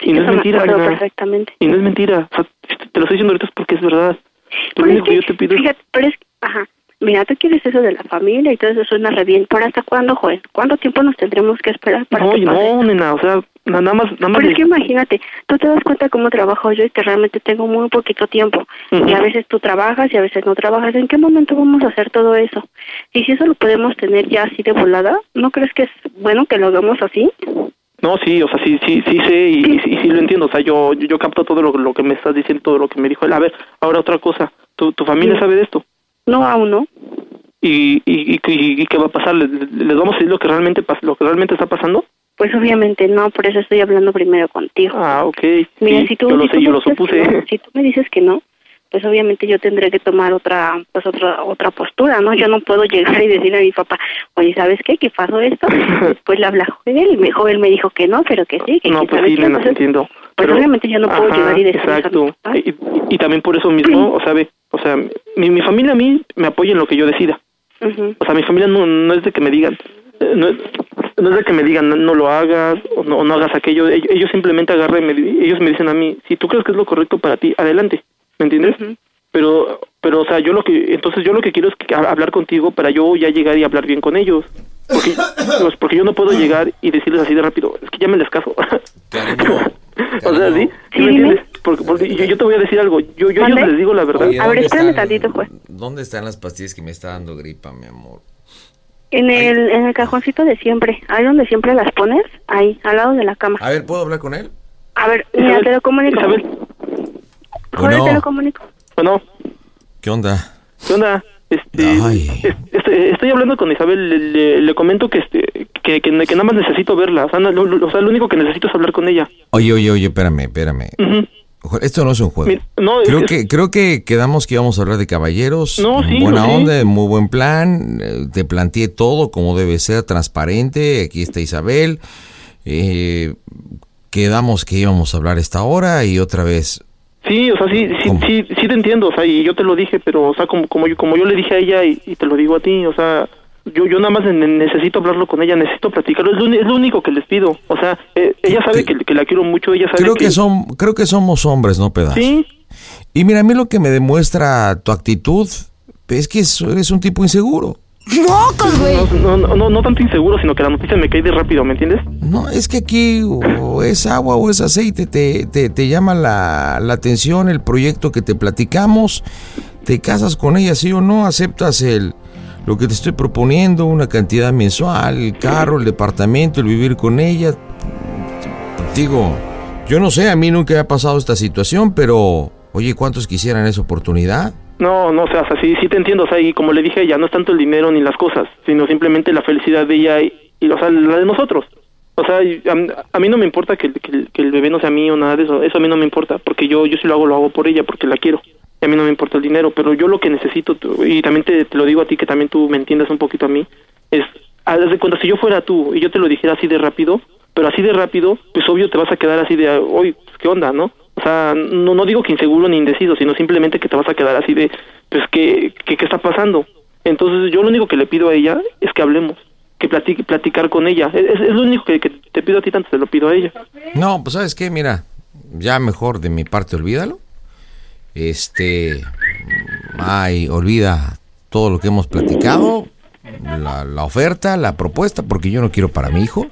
Speaker 17: Sí,
Speaker 24: y no
Speaker 17: eso
Speaker 24: es
Speaker 17: me
Speaker 24: mentira,
Speaker 17: acuerdo
Speaker 24: nena.
Speaker 17: perfectamente.
Speaker 24: Y no es mentira. O sea, te lo estoy diciendo ahorita es porque es verdad. Lo
Speaker 17: Pero Pues es
Speaker 24: único que,
Speaker 17: que,
Speaker 24: yo te pido es-
Speaker 17: Fíjate, pero es, ajá, mira, tú quieres eso de la familia y todo eso suena re bien, pero ¿hasta cuándo, joven? ¿Cuánto tiempo nos tendremos que esperar para
Speaker 24: No,
Speaker 17: que pase?
Speaker 24: no, nena, o sea, na- nada más, nada más...
Speaker 17: Pero es
Speaker 24: de-
Speaker 17: que imagínate, tú te das cuenta cómo trabajo yo y que realmente tengo muy poquito tiempo.
Speaker 24: Ujú.
Speaker 17: Y a veces tú trabajas y a veces no trabajas. ¿En qué momento vamos a hacer todo eso? Y si eso lo podemos tener ya así de volada, ¿no crees que es bueno que lo hagamos así?
Speaker 24: No, sí, o sea, sí, sí, sí sé y, y sí, y sí lo entiendo. O sea, yo, yo, yo capto todo lo, lo que me estás diciendo, todo lo que me dijo él. A ver, ahora otra cosa. ¿Tu, tu familia
Speaker 17: Sí.
Speaker 24: sabe de esto?
Speaker 17: No, aún no.
Speaker 24: y, y, y, y- y qué va a pasar les, les vamos a decir lo que realmente pas- lo que realmente está pasando
Speaker 17: Pues obviamente no, por eso estoy hablando primero contigo.
Speaker 24: ah ok
Speaker 17: Mira,
Speaker 24: sí,
Speaker 17: si tú,
Speaker 24: yo lo
Speaker 17: si
Speaker 24: sé
Speaker 17: tú me
Speaker 24: yo lo
Speaker 17: dices que no,
Speaker 24: supuse
Speaker 17: si tú me dices que no, pues obviamente yo tendré que tomar otra pues otra otra postura, ¿no? Yo no puedo llegar y decirle a mi papá, oye, ¿sabes qué? ¿Qué pasó esto? Pues le habla con él y me, joven me dijo que no, pero que sí, que
Speaker 24: no
Speaker 17: quién
Speaker 24: pues
Speaker 17: sabe
Speaker 24: sí
Speaker 17: qué.
Speaker 24: nena
Speaker 17: Entonces,
Speaker 24: te entiendo
Speaker 17: pues obviamente yo no puedo
Speaker 24: Ajá,
Speaker 17: llegar y decirles a
Speaker 24: exacto
Speaker 17: mis papás.
Speaker 24: y, y- y también por eso mismo o sea ve, o sea mi, mi familia a mí me apoya en lo que yo decida
Speaker 17: Ujú.
Speaker 24: o sea mi familia no, no es de que me digan eh, no, es- no es de que me digan no, no lo hagas o no, o no hagas aquello ellos, ellos simplemente agarran y me di- ellos me dicen a mí si tú crees que es lo correcto para ti adelante ¿me entiendes? pero pero o sea yo lo que entonces yo lo que quiero es que- ha- hablar contigo para yo ya llegar y hablar bien con ellos porque pues, porque yo no puedo llegar y decirles así de rápido es que ya me les caso o sea sí, ¿Sí me entiendes porque, porque yo, yo te voy a decir algo yo yo, a ellos
Speaker 17: ¿Mande?
Speaker 24: les digo la verdad
Speaker 2: Oye,
Speaker 17: A ver,
Speaker 2: ¿dónde
Speaker 17: espérame
Speaker 2: están?
Speaker 17: tantito, juez.
Speaker 2: ¿Dónde están las pastillas que me está dando gripa, mi amor?
Speaker 17: En el, en el cajoncito de siempre, ahí donde siempre las pones, ahí, al lado de la cama.
Speaker 24: Ah,
Speaker 2: A ver, ¿puedo hablar con él?
Speaker 17: A ver, mira,
Speaker 24: Isabel,
Speaker 17: te lo comunico.
Speaker 24: Isabel.
Speaker 17: Joder, te
Speaker 2: Bueno.
Speaker 17: lo comunico.
Speaker 24: bueno
Speaker 2: ¿Qué onda?
Speaker 24: ¿Qué onda? Este, es- este, estoy hablando con Isabel, le, le- le comento que, este, que, que, que nada más necesito verla, o sea, no- lo- lo- o sea, lo único que necesito es hablar con ella.
Speaker 2: Oye, oye, oye, espérame, espérame.
Speaker 24: Ujú.
Speaker 2: Ojo, Esto no es un juego.
Speaker 24: Mi- no,
Speaker 2: creo,
Speaker 24: es-
Speaker 2: que, creo que quedamos que íbamos a hablar de caballeros. Mm,
Speaker 24: No, sí,
Speaker 2: buena
Speaker 24: lo sé.
Speaker 2: onda, muy buen plan. eh, Te planteé todo como debe ser, transparente. Aquí está Isabel. Eh, quedamos que íbamos a hablar a esta hora y otra vez.
Speaker 24: Sí, o sea, sí, sí, sí, sí te entiendo, o sea, y yo te lo dije, pero, o sea, como, como, yo, como yo le dije a ella y, y te lo digo a ti, o sea, yo, yo nada más ne- necesito hablarlo con ella, necesito platicarlo, es lo, uni- es lo único que les pido, o sea, eh, ella sabe que, que la quiero mucho, ella sabe
Speaker 2: Creo que, son, creo que somos hombres, no pedazos.
Speaker 24: Sí,
Speaker 2: Y mira, a mí lo que me demuestra tu actitud es que es- eres un tipo inseguro.
Speaker 24: ¡Mocos, güey! No, no, no, no tanto inseguro, sino que la noticia me cae de rápido, ¿me entiendes?
Speaker 2: No, es que aquí o es agua o es aceite, te, te, te llama la, la atención el proyecto que te platicamos, te casas con ella, sí o no, aceptas el lo que te estoy proponiendo, una cantidad mensual, el carro, el departamento, el vivir con ella. Digo, yo no sé, a mí nunca me ha pasado esta situación, pero oye, ¿cuántos quisieran esa oportunidad?
Speaker 24: No, no, o sea, o sea, sí, sí te entiendo, o sea, y como le dije a ella, no es tanto el dinero ni las cosas, sino simplemente la felicidad de ella y, y, o sea, la de nosotros. O sea, y a, a mí no me importa que, que el- que el bebé no sea mío, nada de eso, eso a mí no me importa, porque yo, yo si lo hago, lo hago por ella, porque la quiero. Y a mí no me importa el dinero, pero yo lo que necesito, tú- y también te, te lo digo a ti, que también tú me entiendas un poquito a mí, es, haz de cuenta, si yo fuera tú y yo te lo dijera así de rápido, pero así de rápido, pues obvio te vas a quedar así de, hoy, ¿qué onda, no? O sea, no, no digo que inseguro ni indeciso, sino simplemente que te vas a quedar así de, pues, ¿qué, qué, qué está pasando? Entonces, yo lo único que le pido a ella es que hablemos, que platique- platicar con ella. Es, es lo único que, que te pido a ti, tanto te lo pido a ella.
Speaker 2: No, pues sabes qué, mira, ya mejor de mi parte olvídalo. Este, ay, olvida todo lo que hemos platicado, la, la oferta, la propuesta, porque yo no quiero para mi hijo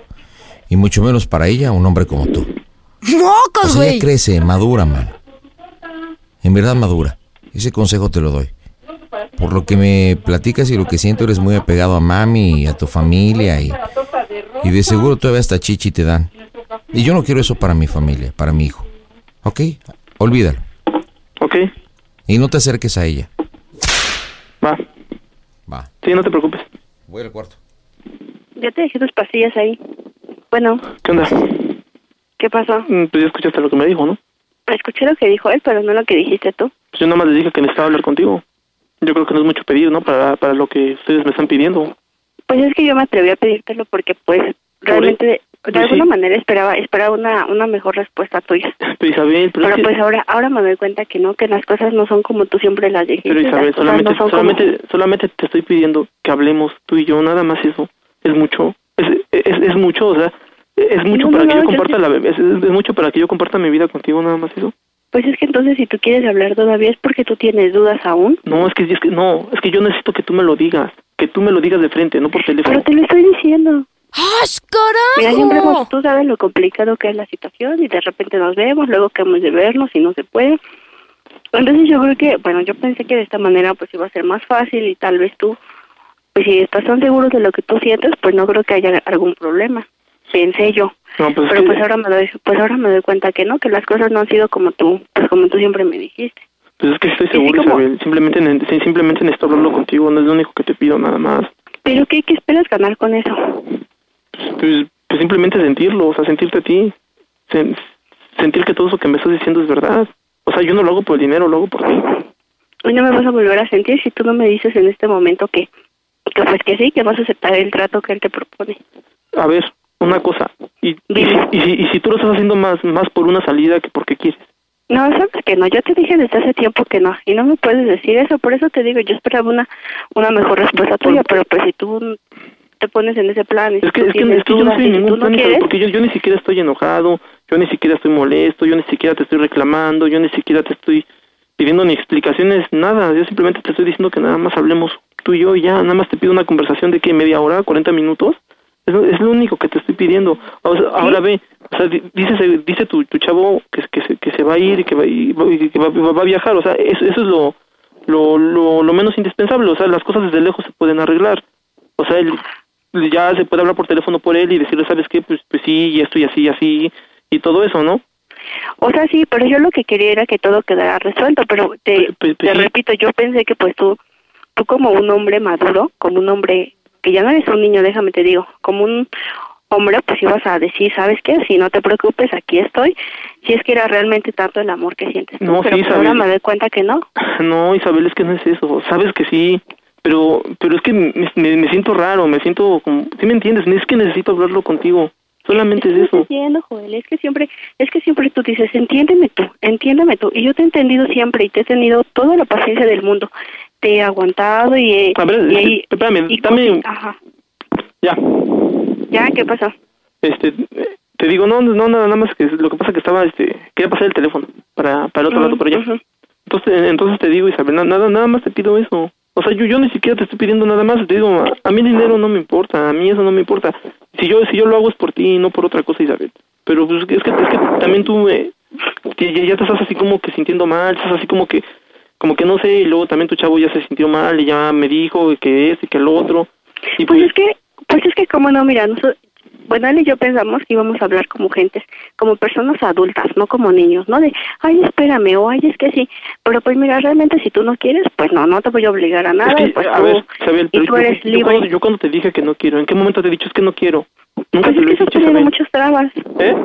Speaker 2: y mucho menos para ella un hombre como tú. O
Speaker 22: ¡Mocos,
Speaker 2: sea,
Speaker 22: güey!
Speaker 2: ella crece, madura, man. En verdad madura. Ese consejo te lo doy. Por lo que me platicas y lo que siento, eres muy apegado a mami y a tu familia y, y de seguro todavía hasta chichi te dan. Y yo no quiero eso para mi familia, para mi hijo. ¿Ok? Olvídalo.
Speaker 24: ¿Ok?
Speaker 2: Y no te acerques a ella.
Speaker 24: Va.
Speaker 2: Va.
Speaker 24: Sí, no te preocupes.
Speaker 2: Voy al cuarto.
Speaker 17: Ya te dejé tus pastillas ahí. Bueno,
Speaker 24: ¿Qué onda?
Speaker 17: ¿qué pasó?
Speaker 24: Mm, Pues ya escuchaste lo que me dijo, ¿no?
Speaker 17: Escuché lo que dijo él, pero no lo que dijiste tú.
Speaker 24: Pues yo nada más le dije que necesitaba hablar contigo. Yo creo que no es mucho pedir, ¿no? Para, para lo que ustedes me están pidiendo.
Speaker 17: Pues es que yo me atreví a pedírtelo porque, pues, realmente, de,
Speaker 24: Pues sí.
Speaker 17: alguna manera esperaba esperaba una, una mejor respuesta tuya.
Speaker 24: Pero Isabel, pero, es
Speaker 17: Pero
Speaker 24: que-
Speaker 17: pues ahora ahora me doy cuenta que no, que las cosas no son como tú siempre las dijiste.
Speaker 24: Pero
Speaker 17: las
Speaker 24: Isabel,
Speaker 17: cosas
Speaker 24: solamente,
Speaker 17: no son como-
Speaker 24: solamente, solamente te estoy pidiendo que hablemos tú y yo, nada más eso. Es mucho, es, es, es mucho, o sea, es mucho
Speaker 17: No,
Speaker 24: para
Speaker 17: no,
Speaker 24: que yo
Speaker 17: no, yo
Speaker 24: comparta
Speaker 17: sí-
Speaker 24: la, es, es- es mucho para que yo comparta mi vida contigo, nada más eso.
Speaker 17: Pues es que entonces si tú quieres hablar todavía es porque tú tienes dudas aún.
Speaker 24: No, es que, es que no, es que yo necesito que tú me lo digas, que tú me lo digas de frente, no por
Speaker 17: Pero
Speaker 24: teléfono.
Speaker 17: te lo estoy diciendo. ¡Ash, carajo! Mira, siempre hemos- tú sabes lo complicado que es la situación y de repente nos vemos, luego quedamos de vernos y no se puede. Entonces yo creo que, bueno, yo pensé que de esta manera pues iba a ser más fácil y tal vez tú, pues si estás tan seguro de lo que tú sientes, pues no creo que haya algún problema. Pensé yo.
Speaker 24: No, pues es
Speaker 17: Pero
Speaker 24: que-
Speaker 17: pues ahora me doy, pues ahora me doy cuenta que no, que las cosas no han sido como tú, pues como tú siempre me dijiste.
Speaker 24: Pues es que estoy seguro, Isabel, simplemente, ne- sí, simplemente necesito hablarlo contigo, no es lo único que te pido, nada más.
Speaker 17: Pero ¿qué, qué esperas ganar con eso?
Speaker 24: Pues, pues simplemente sentirlo, o sea, sentirte a ti, sen- sentir que todo eso que me estás diciendo es verdad. O sea, yo no lo hago por el dinero, lo hago por ti.
Speaker 17: Hoy no me vas a volver a sentir si tú no me dices en este momento que, que pues que sí, que vas a aceptar el trato que él te propone.
Speaker 24: a ver, una cosa, y, y, si, y si- y si tú lo estás haciendo más más por una salida que porque quieres,
Speaker 17: No, sabes que no, yo te dije desde hace tiempo que no, y no me puedes decir eso, por eso te digo, yo esperaba una una mejor respuesta tuya, pero pues si tú te pones en ese plan y si
Speaker 24: es que,
Speaker 17: tú
Speaker 24: es que,
Speaker 17: tienes
Speaker 24: es que yo no
Speaker 17: dudas
Speaker 24: estoy
Speaker 17: y
Speaker 24: en
Speaker 17: si tú
Speaker 24: ningún
Speaker 17: no
Speaker 24: plan,
Speaker 17: quieres,
Speaker 24: porque yo, yo ni siquiera estoy enojado, yo ni siquiera estoy molesto, yo ni siquiera te estoy reclamando, yo ni siquiera te estoy pidiendo ni explicaciones, nada, yo simplemente te estoy diciendo que nada más hablemos tú y yo y ya, nada más te pido una conversación de que media hora, 40 minutos, es lo, es lo único que te estoy pidiendo. O sea, ahora ve, o sea, di- dice, se- dice tu, tu chavo que, se- que, se, que se va a ir y que va, y va- y que va- va- va a viajar, o sea, eso, eso es lo, lo, lo, lo menos indispensable, o sea, las cosas desde lejos se pueden arreglar. O sea, él, ya se puede hablar por teléfono por él y decirle, ¿sabes qué? Pues, pues sí, y esto y así y así y todo eso, ¿no?
Speaker 17: o sea, sí, pero yo lo que quería era que todo quedara resuelto, pero te, te repito, yo pensé que pues tú, tú como un hombre maduro, como un hombre que ya no eres un niño, déjame te digo, como un hombre, pues ibas a decir, ¿sabes qué? Si no te preocupes, aquí estoy, si es que era realmente tanto el amor que sientes tú,
Speaker 24: No,
Speaker 17: pero
Speaker 24: sí,
Speaker 17: pues ahora
Speaker 24: Isabel.
Speaker 17: me doy cuenta que no.
Speaker 24: No, Isabel, es que no es eso, sabes que sí, pero pero es que me, me- me siento raro, me siento como, ¿sí me entiendes? Es que necesito hablarlo contigo, solamente es
Speaker 17: Estoy
Speaker 24: eso.
Speaker 17: diciendo, Joel, es que siempre, es que siempre tú dices, entiéndeme tú, entiéndeme tú, y yo te he entendido siempre y te he tenido toda la paciencia del mundo, te he aguantado y he,
Speaker 24: A ver,
Speaker 17: y
Speaker 24: es que, espérame, dame,
Speaker 17: ajá,
Speaker 24: ya,
Speaker 17: ya, ¿qué pasó?
Speaker 24: este, eh, te digo, no, no, nada, nada más que lo que pasa que estaba, este, quería pasar el teléfono para, para el otro
Speaker 17: Ujú,
Speaker 24: lado, pero ya.
Speaker 17: ujú.
Speaker 24: Entonces, entonces te digo, Isabel, na- nada, nada más te pido eso. O sea, yo, yo ni siquiera te estoy pidiendo nada más, te digo, a, a mí el dinero no me importa, a mí eso no me importa. Si yo si yo lo hago es por ti, no por otra cosa, Isabel. Pero pues, es, que, es que también tú me, te- ya, ya te estás así como que sintiendo mal, estás así como que, como que no sé, y luego también tu chavo ya se sintió mal y ya me dijo que este, que el otro. Y pues,
Speaker 17: Pues es que, pues es que como no, mira, noso- bueno, él y yo pensamos que íbamos a hablar como gentes, como personas adultas, no como niños, ¿no? De, ay, espérame, o ay, es que sí. Pero pues mira, realmente si tú no quieres, pues no, no te voy a obligar a nada.
Speaker 24: es que,
Speaker 17: y pues
Speaker 24: a
Speaker 17: tú-
Speaker 24: ver, Isabel,
Speaker 17: y
Speaker 24: pero
Speaker 17: tú
Speaker 24: yo-
Speaker 17: eres
Speaker 24: yo
Speaker 17: libre.
Speaker 24: cuando- yo cuando te dije que no quiero, ¿en qué momento te he dicho es que no quiero?
Speaker 17: pues
Speaker 24: Nunca te
Speaker 17: es
Speaker 24: lo
Speaker 17: que
Speaker 24: he
Speaker 17: estás
Speaker 24: dicho,
Speaker 17: poniendo
Speaker 24: Isabel.
Speaker 17: muchas trabas.
Speaker 24: ¿Eh?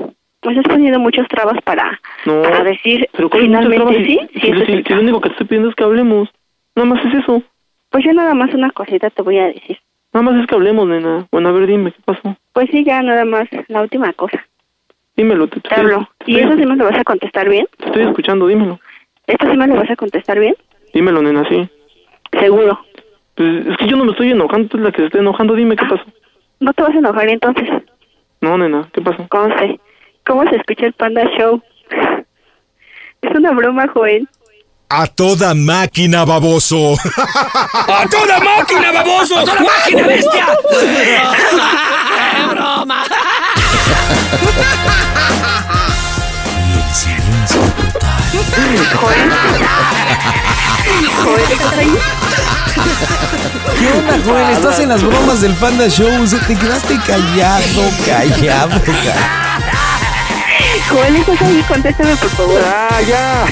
Speaker 17: Pues has ponido muchas trabas para,
Speaker 24: No.
Speaker 17: para decir,
Speaker 24: Pero ¿cuál es muchas
Speaker 17: finalmente
Speaker 24: trabas?
Speaker 17: sí, sí,
Speaker 24: Si- si-
Speaker 17: este es
Speaker 24: si-
Speaker 17: el
Speaker 24: si lo único que te estoy pidiendo es que hablemos. Nada más es eso.
Speaker 17: Pues yo nada más una cosita te voy a decir.
Speaker 24: Nada más es que hablemos, nena. Bueno, a ver, dime, ¿qué pasó?
Speaker 17: Pues sí, ya nada más la última cosa.
Speaker 24: Dímelo. Te, te
Speaker 17: Te hablo. ¿Y
Speaker 24: estoy- te
Speaker 17: eso sí
Speaker 24: estoy-
Speaker 17: me lo vas a contestar bien?
Speaker 24: te estoy escuchando, dímelo.
Speaker 17: ¿Esto sí me lo vas a contestar bien?
Speaker 24: Dímelo, nena, sí.
Speaker 17: Seguro.
Speaker 24: Pues es que yo no me estoy enojando, tú es la que se está enojando. Dime,
Speaker 17: Ah.
Speaker 24: ¿qué pasó?
Speaker 17: No te vas a enojar entonces,
Speaker 24: No, nena, ¿qué pasó?
Speaker 17: conste. ¿Cómo se escucha el Panda Show? Es una broma, Joel.
Speaker 26: A toda máquina, baboso.
Speaker 13: ¡A toda máquina, baboso! ¡Máquina bestia!
Speaker 6: ¡Broma!
Speaker 17: Joel, ¿estás ahí?
Speaker 2: ¿Qué onda, Joel? Estás en las bromas del Panda Show. Se te quedaste callado, callado, callado.
Speaker 17: Joel, ¿estás ahí? Contéstame, por favor.
Speaker 2: Ah, ya.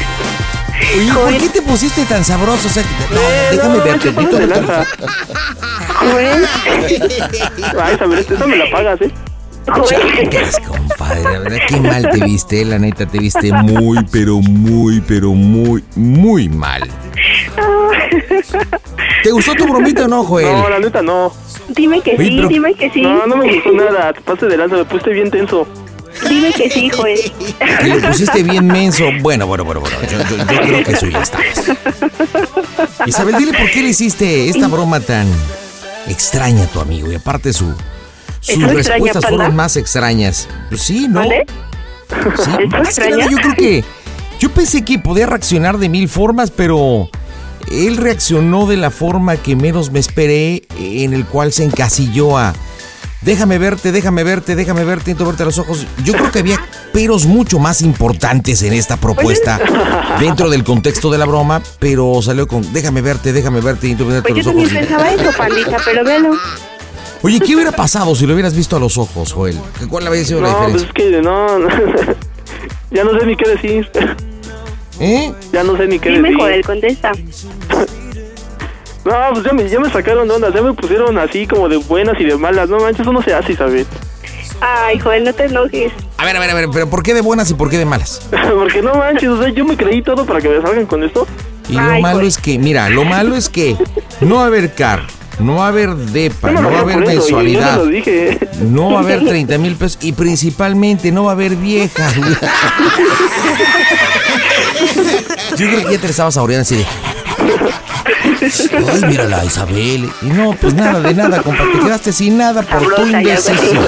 Speaker 2: Oye, ¿por qué te pusiste tan sabroso? O sea, que- no, déjame verte.
Speaker 24: no,
Speaker 2: ahorita
Speaker 24: no,
Speaker 2: no te-
Speaker 24: no,
Speaker 17: Joel.
Speaker 24: Ay, Isabel, esta me la pagas, ¿eh?
Speaker 2: Chacas, compadre. La verdad, qué mal te viste, la neta. Te viste muy, pero muy, pero muy, muy mal.
Speaker 17: Ah,
Speaker 2: ¿Te gustó tu bromita o no, Joel?
Speaker 24: No, la neta no.
Speaker 17: Dime que
Speaker 2: Oye,
Speaker 17: sí,
Speaker 2: pero-
Speaker 17: dime que sí.
Speaker 24: No, no me gustó nada. Te pasaste de lanza, me puse bien tenso.
Speaker 17: Dime que sí, Joel. Pues
Speaker 2: Te lo pusiste bien menso. Bueno, bueno, bueno, bueno. Yo, yo- yo creo que soy la estabas. Isabel, dile por qué le hiciste esta broma tan extraña a tu amigo. Y aparte su, sus
Speaker 17: ¿Estuvo extraña,
Speaker 2: respuestas
Speaker 17: Panda?
Speaker 2: fueron más extrañas. Pues sí, ¿no?
Speaker 17: ¿Vale?
Speaker 2: Sí,
Speaker 17: ¿Estuvo
Speaker 2: más que
Speaker 17: extraña?
Speaker 2: nada, yo creo que. Yo pensé que podía reaccionar de mil formas, pero él reaccionó de la forma que menos me esperé, en el cual se encasilló a. Déjame verte, déjame verte, déjame verte, intento verte a los ojos. Yo creo que había peros mucho más importantes en esta propuesta dentro del contexto de la broma, pero salió con déjame verte, déjame verte, intento verte
Speaker 17: Pues
Speaker 2: a
Speaker 17: yo
Speaker 2: los
Speaker 17: también
Speaker 2: ojos.
Speaker 17: pensaba eso, pandita, pero velo.
Speaker 2: Oye, ¿qué hubiera pasado si lo hubieras visto a los ojos, Joel? ¿Cuál habría sido la
Speaker 24: No, pues
Speaker 2: diferencia?
Speaker 24: es que no. ya no sé ni qué decir.
Speaker 2: ¿Eh?
Speaker 24: Ya no sé ni qué
Speaker 17: Dime,
Speaker 24: decir.
Speaker 17: Joel, contesta.
Speaker 24: No, pues ya me, ya me sacaron de onda, ya me pusieron así como de buenas y de malas. No manches, eso no se hace, Isabel.
Speaker 17: Ay, Joel, no te enojes.
Speaker 2: A ver, a ver, a ver, pero ¿por qué de buenas y por qué de malas?
Speaker 24: Porque no manches, o sea, yo me creí todo para que me salgan con esto.
Speaker 2: Y lo malo es que, mira, lo malo es que no va a haber car, no va a haber depa,
Speaker 24: Yo me
Speaker 2: no va a
Speaker 24: enojé
Speaker 2: haber
Speaker 24: por eso, yo- yo
Speaker 2: mensualidad,
Speaker 24: te lo dije.
Speaker 2: no va a haber 30 mil pesos y principalmente no va a haber vieja. güey. Yo creo que ya te estabas saboreando así de... Ay, mírala, Isabel. Y no, pues nada, de nada, compa. Te quedaste sin nada por tu
Speaker 6: Sabrosa, ya sé.
Speaker 2: indecisión.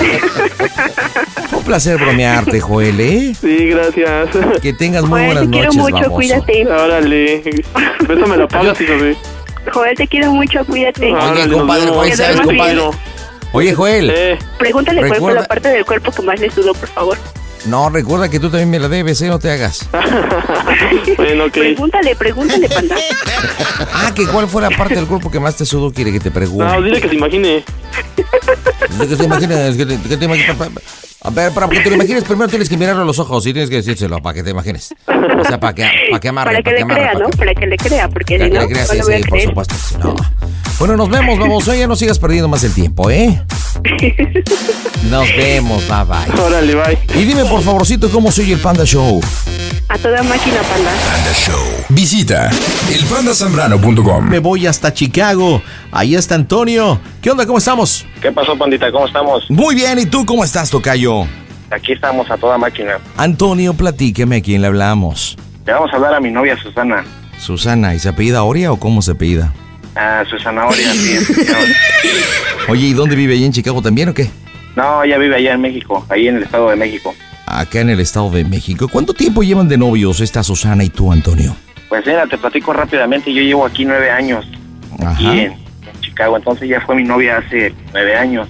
Speaker 2: Fue un placer bromearte, Joel, ¿eh?
Speaker 24: Sí, gracias.
Speaker 2: Que tengas muy
Speaker 17: Joel,
Speaker 2: buenas
Speaker 17: te quiero
Speaker 2: noches,
Speaker 17: mucho,
Speaker 2: baboso.
Speaker 17: cuídate.
Speaker 24: Órale. Eso me la pagas, Isabel.
Speaker 17: Joel, te quiero mucho, cuídate.
Speaker 2: Oye,
Speaker 24: Órale,
Speaker 2: compadre,
Speaker 24: nos vemos.
Speaker 2: Joel, ¿sabes,
Speaker 24: Te
Speaker 2: compadre?
Speaker 24: quiero.
Speaker 2: Oye, Joel.
Speaker 24: Eh.
Speaker 17: Pregúntale cuál fue
Speaker 2: Recuerda-
Speaker 17: la parte del cuerpo que más le sudó, por favor.
Speaker 2: No, recuerda que tú también me la debes, ¿eh? No te hagas.
Speaker 24: Bueno, ok.
Speaker 17: Pregúntale, pregúntale, panda.
Speaker 2: Ah, que cuál fue la parte del cuerpo que más te sudó, quiere que te pregunte.
Speaker 24: No, dile que se imagine. ¿eh?
Speaker 2: ¿Qué te imaginas? ¿Qué te, qué te imaginas? Pa- pa- A ver, para que te lo imagines, primero tienes que mirarlo a los ojos y tienes que decírselo para que te imagines. O sea, para que, para que amarre,
Speaker 17: para que le
Speaker 2: amarre,
Speaker 17: crea,
Speaker 2: para
Speaker 17: ¿no? Para que le crea, porque
Speaker 2: que-
Speaker 17: si
Speaker 2: para
Speaker 17: no,
Speaker 2: que le creas,
Speaker 17: no le
Speaker 2: sí,
Speaker 17: voy a
Speaker 2: sí, por
Speaker 17: creer.
Speaker 2: supuesto. sí, no. Bueno, nos vemos, vamos. Oye, no sigas perdiendo más el tiempo, ¿eh? Nos vemos, bye bye.
Speaker 24: Órale, bye.
Speaker 2: Y dime, por favorcito, ¿cómo soy el Panda Show?
Speaker 17: A toda máquina, panda.
Speaker 27: Panda Show. Visita elpandasambrano.com.
Speaker 28: Me voy hasta Chicago. Ahí está Antonio. ¿Qué onda? ¿Cómo estamos?
Speaker 29: ¿Qué pasó, pandita? ¿Cómo estamos?
Speaker 2: Muy bien, ¿y tú cómo estás, Tocayo?
Speaker 29: Aquí estamos a toda máquina.
Speaker 2: Antonio, platíqueme a quién le hablamos.
Speaker 29: Le vamos a hablar a mi novia Susana.
Speaker 2: Susana, ¿y se apellida Oria o cómo se apellida?
Speaker 29: A Susana Oria, sí.
Speaker 2: Oye, ¿y dónde vive? ¿Allí en Chicago también o qué?
Speaker 29: No, ella vive allá en México, ahí en el Estado de México.
Speaker 2: Acá en el Estado de México. ¿Cuánto tiempo llevan de novios esta Susana y tú, Antonio?
Speaker 29: Pues mira, te platico rápidamente. Yo llevo aquí nueve años. aquí en, en Chicago. Entonces ya fue mi novia hace nueve años.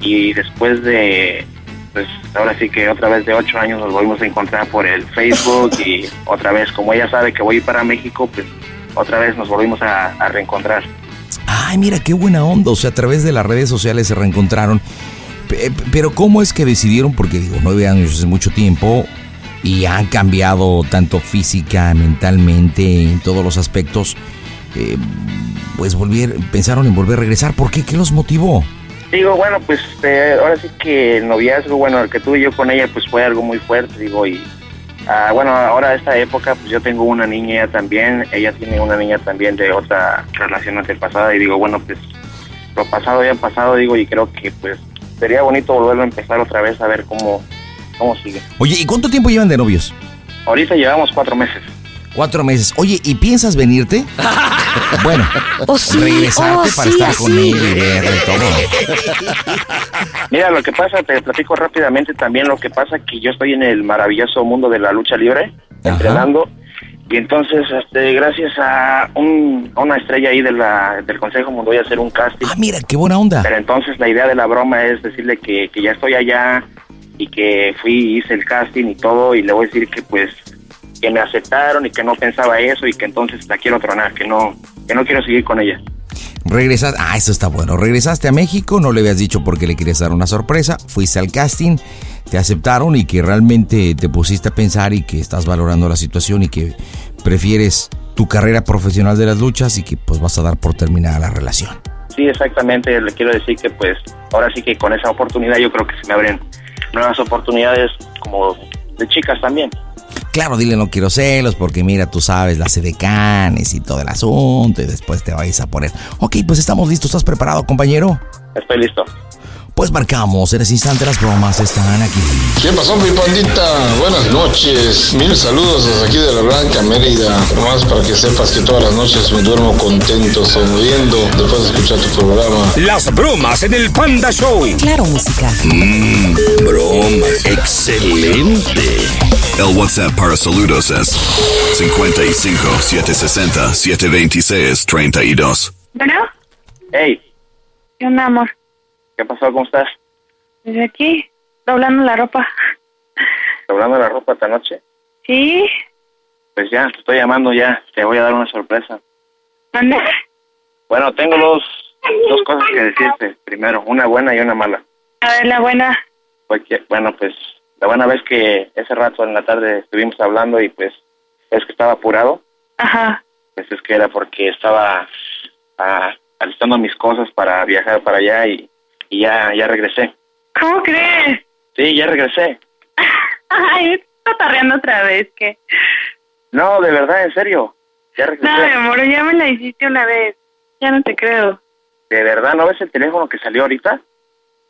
Speaker 29: Y después de, pues ahora sí que otra vez de ocho años nos volvimos a encontrar por el Facebook y otra vez, como ella sabe que voy para México, pues otra vez nos volvimos a, a reencontrar.
Speaker 2: Ay, mira, qué buena onda. O sea, a través de las redes sociales se reencontraron. Pe- pe- Pero ¿cómo es que decidieron? Porque digo, nueve años es mucho tiempo y han cambiado tanto física, mentalmente, en todos los aspectos. Eh, pues volver, pensaron en volver a regresar. ¿Por qué? ¿Qué los motivó?
Speaker 29: Digo, bueno, pues eh, ahora sí que el noviazgo, bueno, el que tuve yo con ella, pues fue algo muy fuerte, digo, y ah, bueno, ahora esta época, pues yo tengo una niña ella también, ella tiene una niña también de otra relación antepasada, y digo, bueno, pues lo pasado ya pasado, digo, y creo que pues sería bonito volverlo a empezar otra vez a ver cómo, cómo sigue.
Speaker 2: Oye, ¿y cuánto tiempo llevan de novios?
Speaker 29: Ahorita llevamos cuatro meses.
Speaker 2: Cuatro meses. Oye, ¿y piensas venirte? Bueno,
Speaker 29: Oh, sí,
Speaker 2: regresarte
Speaker 29: oh,
Speaker 2: para
Speaker 29: sí,
Speaker 2: estar
Speaker 29: sí.
Speaker 2: con ella y verla y todo.
Speaker 29: Mira, lo que pasa, te platico rápidamente también lo que pasa, que yo estoy en el maravilloso mundo de la lucha libre, entrenando, y entonces, este, gracias a, un- a una estrella ahí de la, del Consejo Mundo, voy a hacer un casting. Ah,
Speaker 2: mira, qué buena onda.
Speaker 29: Pero entonces la idea de la broma es decirle que, que ya estoy allá y que fui, hice el casting y todo, y le voy a decir que pues que me aceptaron y que no pensaba eso y que entonces la quiero tronar, que no, que no quiero seguir con ella.
Speaker 2: Regresaste, ah, eso está bueno. Regresaste a México, no le habías dicho porque le querías dar una sorpresa, fuiste al casting, te aceptaron y que realmente te pusiste a pensar y que estás valorando la situación y que prefieres tu carrera profesional de las luchas y que pues vas a dar por terminada la relación.
Speaker 29: Sí, exactamente. Le quiero decir que, pues, ahora sí que con esa oportunidad yo creo que se me abren nuevas oportunidades como de chicas también.
Speaker 2: Claro, dile no quiero celos porque mira, tú sabes las edecanes y todo el asunto y después te vais a poner. Ok, pues estamos listos, ¿estás preparado compañero?
Speaker 29: Estoy listo.
Speaker 2: Pues marcamos, en ese instante las bromas están aquí.
Speaker 4: ¿Qué pasó, mi pandita? Buenas noches. Mil saludos desde aquí de la Blanca Mérida. Nomás para que sepas que todas las noches me duermo contento, sonriendo, después de escuchar tu programa.
Speaker 6: Las bromas en el Panda Show.
Speaker 30: Claro, música.
Speaker 10: Mmm, bromas. Excelente. El WhatsApp para saludos es 55 760 726 32.
Speaker 22: ¿Bueno?
Speaker 29: Hey,
Speaker 22: ¿Qué onda, amor?
Speaker 29: ¿qué pasó? ¿Cómo estás?
Speaker 22: Desde aquí, doblando la ropa.
Speaker 29: ¿Doblando la ropa esta noche?
Speaker 22: ¿Sí?
Speaker 29: Pues ya, te estoy llamando ya. Te voy a dar una sorpresa.
Speaker 22: ¿Mande?
Speaker 29: Bueno, tengo dos, dos cosas que decirte. Primero, una buena y una mala.
Speaker 22: A ver, la buena.
Speaker 29: Porque, bueno, pues, la buena vez que ese rato en la tarde estuvimos hablando y, pues, es que estaba apurado.
Speaker 22: Ajá.
Speaker 29: Pues es que era porque estaba ah, alistando mis cosas para viajar para allá y, y ya, ya regresé.
Speaker 22: ¿Cómo crees?
Speaker 29: Sí, ya regresé.
Speaker 22: Ay, me estás cotorreando otra vez, que.
Speaker 29: No, de verdad, en serio. Ya regresé.
Speaker 22: No, mi amor, ya me la hiciste una vez. Ya no te creo.
Speaker 29: ¿De verdad no ves el teléfono que salió ahorita?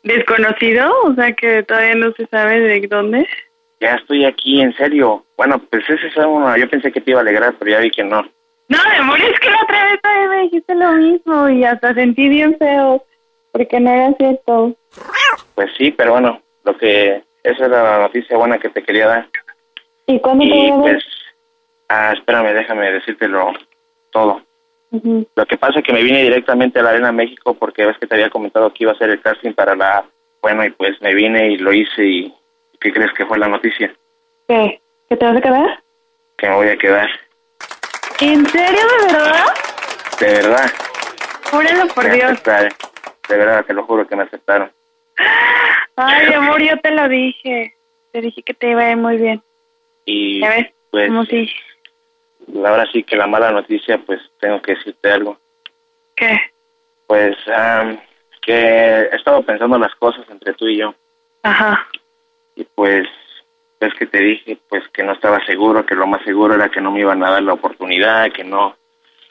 Speaker 22: ¿Desconocido? O sea, que todavía no se sabe de dónde.
Speaker 29: Ya estoy aquí, en serio. Bueno, pues ese es uno. Yo pensé que te iba a alegrar, pero ya vi que no.
Speaker 22: No, mi amor, es que la otra vez también me dijiste lo mismo y hasta sentí bien feo. Porque no era cierto.
Speaker 29: Pues sí, pero bueno, lo que. Esa era la noticia buena que te quería dar.
Speaker 22: ¿Y cuándo te voy
Speaker 29: Y
Speaker 22: a ver?
Speaker 29: pues. Ah, espérame, déjame decírtelo todo.
Speaker 22: Ujú.
Speaker 29: Lo que pasa es que me vine directamente a la Arena México porque ves que te había comentado que iba a hacer el casting para la... Bueno, y pues me vine y lo hice y... ¿Qué crees que fue la noticia?
Speaker 22: ¿Qué? ¿Que te vas a quedar?
Speaker 29: Que me voy a quedar.
Speaker 22: ¿En serio, de verdad?
Speaker 29: De verdad.
Speaker 22: Júralo por
Speaker 29: me
Speaker 22: Dios.
Speaker 29: aceptaron. De verdad, te lo juro que me aceptaron.
Speaker 22: Ay, amor, yo te lo dije. Te dije que te iba a ir muy bien.
Speaker 29: Y
Speaker 22: Ya ves,
Speaker 29: pues
Speaker 22: como si...
Speaker 29: ahora sí que la mala noticia, pues tengo que decirte algo.
Speaker 22: ¿Qué?
Speaker 29: Pues am, que he estado pensando las cosas entre tú y yo.
Speaker 22: Ajá.
Speaker 29: Y pues ves que te dije pues que no estaba seguro, que lo más seguro era que no me iban a dar la oportunidad, que no,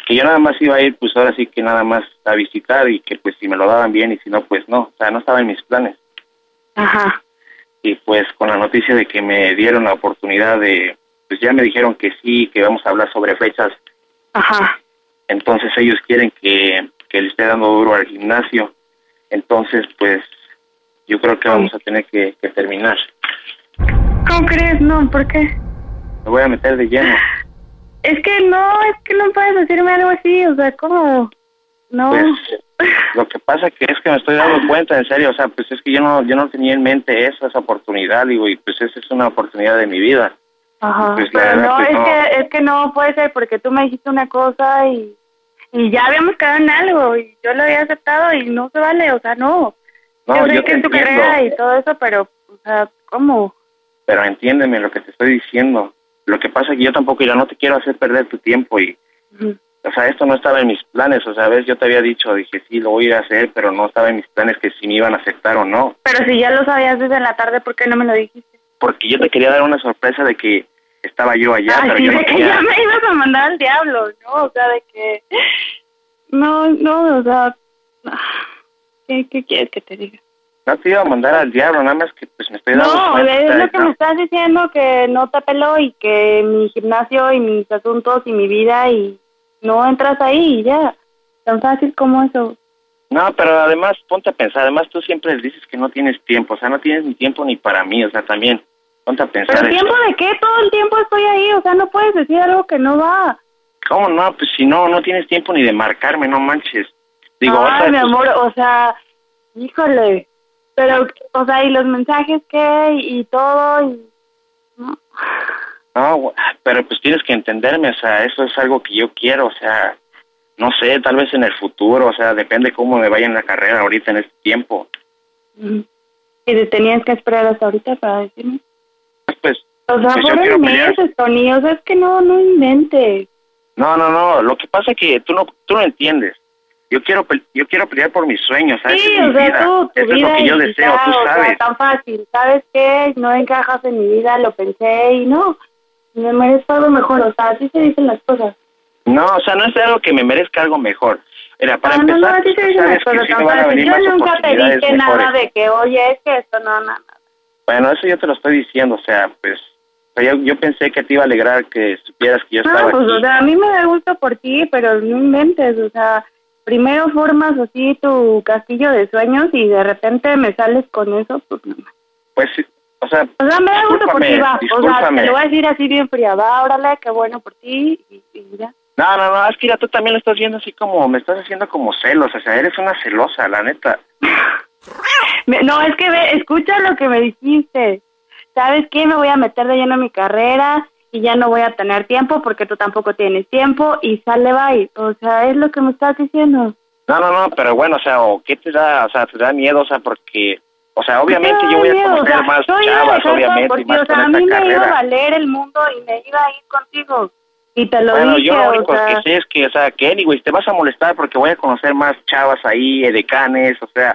Speaker 29: que yo nada más iba a ir pues ahora sí que nada más a visitar y que pues si me lo daban bien y si no pues no, o sea no estaba en mis planes.
Speaker 22: Ajá.
Speaker 29: Y pues con la noticia de que me dieron la oportunidad de, pues ya me dijeron que sí, que vamos a hablar sobre fechas,
Speaker 22: Ajá.
Speaker 29: entonces ellos quieren que, que le esté dando duro al gimnasio, entonces pues yo creo que vamos a tener que, que terminar.
Speaker 22: ¿Cómo crees? No, ¿por qué?
Speaker 29: Me voy a meter de lleno.
Speaker 22: Es que no, es que no puedes decirme algo así, o sea, ¿cómo?
Speaker 4: No.
Speaker 29: Pues lo que pasa que es que me estoy dando cuenta, en serio, o sea, pues es que yo no, yo no tenía en mente esa, esa oportunidad, digo, y pues esa es una oportunidad de mi vida.
Speaker 22: Ajá.
Speaker 29: Pues la
Speaker 22: Pero
Speaker 29: verdad
Speaker 22: no,
Speaker 29: que
Speaker 22: es
Speaker 29: no.
Speaker 22: que, es que no puede ser porque tú me dijiste una cosa y, y ya habíamos quedado en algo y yo lo había aceptado y no se vale, o sea, no.
Speaker 29: No,
Speaker 22: sé
Speaker 29: yo
Speaker 22: que
Speaker 29: te
Speaker 22: es tu
Speaker 29: entiendo.
Speaker 22: carrera y todo eso, pero, o sea, ¿cómo?
Speaker 29: Pero entiéndeme lo que te estoy diciendo. Lo que pasa es que yo tampoco, yo no te quiero hacer perder tu tiempo y, o sea, esto no estaba en mis planes, o sea, ves, yo te había dicho, dije, sí, lo voy a ir a hacer, pero no estaba en mis planes que si me iban a aceptar o no.
Speaker 22: Pero si ya lo sabías desde la tarde, ¿por qué no me lo dijiste?
Speaker 29: Porque yo te quería dar una sorpresa de que estaba yo allá, pero
Speaker 22: Así
Speaker 29: yo no
Speaker 22: de que
Speaker 29: quería-
Speaker 22: ya me ibas a mandar al diablo, ¿no? O sea, de que... No, no, o sea... ah, ¿Qué, qué quieres que te diga?
Speaker 29: No te iba a mandar al diablo, nada más que pues me estoy dando
Speaker 22: No,
Speaker 29: cuenta.
Speaker 22: es lo que
Speaker 29: ¿no?
Speaker 22: me estás diciendo que no te apelo y que mi gimnasio y mis asuntos y mi vida y no entras ahí y ya. Tan fácil como eso.
Speaker 29: No, pero además, ponte a pensar, además tú siempre dices que no tienes tiempo, o sea, no tienes ni tiempo ni para mí, o sea, también, ponte a pensar.
Speaker 22: ¿Pero
Speaker 29: eso.
Speaker 22: tiempo de qué? Todo el tiempo estoy ahí, o sea, no puedes decir algo que no va.
Speaker 29: ¿Cómo no? Pues si no, no tienes tiempo ni de marcarme, no manches. Digo,
Speaker 22: Ay,
Speaker 29: pues, otra
Speaker 22: mi
Speaker 29: de tus-
Speaker 22: amor, o sea, híjole. Pero, o sea, ¿y los mensajes qué? Y todo, y...
Speaker 29: No, güey, pero pues tienes que entenderme, o sea, eso es algo que yo quiero, o sea, no sé, tal vez en el futuro, o sea, depende cómo me vaya en la carrera ahorita en este tiempo.
Speaker 22: Y te tenías que esperar hasta ahorita para decirme.
Speaker 29: Pues,
Speaker 22: O sea,
Speaker 29: pues yo quiero
Speaker 22: fueron
Speaker 29: pelear.
Speaker 22: meses, Tony. O sea, es que no, no inventes.
Speaker 29: No, no, no, lo que pasa es que tú no, tú no entiendes. Yo quiero, pe- yo quiero pelear por mis sueños, ¿sabes?
Speaker 22: Sí,
Speaker 29: Esa es
Speaker 22: o
Speaker 29: mi
Speaker 22: sea,
Speaker 29: vida.
Speaker 22: tú, tu
Speaker 29: Eso
Speaker 22: vida
Speaker 29: es lo que yo
Speaker 22: y
Speaker 29: deseo,
Speaker 22: ya,
Speaker 29: tú
Speaker 22: o sea,
Speaker 29: sabes.
Speaker 22: tan fácil. ¿Sabes qué? No encajas en mi vida, lo pensé y no. Me merezco algo mejor. O sea, así se dicen las cosas.
Speaker 29: No, o sea, no es algo que me merezca algo mejor. Mira, para
Speaker 22: Ah, no, no,
Speaker 29: empezar,
Speaker 22: así
Speaker 29: pues,
Speaker 22: se
Speaker 29: tú
Speaker 22: dicen las
Speaker 29: sabes que
Speaker 22: cosas.
Speaker 29: sí
Speaker 22: tan
Speaker 29: me van a
Speaker 22: fácil.
Speaker 29: venir más
Speaker 22: Yo nunca te
Speaker 29: oportunidades
Speaker 22: dije nada
Speaker 29: mejores.
Speaker 22: de que, oye, es que esto no, Ah, nada.
Speaker 29: Bueno, eso yo te lo estoy diciendo, o sea, pues, o sea, yo, yo pensé que te iba a alegrar que supieras que yo
Speaker 22: No,
Speaker 29: estaba
Speaker 22: pues,
Speaker 29: aquí.
Speaker 22: o sea, a mí me da gusto por ti, pero no inventes, o sea, primero formas así tu castillo de sueños y de repente me sales con eso, pues no.
Speaker 29: Pues, sí, o sea,
Speaker 22: O sea, me da gusto por ti,
Speaker 29: Discúlpame,
Speaker 22: va. O sea, te
Speaker 29: discúlpame.
Speaker 22: lo voy a decir así bien fría, va, órale, qué bueno por ti y, y ya.
Speaker 29: no, no, no, es que mira, tú también lo estás viendo así como, me estás haciendo como celos, o sea, eres una celosa, la neta.
Speaker 22: Me- no, es que ve, escucha lo que me dijiste. ¿Sabes qué? Me voy a meter de lleno en mi carrera y ya no voy a tener tiempo porque tú tampoco tienes tiempo y sale, bye. O sea, es lo que me estás diciendo.
Speaker 29: No, no, no, pero bueno, o sea, o ¿qué te da? O sea, te da miedo, o sea, porque, o sea, obviamente yo voy a
Speaker 22: miedo, o
Speaker 29: conocer
Speaker 22: sea,
Speaker 29: más
Speaker 22: yo iba a
Speaker 29: chavas,
Speaker 22: dejar todo por
Speaker 29: obviamente, y
Speaker 22: ti,
Speaker 29: más
Speaker 22: o sea,
Speaker 29: con
Speaker 22: a mí
Speaker 29: esta
Speaker 22: me iba a
Speaker 29: carrera.
Speaker 22: valer el mundo y me iba a ir contigo. Y te lo
Speaker 29: bueno,
Speaker 22: dije,
Speaker 29: yo lo
Speaker 22: o
Speaker 29: único
Speaker 22: sea,
Speaker 29: que sé es que, o sea, que, anyway, te vas a molestar porque voy a conocer más chavas ahí, edecanes, o sea,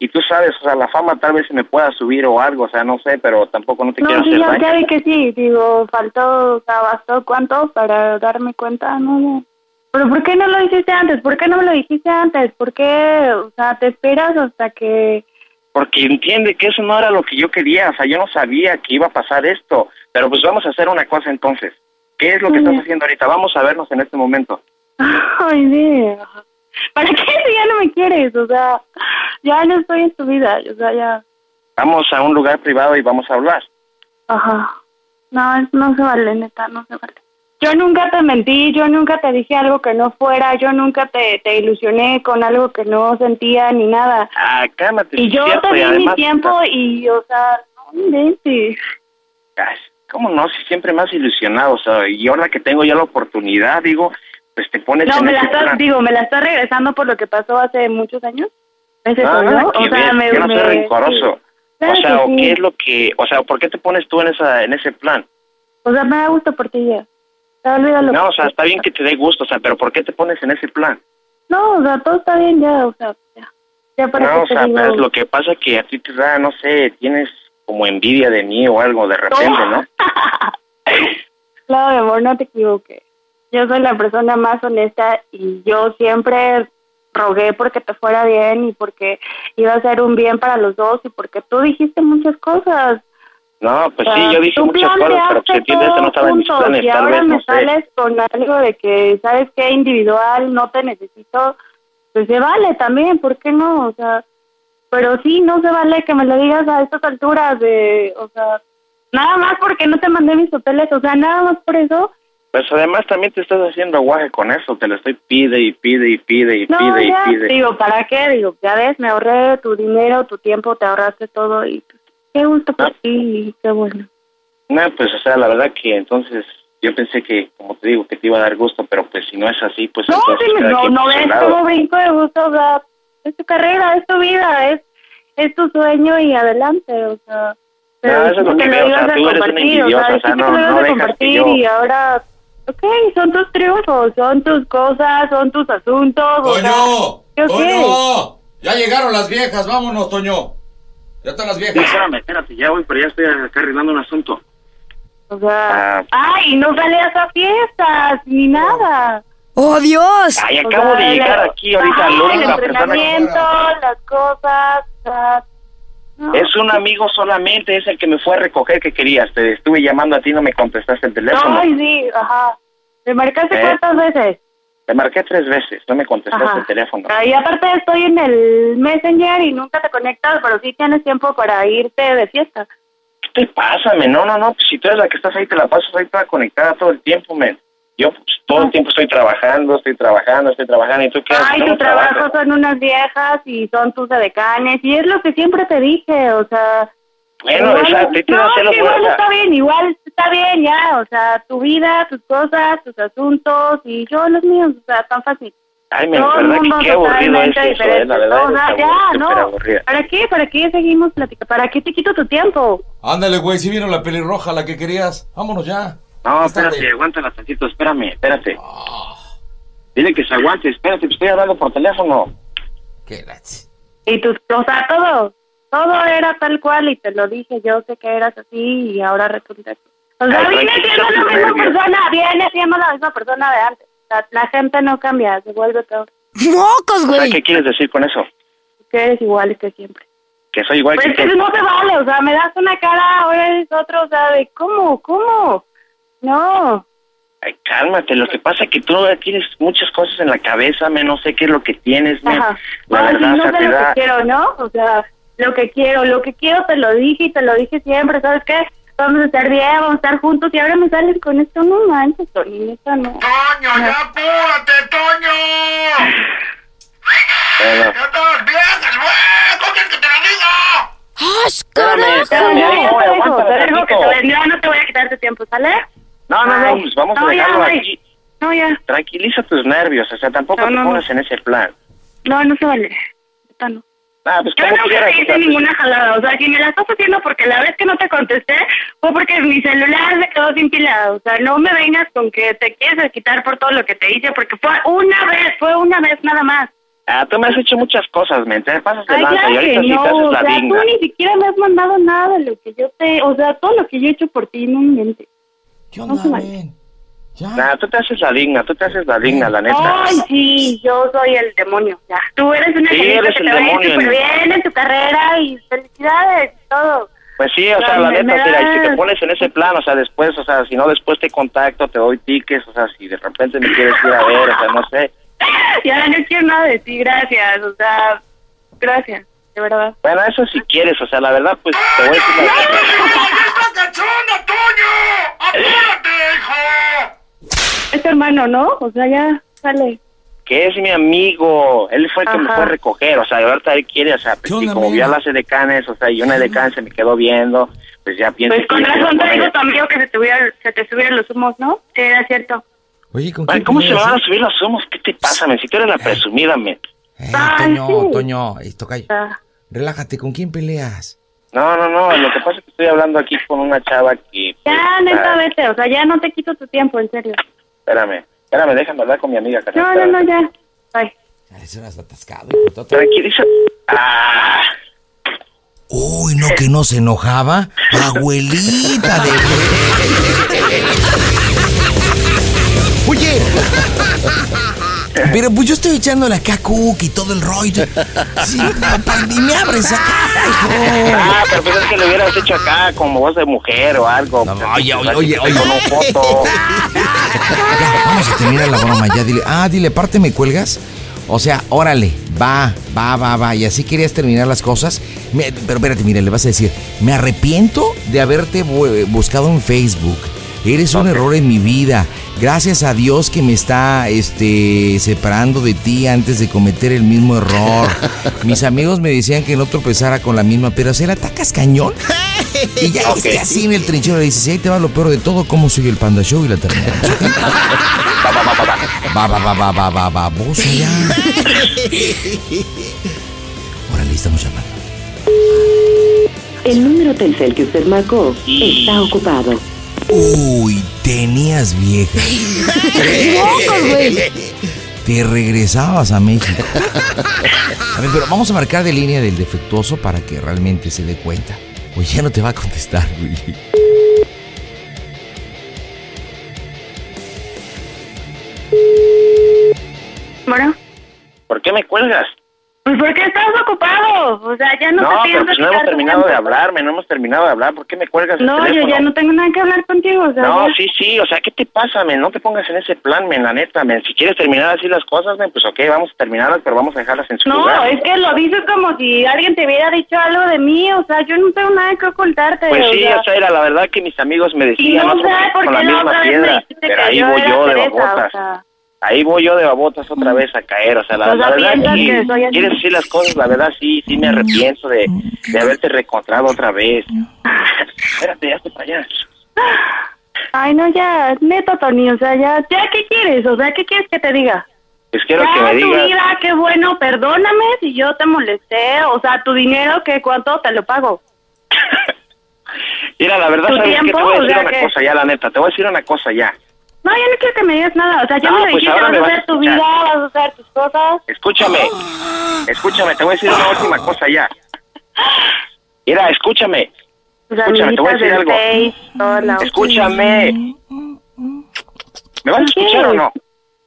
Speaker 29: y tú sabes, o sea, la fama tal vez se me pueda subir o algo, o sea, no sé, pero tampoco no te quiero
Speaker 22: no, sí,
Speaker 29: hacer
Speaker 22: ya,
Speaker 29: daño.
Speaker 22: ya vi que sí, digo, faltó, o sea, bastó cuánto para darme cuenta, no, ya. Pero ¿por qué no lo hiciste antes? ¿Por qué no me lo dijiste antes? ¿Por qué, o sea, te esperas hasta que...
Speaker 29: Porque entiende que eso no era lo que yo quería, o sea, yo no sabía que iba a pasar esto, pero pues vamos a hacer una cosa entonces. ¿Qué es lo que estás haciendo ahorita? Vamos a vernos en este momento.
Speaker 22: Ay, Dios. ¿Para qué si ya no me quieres? O sea, ya no estoy en tu vida, o sea, ya...
Speaker 29: Vamos a un lugar privado y vamos a hablar.
Speaker 22: Ajá. No, es- no se vale, neta, no se vale. Yo nunca te mentí, yo nunca te dije algo que no fuera, yo nunca te, te ilusioné con algo que no sentía ni nada.
Speaker 29: Ah, cálmate.
Speaker 22: Y
Speaker 29: sí,
Speaker 22: yo te
Speaker 29: cierto, y
Speaker 22: di mi
Speaker 29: además-
Speaker 22: tiempo y, o sea, no inventes.
Speaker 29: Ay, ¿Cómo no? Si siempre me has ilusionado, o sea, y ahora que tengo ya la oportunidad, digo, pues te pones
Speaker 22: No,
Speaker 29: en
Speaker 22: me la
Speaker 29: ese
Speaker 22: estás,
Speaker 29: plan.
Speaker 22: digo, me la estás regresando por lo que pasó hace muchos años. Ese
Speaker 29: No,
Speaker 22: color,
Speaker 29: Ah, nada
Speaker 22: o
Speaker 29: que
Speaker 22: sea,
Speaker 29: ver,
Speaker 22: me,
Speaker 29: yo no soy
Speaker 22: me-
Speaker 29: rencoroso.
Speaker 22: Claro
Speaker 29: o sea,
Speaker 22: que
Speaker 29: ¿o
Speaker 22: sí.
Speaker 29: qué es lo que, o sea, ¿por qué te pones tú en esa en ese plan?
Speaker 22: O sea, me da gusto por ti ya. O sea, olvídalo.
Speaker 29: No, o sea, está bien que te dé gusto, o sea, pero ¿por qué te pones en ese plan?
Speaker 22: No, o sea, todo está bien ya, o sea, ya. Ya para
Speaker 29: No,
Speaker 22: qué
Speaker 29: o
Speaker 22: te
Speaker 29: sea,
Speaker 22: digo-
Speaker 29: pero es lo que pasa que a ti te da, no sé, tienes como envidia de mí o algo de repente, ¿no?
Speaker 22: Claro, mi amor, no te equivoques. Yo soy la persona más honesta y yo siempre rogué porque te fuera bien y porque iba a ser un bien para los dos y porque tú dijiste muchas cosas.
Speaker 29: No, pues
Speaker 22: O sea,
Speaker 29: sí, yo dije
Speaker 22: tú
Speaker 29: muchas cosas, pero
Speaker 22: planteaste
Speaker 29: pues entiendes, eso no estaba en mis
Speaker 22: juntos,
Speaker 29: planes,
Speaker 22: y
Speaker 29: tal
Speaker 22: ahora
Speaker 29: vez,
Speaker 22: me
Speaker 29: no sé.
Speaker 22: sales con algo de que, ¿sabes qué? Individual, no te necesito. Pues se vale también, ¿por qué no? O sea, pero sí, no se vale que me lo digas a estas alturas de, o sea, nada más porque no te mandé mis papeles, o sea, nada más por eso
Speaker 29: Pues además también te estás haciendo guaje con eso, te lo estoy pide y pide y pide y
Speaker 22: No,
Speaker 29: pide
Speaker 22: ya,
Speaker 29: y pide.
Speaker 22: digo, ¿para qué? Digo, ya ves, me ahorré tu dinero, tu tiempo, te ahorraste todo y pues, qué gusto por ti y qué bueno.
Speaker 29: No, pues o sea, la verdad que entonces yo pensé que, como te digo, que te iba a dar gusto, pero pues si no es así, pues
Speaker 22: No,
Speaker 29: entonces
Speaker 22: dime,
Speaker 29: cada
Speaker 22: no,
Speaker 29: quien
Speaker 22: no
Speaker 29: por su
Speaker 22: ves
Speaker 29: lado.
Speaker 22: como brinco de gusto, o sea, es tu carrera, es tu vida, es, es tu sueño y adelante, o sea.
Speaker 29: No, eso es lo
Speaker 22: dijiste
Speaker 29: que veo, o sea, tú eres una envidiosa, o sea,
Speaker 22: dijiste
Speaker 29: no-
Speaker 22: que lo ibas
Speaker 29: no
Speaker 22: a
Speaker 29: dejas que
Speaker 22: compartir
Speaker 29: yo-
Speaker 22: y ahora, ok, son tus triunfos, son tus cosas, son tus asuntos, o sea, ¿yo
Speaker 2: Oh,
Speaker 22: qué?
Speaker 2: ¡Toño! Ya llegaron las viejas, vámonos, Toño. Ya están las viejas.
Speaker 29: Espérame, espérate, ya voy, pero ya estoy acá arreglando un asunto.
Speaker 22: O sea,
Speaker 29: Ah.
Speaker 22: ay, no salías a fiestas ni nada.
Speaker 11: ¡Oh, Dios!
Speaker 29: Ay, acabo de llegar aquí ahorita,
Speaker 22: ay,
Speaker 29: la
Speaker 22: el
Speaker 29: única persona que-
Speaker 22: entrenamiento, las cosas, las- no.
Speaker 29: Es un amigo solamente, es el que me fue a recoger que querías. Te estuve llamando a ti, no me contestaste el teléfono.
Speaker 22: Ay, sí, ajá. ¿Me marcaste
Speaker 29: Eh.
Speaker 22: cuántas veces?
Speaker 29: Te marqué tres veces, no me contestaste
Speaker 22: Ajá.
Speaker 29: el teléfono.
Speaker 22: Ahí aparte estoy en el Messenger y nunca te conectas, pero sí tienes tiempo para irte de fiesta.
Speaker 29: ¿Qué te pasa, men? No, no, no, pues si tú eres la que estás ahí, te la pasas ahí toda conectada todo el tiempo, men. Yo pues, todo el tiempo estoy trabajando, estoy trabajando, estoy trabajando, y tú qué haces?
Speaker 22: Ay,
Speaker 29: No,
Speaker 22: tu
Speaker 29: no trabajas.
Speaker 22: trabajo son unas viejas y son tus decanes y es lo que siempre te dije, o sea...
Speaker 29: Bueno,
Speaker 22: igual-
Speaker 29: o sea, a ti te da
Speaker 22: no,
Speaker 29: celos
Speaker 22: sí,
Speaker 29: por-
Speaker 22: igual
Speaker 29: o sea-
Speaker 22: está bien, igual está bien ya, o sea, tu vida, tus cosas, tus asuntos y yo los míos, o sea, tan fácil.
Speaker 29: Ay, men,
Speaker 22: Todo el
Speaker 29: verdad
Speaker 22: mundo
Speaker 29: que qué aburrido es
Speaker 22: totalmente
Speaker 29: eso, eh, la
Speaker 22: diferente,
Speaker 29: verdad.
Speaker 22: o sea,
Speaker 29: está
Speaker 22: ya,
Speaker 29: aburrido,
Speaker 22: no.
Speaker 29: súper aburrida.
Speaker 22: ¿Para qué? ¿Para qué seguimos platicando? ¿Para qué te quito tu tiempo?
Speaker 2: Ándale, güey, si vino la pelirroja, la que querías. Vámonos ya.
Speaker 29: No, espérate, aguántala tantito, espérame, espérate.
Speaker 22: Ah.
Speaker 29: Dile que se aguante, espérate, pues, estoy hablando por teléfono.
Speaker 2: ¿Qué
Speaker 22: Y tus, o sea, todo, todo era tal cual y te lo dije, yo sé que eras así y ahora resulta que... O sea,
Speaker 29: Ay,
Speaker 22: viene
Speaker 29: tranquila,
Speaker 22: siendo la misma
Speaker 29: soberbia.
Speaker 22: persona, viene siendo la misma persona de antes. O sea, la gente no cambia, se vuelve peor.
Speaker 11: ¡Mocos,
Speaker 29: O sea, ¿Qué quieres decir con eso?
Speaker 22: Que eres igual que siempre.
Speaker 29: Que soy igual
Speaker 22: Pues es
Speaker 29: que
Speaker 22: que
Speaker 29: tú.
Speaker 22: no se vale, o sea, me das una cara, ahora eres otro, o sea, de cómo, cómo. No,
Speaker 29: Ay, cálmate, lo que pasa es que tú tienes muchas cosas en la cabeza, men, no sé qué es lo que tienes, men.
Speaker 22: Ajá.
Speaker 29: La
Speaker 22: No,
Speaker 29: verdad,
Speaker 22: sí,
Speaker 29: o sea,
Speaker 22: no
Speaker 29: te
Speaker 22: sé lo
Speaker 29: da-
Speaker 22: que quiero, ¿no? O sea, lo que quiero, lo que quiero te lo dije y te lo dije siempre, ¿sabes qué? Vamos a estar bien, vamos a estar juntos y ahora me sales con esto, no manches, Tony, neta, no.
Speaker 6: Toño, ya apúrate, Toño.
Speaker 29: Bueno,
Speaker 6: Ya todas viejas, güey. ¿Cómo quieres que te lo diga?
Speaker 29: espérame,
Speaker 22: No,
Speaker 29: espérame, ahí
Speaker 22: ya
Speaker 29: voy,
Speaker 22: te dejo,
Speaker 29: aguántame
Speaker 22: te dejo que
Speaker 29: tantito.
Speaker 22: te- ya no te voy a quitar tu tiempo, ¿sale?
Speaker 29: No, no, no,
Speaker 22: Ay.
Speaker 29: pues vamos a
Speaker 22: No, ya,
Speaker 29: dejarlo
Speaker 22: güey.
Speaker 29: aquí.
Speaker 22: No, ya,
Speaker 29: Tranquiliza tus nervios, o sea, tampoco
Speaker 22: No,
Speaker 29: te
Speaker 22: no, no.
Speaker 29: pongas en ese plan.
Speaker 22: no, no se vale. Neta, no.
Speaker 29: Ah, pues
Speaker 22: Yo
Speaker 29: como
Speaker 22: nunca
Speaker 29: quieras.
Speaker 22: te
Speaker 29: o sea,
Speaker 22: hice
Speaker 29: pues,
Speaker 22: ninguna jalada, o sea, si me la estás haciendo porque la vez que no te contesté fue porque mi celular se quedó sin pila, o sea, no me vengas con que te quieres quitar por todo lo que te hice, porque fue una vez, fue una vez nada más.
Speaker 29: Ah, tú me has hecho muchas cosas, men, te pasas de
Speaker 22: Ay,
Speaker 29: lanza y
Speaker 22: claro que
Speaker 29: ahorita sí te
Speaker 22: no,
Speaker 29: haces
Speaker 22: o
Speaker 29: la
Speaker 22: sea, tú
Speaker 29: digna.
Speaker 22: ni siquiera me has mandado nada de lo que yo te, o sea, todo lo que yo he hecho por ti, no me inventes. no se vale.
Speaker 29: Nah, tú te haces la digna, tú te haces la digna, la neta.
Speaker 22: Ay, sí, yo soy el demonio, ya. Tú eres una
Speaker 29: Sí,
Speaker 22: angelito
Speaker 29: eres
Speaker 22: que
Speaker 29: el
Speaker 22: te va a ir
Speaker 29: demonio,
Speaker 22: súper
Speaker 29: ¿no?
Speaker 22: bien en tu carrera y felicidades y todo.
Speaker 29: Pues sí, o sea,
Speaker 22: Ay,
Speaker 29: la
Speaker 22: me-
Speaker 29: neta,
Speaker 22: me
Speaker 29: mira, y si te
Speaker 22: das.
Speaker 29: pones en ese plan, o sea, después, o sea, si no, después te contacto, te doy tickets, o sea, si de repente me quieres ir a ver, o sea, no sé.
Speaker 22: Y ahora no quiero nada de ti, gracias, o sea, gracias, de verdad.
Speaker 29: Bueno, eso si quieres, o sea, la verdad, pues te voy a decir la verdad.
Speaker 22: Es tu hermano, ¿no? O sea, ya, sale.
Speaker 29: que es mi amigo, él fue el que me
Speaker 22: Ajá.
Speaker 29: fue a recoger, o sea, ahorita él quiere, o sea, pues, sí, como vio a las edecanes, o sea, y una edecán se me quedó viendo, pues ya pienso
Speaker 22: Pues con
Speaker 29: que yo quiero
Speaker 22: razón te
Speaker 29: poner-
Speaker 22: dijo tu amigo que se, tuviera- se te subieran los humos, ¿no? Sí, era cierto.
Speaker 2: Oye, ¿con
Speaker 29: Ay,
Speaker 2: quién
Speaker 29: ¿Cómo se me
Speaker 2: peleas,
Speaker 29: van a
Speaker 2: eh?
Speaker 29: subir los humos? ¿Qué te pasa, men? Si tú eres la presumida, men.
Speaker 2: Toño,
Speaker 29: Ah, sí. Ah.
Speaker 2: Toño, eh, tocayo. Relájate, ¿con quién peleas?
Speaker 29: No, no, no, lo que pasa es que estoy hablando aquí con una chava que... pues,
Speaker 22: Ya,
Speaker 29: ah,
Speaker 22: neta, vete, o sea, ya no te quito tu tiempo, en serio.
Speaker 29: Espérame, espérame, déjame hablar con mi amiga. carnal,
Speaker 22: No, no, no,
Speaker 29: espérame.
Speaker 22: ya. Bye.
Speaker 2: Parece unas atascado.
Speaker 29: Tranquiliza. Ah,
Speaker 2: Uy, no, que no se enojaba. Abuelita de.
Speaker 3: Oye,
Speaker 2: Pero pues yo estoy echando la cook y todo el rollo. Sí, papá, ni me abres acá, hijo.
Speaker 29: ah, pero pues es que lo hubieras hecho acá como voz de mujer o algo. pues,
Speaker 2: oye,
Speaker 29: pues,
Speaker 2: oye,
Speaker 29: así,
Speaker 2: oye,
Speaker 29: Con un
Speaker 2: oye.
Speaker 29: foto.
Speaker 2: Vamos a terminar la broma ya. Dile, ah, dile, parte me cuelgas. O sea, órale, va, va, va, va. Y así querías terminar las cosas. Me- pero espérate, mira, le vas a decir, me arrepiento de haberte bu- buscado en Facebook. Eres un error en mi vida. Gracias a Dios que me está este, separando de ti antes de cometer el mismo error. Mis amigos me decían que no tropezara con la misma, pero se la atacas cañón. Y ya
Speaker 23: Ok.
Speaker 2: esté así en el trinchero le dices, "Y ahí te va lo peor de todo, cómo soy el Panda Show y la terminamos. Va, va, va, va, va, va, baboso ya. Órale, estamos llamando.
Speaker 31: El número Telcel que usted marcó está ocupado.
Speaker 2: Uy, tenías vieja.
Speaker 31: ¡Mocos, güey!
Speaker 2: Te regresabas a México. A ver, pero vamos a marcar de línea del defectuoso para que realmente se dé cuenta. Oye, ya no te va a contestar, güey.
Speaker 22: Bueno,
Speaker 29: ¿Por qué me cuelgas?
Speaker 22: pues ¿por qué estás ocupado? O sea, ya no,
Speaker 29: No,
Speaker 22: te
Speaker 29: pero
Speaker 22: pienso
Speaker 29: pues no hemos terminado de hablarme, no hemos terminado de hablar. ¿Por qué me cuelgas el
Speaker 22: No, yo
Speaker 29: teléfono?
Speaker 22: ya no tengo nada que hablar contigo, o sea,
Speaker 29: No,
Speaker 22: ya.
Speaker 29: sí, sí, o sea, ¿qué te pasa, men? No te pongas en ese plan, men, la neta, men. Si quieres terminar así las cosas, men, pues ok, vamos a terminarlas, pero vamos a dejarlas en su
Speaker 22: No,
Speaker 29: lugar.
Speaker 22: es que lo dices como si alguien te hubiera dicho algo de mí, o sea, yo no tengo nada que ocultarte.
Speaker 29: Pues
Speaker 22: o
Speaker 29: sí,
Speaker 22: sea,
Speaker 29: o sea, era la verdad que mis amigos me
Speaker 22: y
Speaker 29: decían,
Speaker 22: no
Speaker 29: no, pues,
Speaker 22: sé por
Speaker 29: con
Speaker 22: qué
Speaker 29: la
Speaker 22: la otra
Speaker 29: misma
Speaker 22: vez me
Speaker 29: piedra,
Speaker 22: dijiste
Speaker 29: pero
Speaker 22: que
Speaker 29: ahí
Speaker 22: yo
Speaker 29: voy
Speaker 22: era
Speaker 29: yo de
Speaker 22: Teresa, o
Speaker 29: babotas.
Speaker 22: sea.
Speaker 29: Ahí voy yo de babotas otra
Speaker 22: Mm.
Speaker 29: vez a caer, o sea, la,
Speaker 22: O sea,
Speaker 29: la verdad
Speaker 22: piensas
Speaker 29: sí,
Speaker 22: que soy así.
Speaker 29: quieres decir las cosas, la verdad sí, sí me arrepiento de, de haberte reencontrado otra vez. Espérate, ya estoy para allá.
Speaker 22: Ay, no, ya, neta, Tony, o sea, ya, ya, ¿qué quieres? O sea, ¿qué quieres que te diga?
Speaker 29: Pues quiero
Speaker 22: ya,
Speaker 29: que me
Speaker 22: tu
Speaker 29: digas.
Speaker 22: vida, qué bueno, perdóname si yo te molesté, o sea, tu dinero, ¿qué, ¿cuánto te lo pago?
Speaker 29: Mira, la verdad,
Speaker 22: ¿Tu
Speaker 29: ¿sabes qué?
Speaker 22: tiempo?
Speaker 29: Te voy a
Speaker 22: O
Speaker 29: decir
Speaker 22: sea,
Speaker 29: una
Speaker 22: ¿qué?
Speaker 29: cosa ya, la neta, te voy a decir una cosa ya.
Speaker 22: No, yo no quiero que me digas nada, o sea, ya
Speaker 29: No,
Speaker 22: me lo
Speaker 29: pues
Speaker 22: dijiste,
Speaker 29: ahora me
Speaker 22: vas a
Speaker 29: vas a
Speaker 22: hacer tu
Speaker 29: escuchar.
Speaker 22: vida, vas a hacer tus cosas.
Speaker 29: Escúchame, escúchame, te voy a decir una última cosa ya. Mira, escúchame,
Speaker 22: tus
Speaker 29: Escúchame, te voy
Speaker 22: amiguitas
Speaker 29: a decir
Speaker 22: del
Speaker 29: algo.
Speaker 22: Face, toda la- Mm,
Speaker 29: escúchame. ¿Me vas a escuchar o no?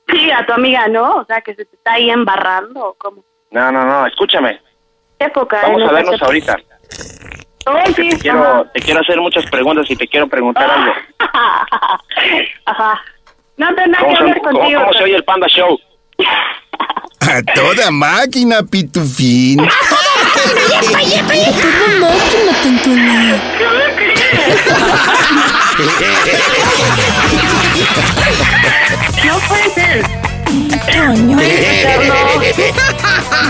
Speaker 22: Sí, a tu amiga, ¿no? O sea, que se te está ahí embarrando, como
Speaker 29: No, no, no, escúchame.
Speaker 22: qué poca.
Speaker 29: Vamos
Speaker 22: ¿eh? No
Speaker 29: a
Speaker 22: sé
Speaker 29: vernos
Speaker 22: qué-
Speaker 29: ahorita.
Speaker 22: Ay,
Speaker 29: Porque
Speaker 22: sí,
Speaker 29: te quiero, te quiero hacer muchas preguntas y te quiero
Speaker 22: Ah,
Speaker 29: preguntar algo.
Speaker 22: Ajá. No tengo nada que
Speaker 29: ¿Cómo se,
Speaker 22: hablar
Speaker 29: cómo-
Speaker 22: contigo.
Speaker 29: cómo se oye el Panda Show?
Speaker 5: A toda máquina, pitufín.
Speaker 22: No puede ser.
Speaker 6: Vente, Carlos.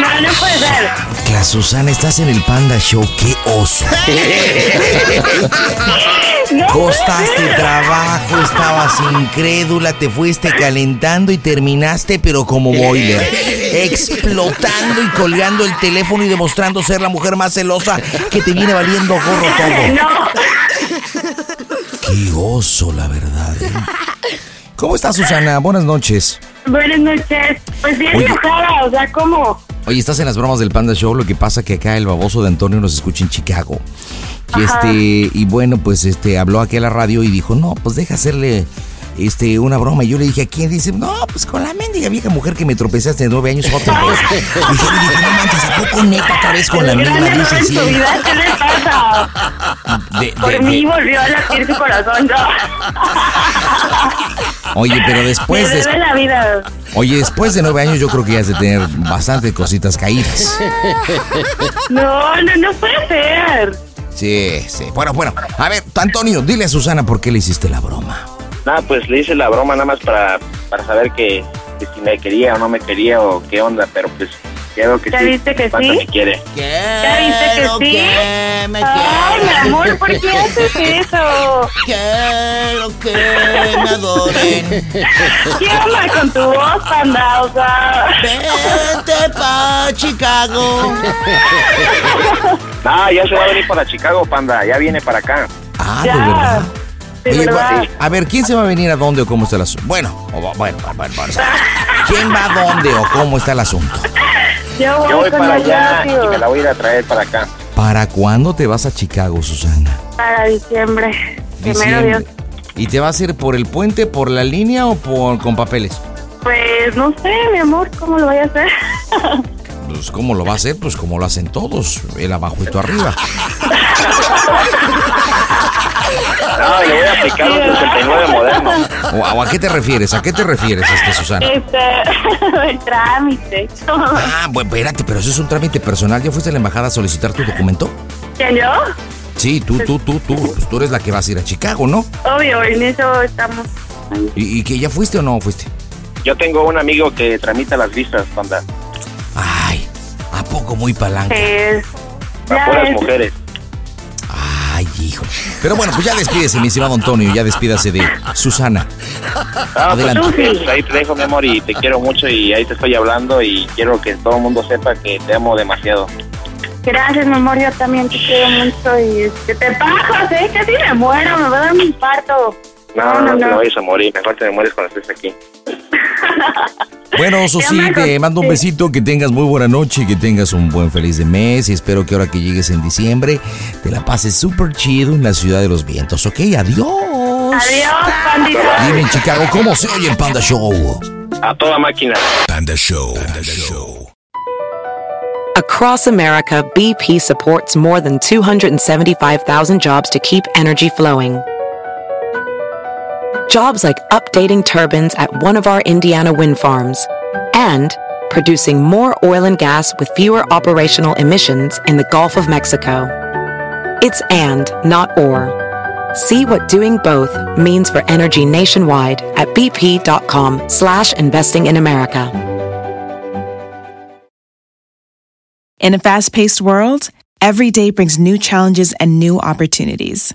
Speaker 22: No, no puede ser.
Speaker 2: La Susana, estás en el Panda Show, qué oso.
Speaker 22: No
Speaker 2: Costaste trabajo, estabas incrédula, te fuiste calentando y terminaste, pero como boiler. Explotando y colgando el teléfono y demostrando ser la mujer más celosa que te viene valiendo gorro todo. Qué oso, la verdad. ¿eh? ¿Cómo estás, Susana? Buenas noches.
Speaker 22: Buenas noches. Pues bien
Speaker 2: Oye.
Speaker 22: enojada, o sea, ¿cómo?
Speaker 2: Oye, estás en las bromas del Panda Show, lo que pasa que acá el baboso de Antonio nos escucha en Chicago. Y
Speaker 22: Ajá.
Speaker 2: este, y bueno, pues este, habló aquí a la radio y dijo, no, pues deja hacerle este una broma. Y yo le dije, ¿a quién? Dice, no, pues con la mendiga vieja mujer que me tropecé hace nueve años otra vez. Y yo le dije, no manches, ¿a poco neta otra vez con la
Speaker 22: El gran
Speaker 2: misma
Speaker 22: error
Speaker 2: vieja?
Speaker 22: en
Speaker 2: Sí.
Speaker 22: tu vida, ¿qué le pasa?
Speaker 2: De-
Speaker 22: Por
Speaker 2: de-
Speaker 22: mí
Speaker 2: de-
Speaker 22: volvió a latir su corazón, no.
Speaker 2: Oye, pero después
Speaker 22: Me
Speaker 2: de...
Speaker 22: debe la vida.
Speaker 2: Oye, después de nueve años yo creo que ya has de tener bastantes cositas caídas.
Speaker 22: No, no, no puede ser.
Speaker 2: Sí, sí. Bueno, bueno. A ver, Antonio, dile a Susana por qué le hiciste la broma.
Speaker 29: Nada, pues le hice la broma nada más para, para saber que, que si me quería o no me quería o qué onda, pero pues ya veo que
Speaker 22: ¿Ya
Speaker 29: sí.
Speaker 22: viste que
Speaker 29: Panda
Speaker 22: sí?
Speaker 29: me quiere.
Speaker 22: ¿Ya viste que sí? Ay, mi amor, ¿por qué haces eso? Quiero que me adoren. ¿Qué onda con tu voz, panda? O sea... Vete pa' Chicago.
Speaker 29: Ah, ya se va a venir para Chicago, Panda, ya viene para acá.
Speaker 2: Ah,
Speaker 29: Ya,
Speaker 2: de verdad.
Speaker 29: de
Speaker 2: Oye,
Speaker 29: verdad.
Speaker 2: bueno, a ver, ¿quién se va a venir a dónde o cómo está el asunto? Bueno, o va- bueno, bueno, bueno, bueno. ¿Quién va a dónde o cómo está el asunto?
Speaker 22: Yo voy,
Speaker 29: Yo voy
Speaker 22: con
Speaker 29: para
Speaker 22: los
Speaker 29: allá
Speaker 22: rápidos.
Speaker 29: y me la voy a ir a traer para acá.
Speaker 2: ¿Para cuándo te vas a Chicago, Susana?
Speaker 22: Para diciembre. Primero
Speaker 2: Diciembre.
Speaker 22: Dios.
Speaker 2: ¿Y te vas a ir por el puente, por la línea o por con papeles?
Speaker 22: Pues no sé, mi amor, cómo lo voy a hacer.
Speaker 2: Pues, ¿cómo lo va a hacer? Pues como lo hacen todos, el abajo y tú arriba.
Speaker 13: Ah,
Speaker 29: No, le voy a aplicar un 69 moderno.
Speaker 2: ¿O, o a qué te refieres? ¿A qué te refieres, este, Susana?
Speaker 29: Eh,
Speaker 22: Este, el trámite.
Speaker 2: Ah, bueno, espérate, pero eso es un trámite personal. ¿Ya fuiste a la embajada a solicitar tu documento?
Speaker 22: ¿Quién yo?
Speaker 2: Sí, tú, tú, tú, tú. Pues tú eres la que vas a ir a Chicago, ¿no?
Speaker 22: Obvio, en eso estamos.
Speaker 2: ¿Y, y que ya fuiste o no fuiste?
Speaker 29: Yo tengo un amigo que tramita las visas, panda.
Speaker 2: ¿A poco muy palanca?
Speaker 22: Eh,
Speaker 29: Para puras mujeres.
Speaker 2: Ay, hijo. Pero bueno, pues ya despídese, mi estimado Antonio. Ya despídase de Susana.
Speaker 29: Ah, pues,
Speaker 2: Adelante.
Speaker 29: pues, ahí te dejo, mi amor, y te quiero mucho y ahí te estoy hablando y quiero que todo el mundo sepa que te amo demasiado.
Speaker 22: Gracias, mi amor, yo también te quiero mucho y este, te pajas, ¿eh? Casi me muero, me va a dar un infarto.
Speaker 29: No,
Speaker 22: No,
Speaker 29: no,
Speaker 22: no,
Speaker 29: te
Speaker 22: no.
Speaker 29: me vayas a morir. Mejor te me mueres cuando estés aquí.
Speaker 2: Bueno, Susi, te mando un besito, que tengas muy buena noche, que tengas un buen feliz de mes y espero que ahora que llegues en diciembre te la pases súper chido en la ciudad de los vientos, ¿ok? Adiós.
Speaker 22: Adiós, pandita.
Speaker 2: Dime en Chicago, ¿cómo se oye el Panda Show?
Speaker 29: A toda máquina.
Speaker 8: Panda Show.
Speaker 7: Across America, BP supports more than 275,000 jobs to keep energy flowing. Jobs like updating turbines at one of our Indiana wind farms and producing more oil and gas with fewer operational emissions in the Gulf of Mexico. It's and, not or. See what doing both means for energy nationwide at bp.com slash investing in America.
Speaker 32: In a fast paced world, every day brings new challenges and new opportunities.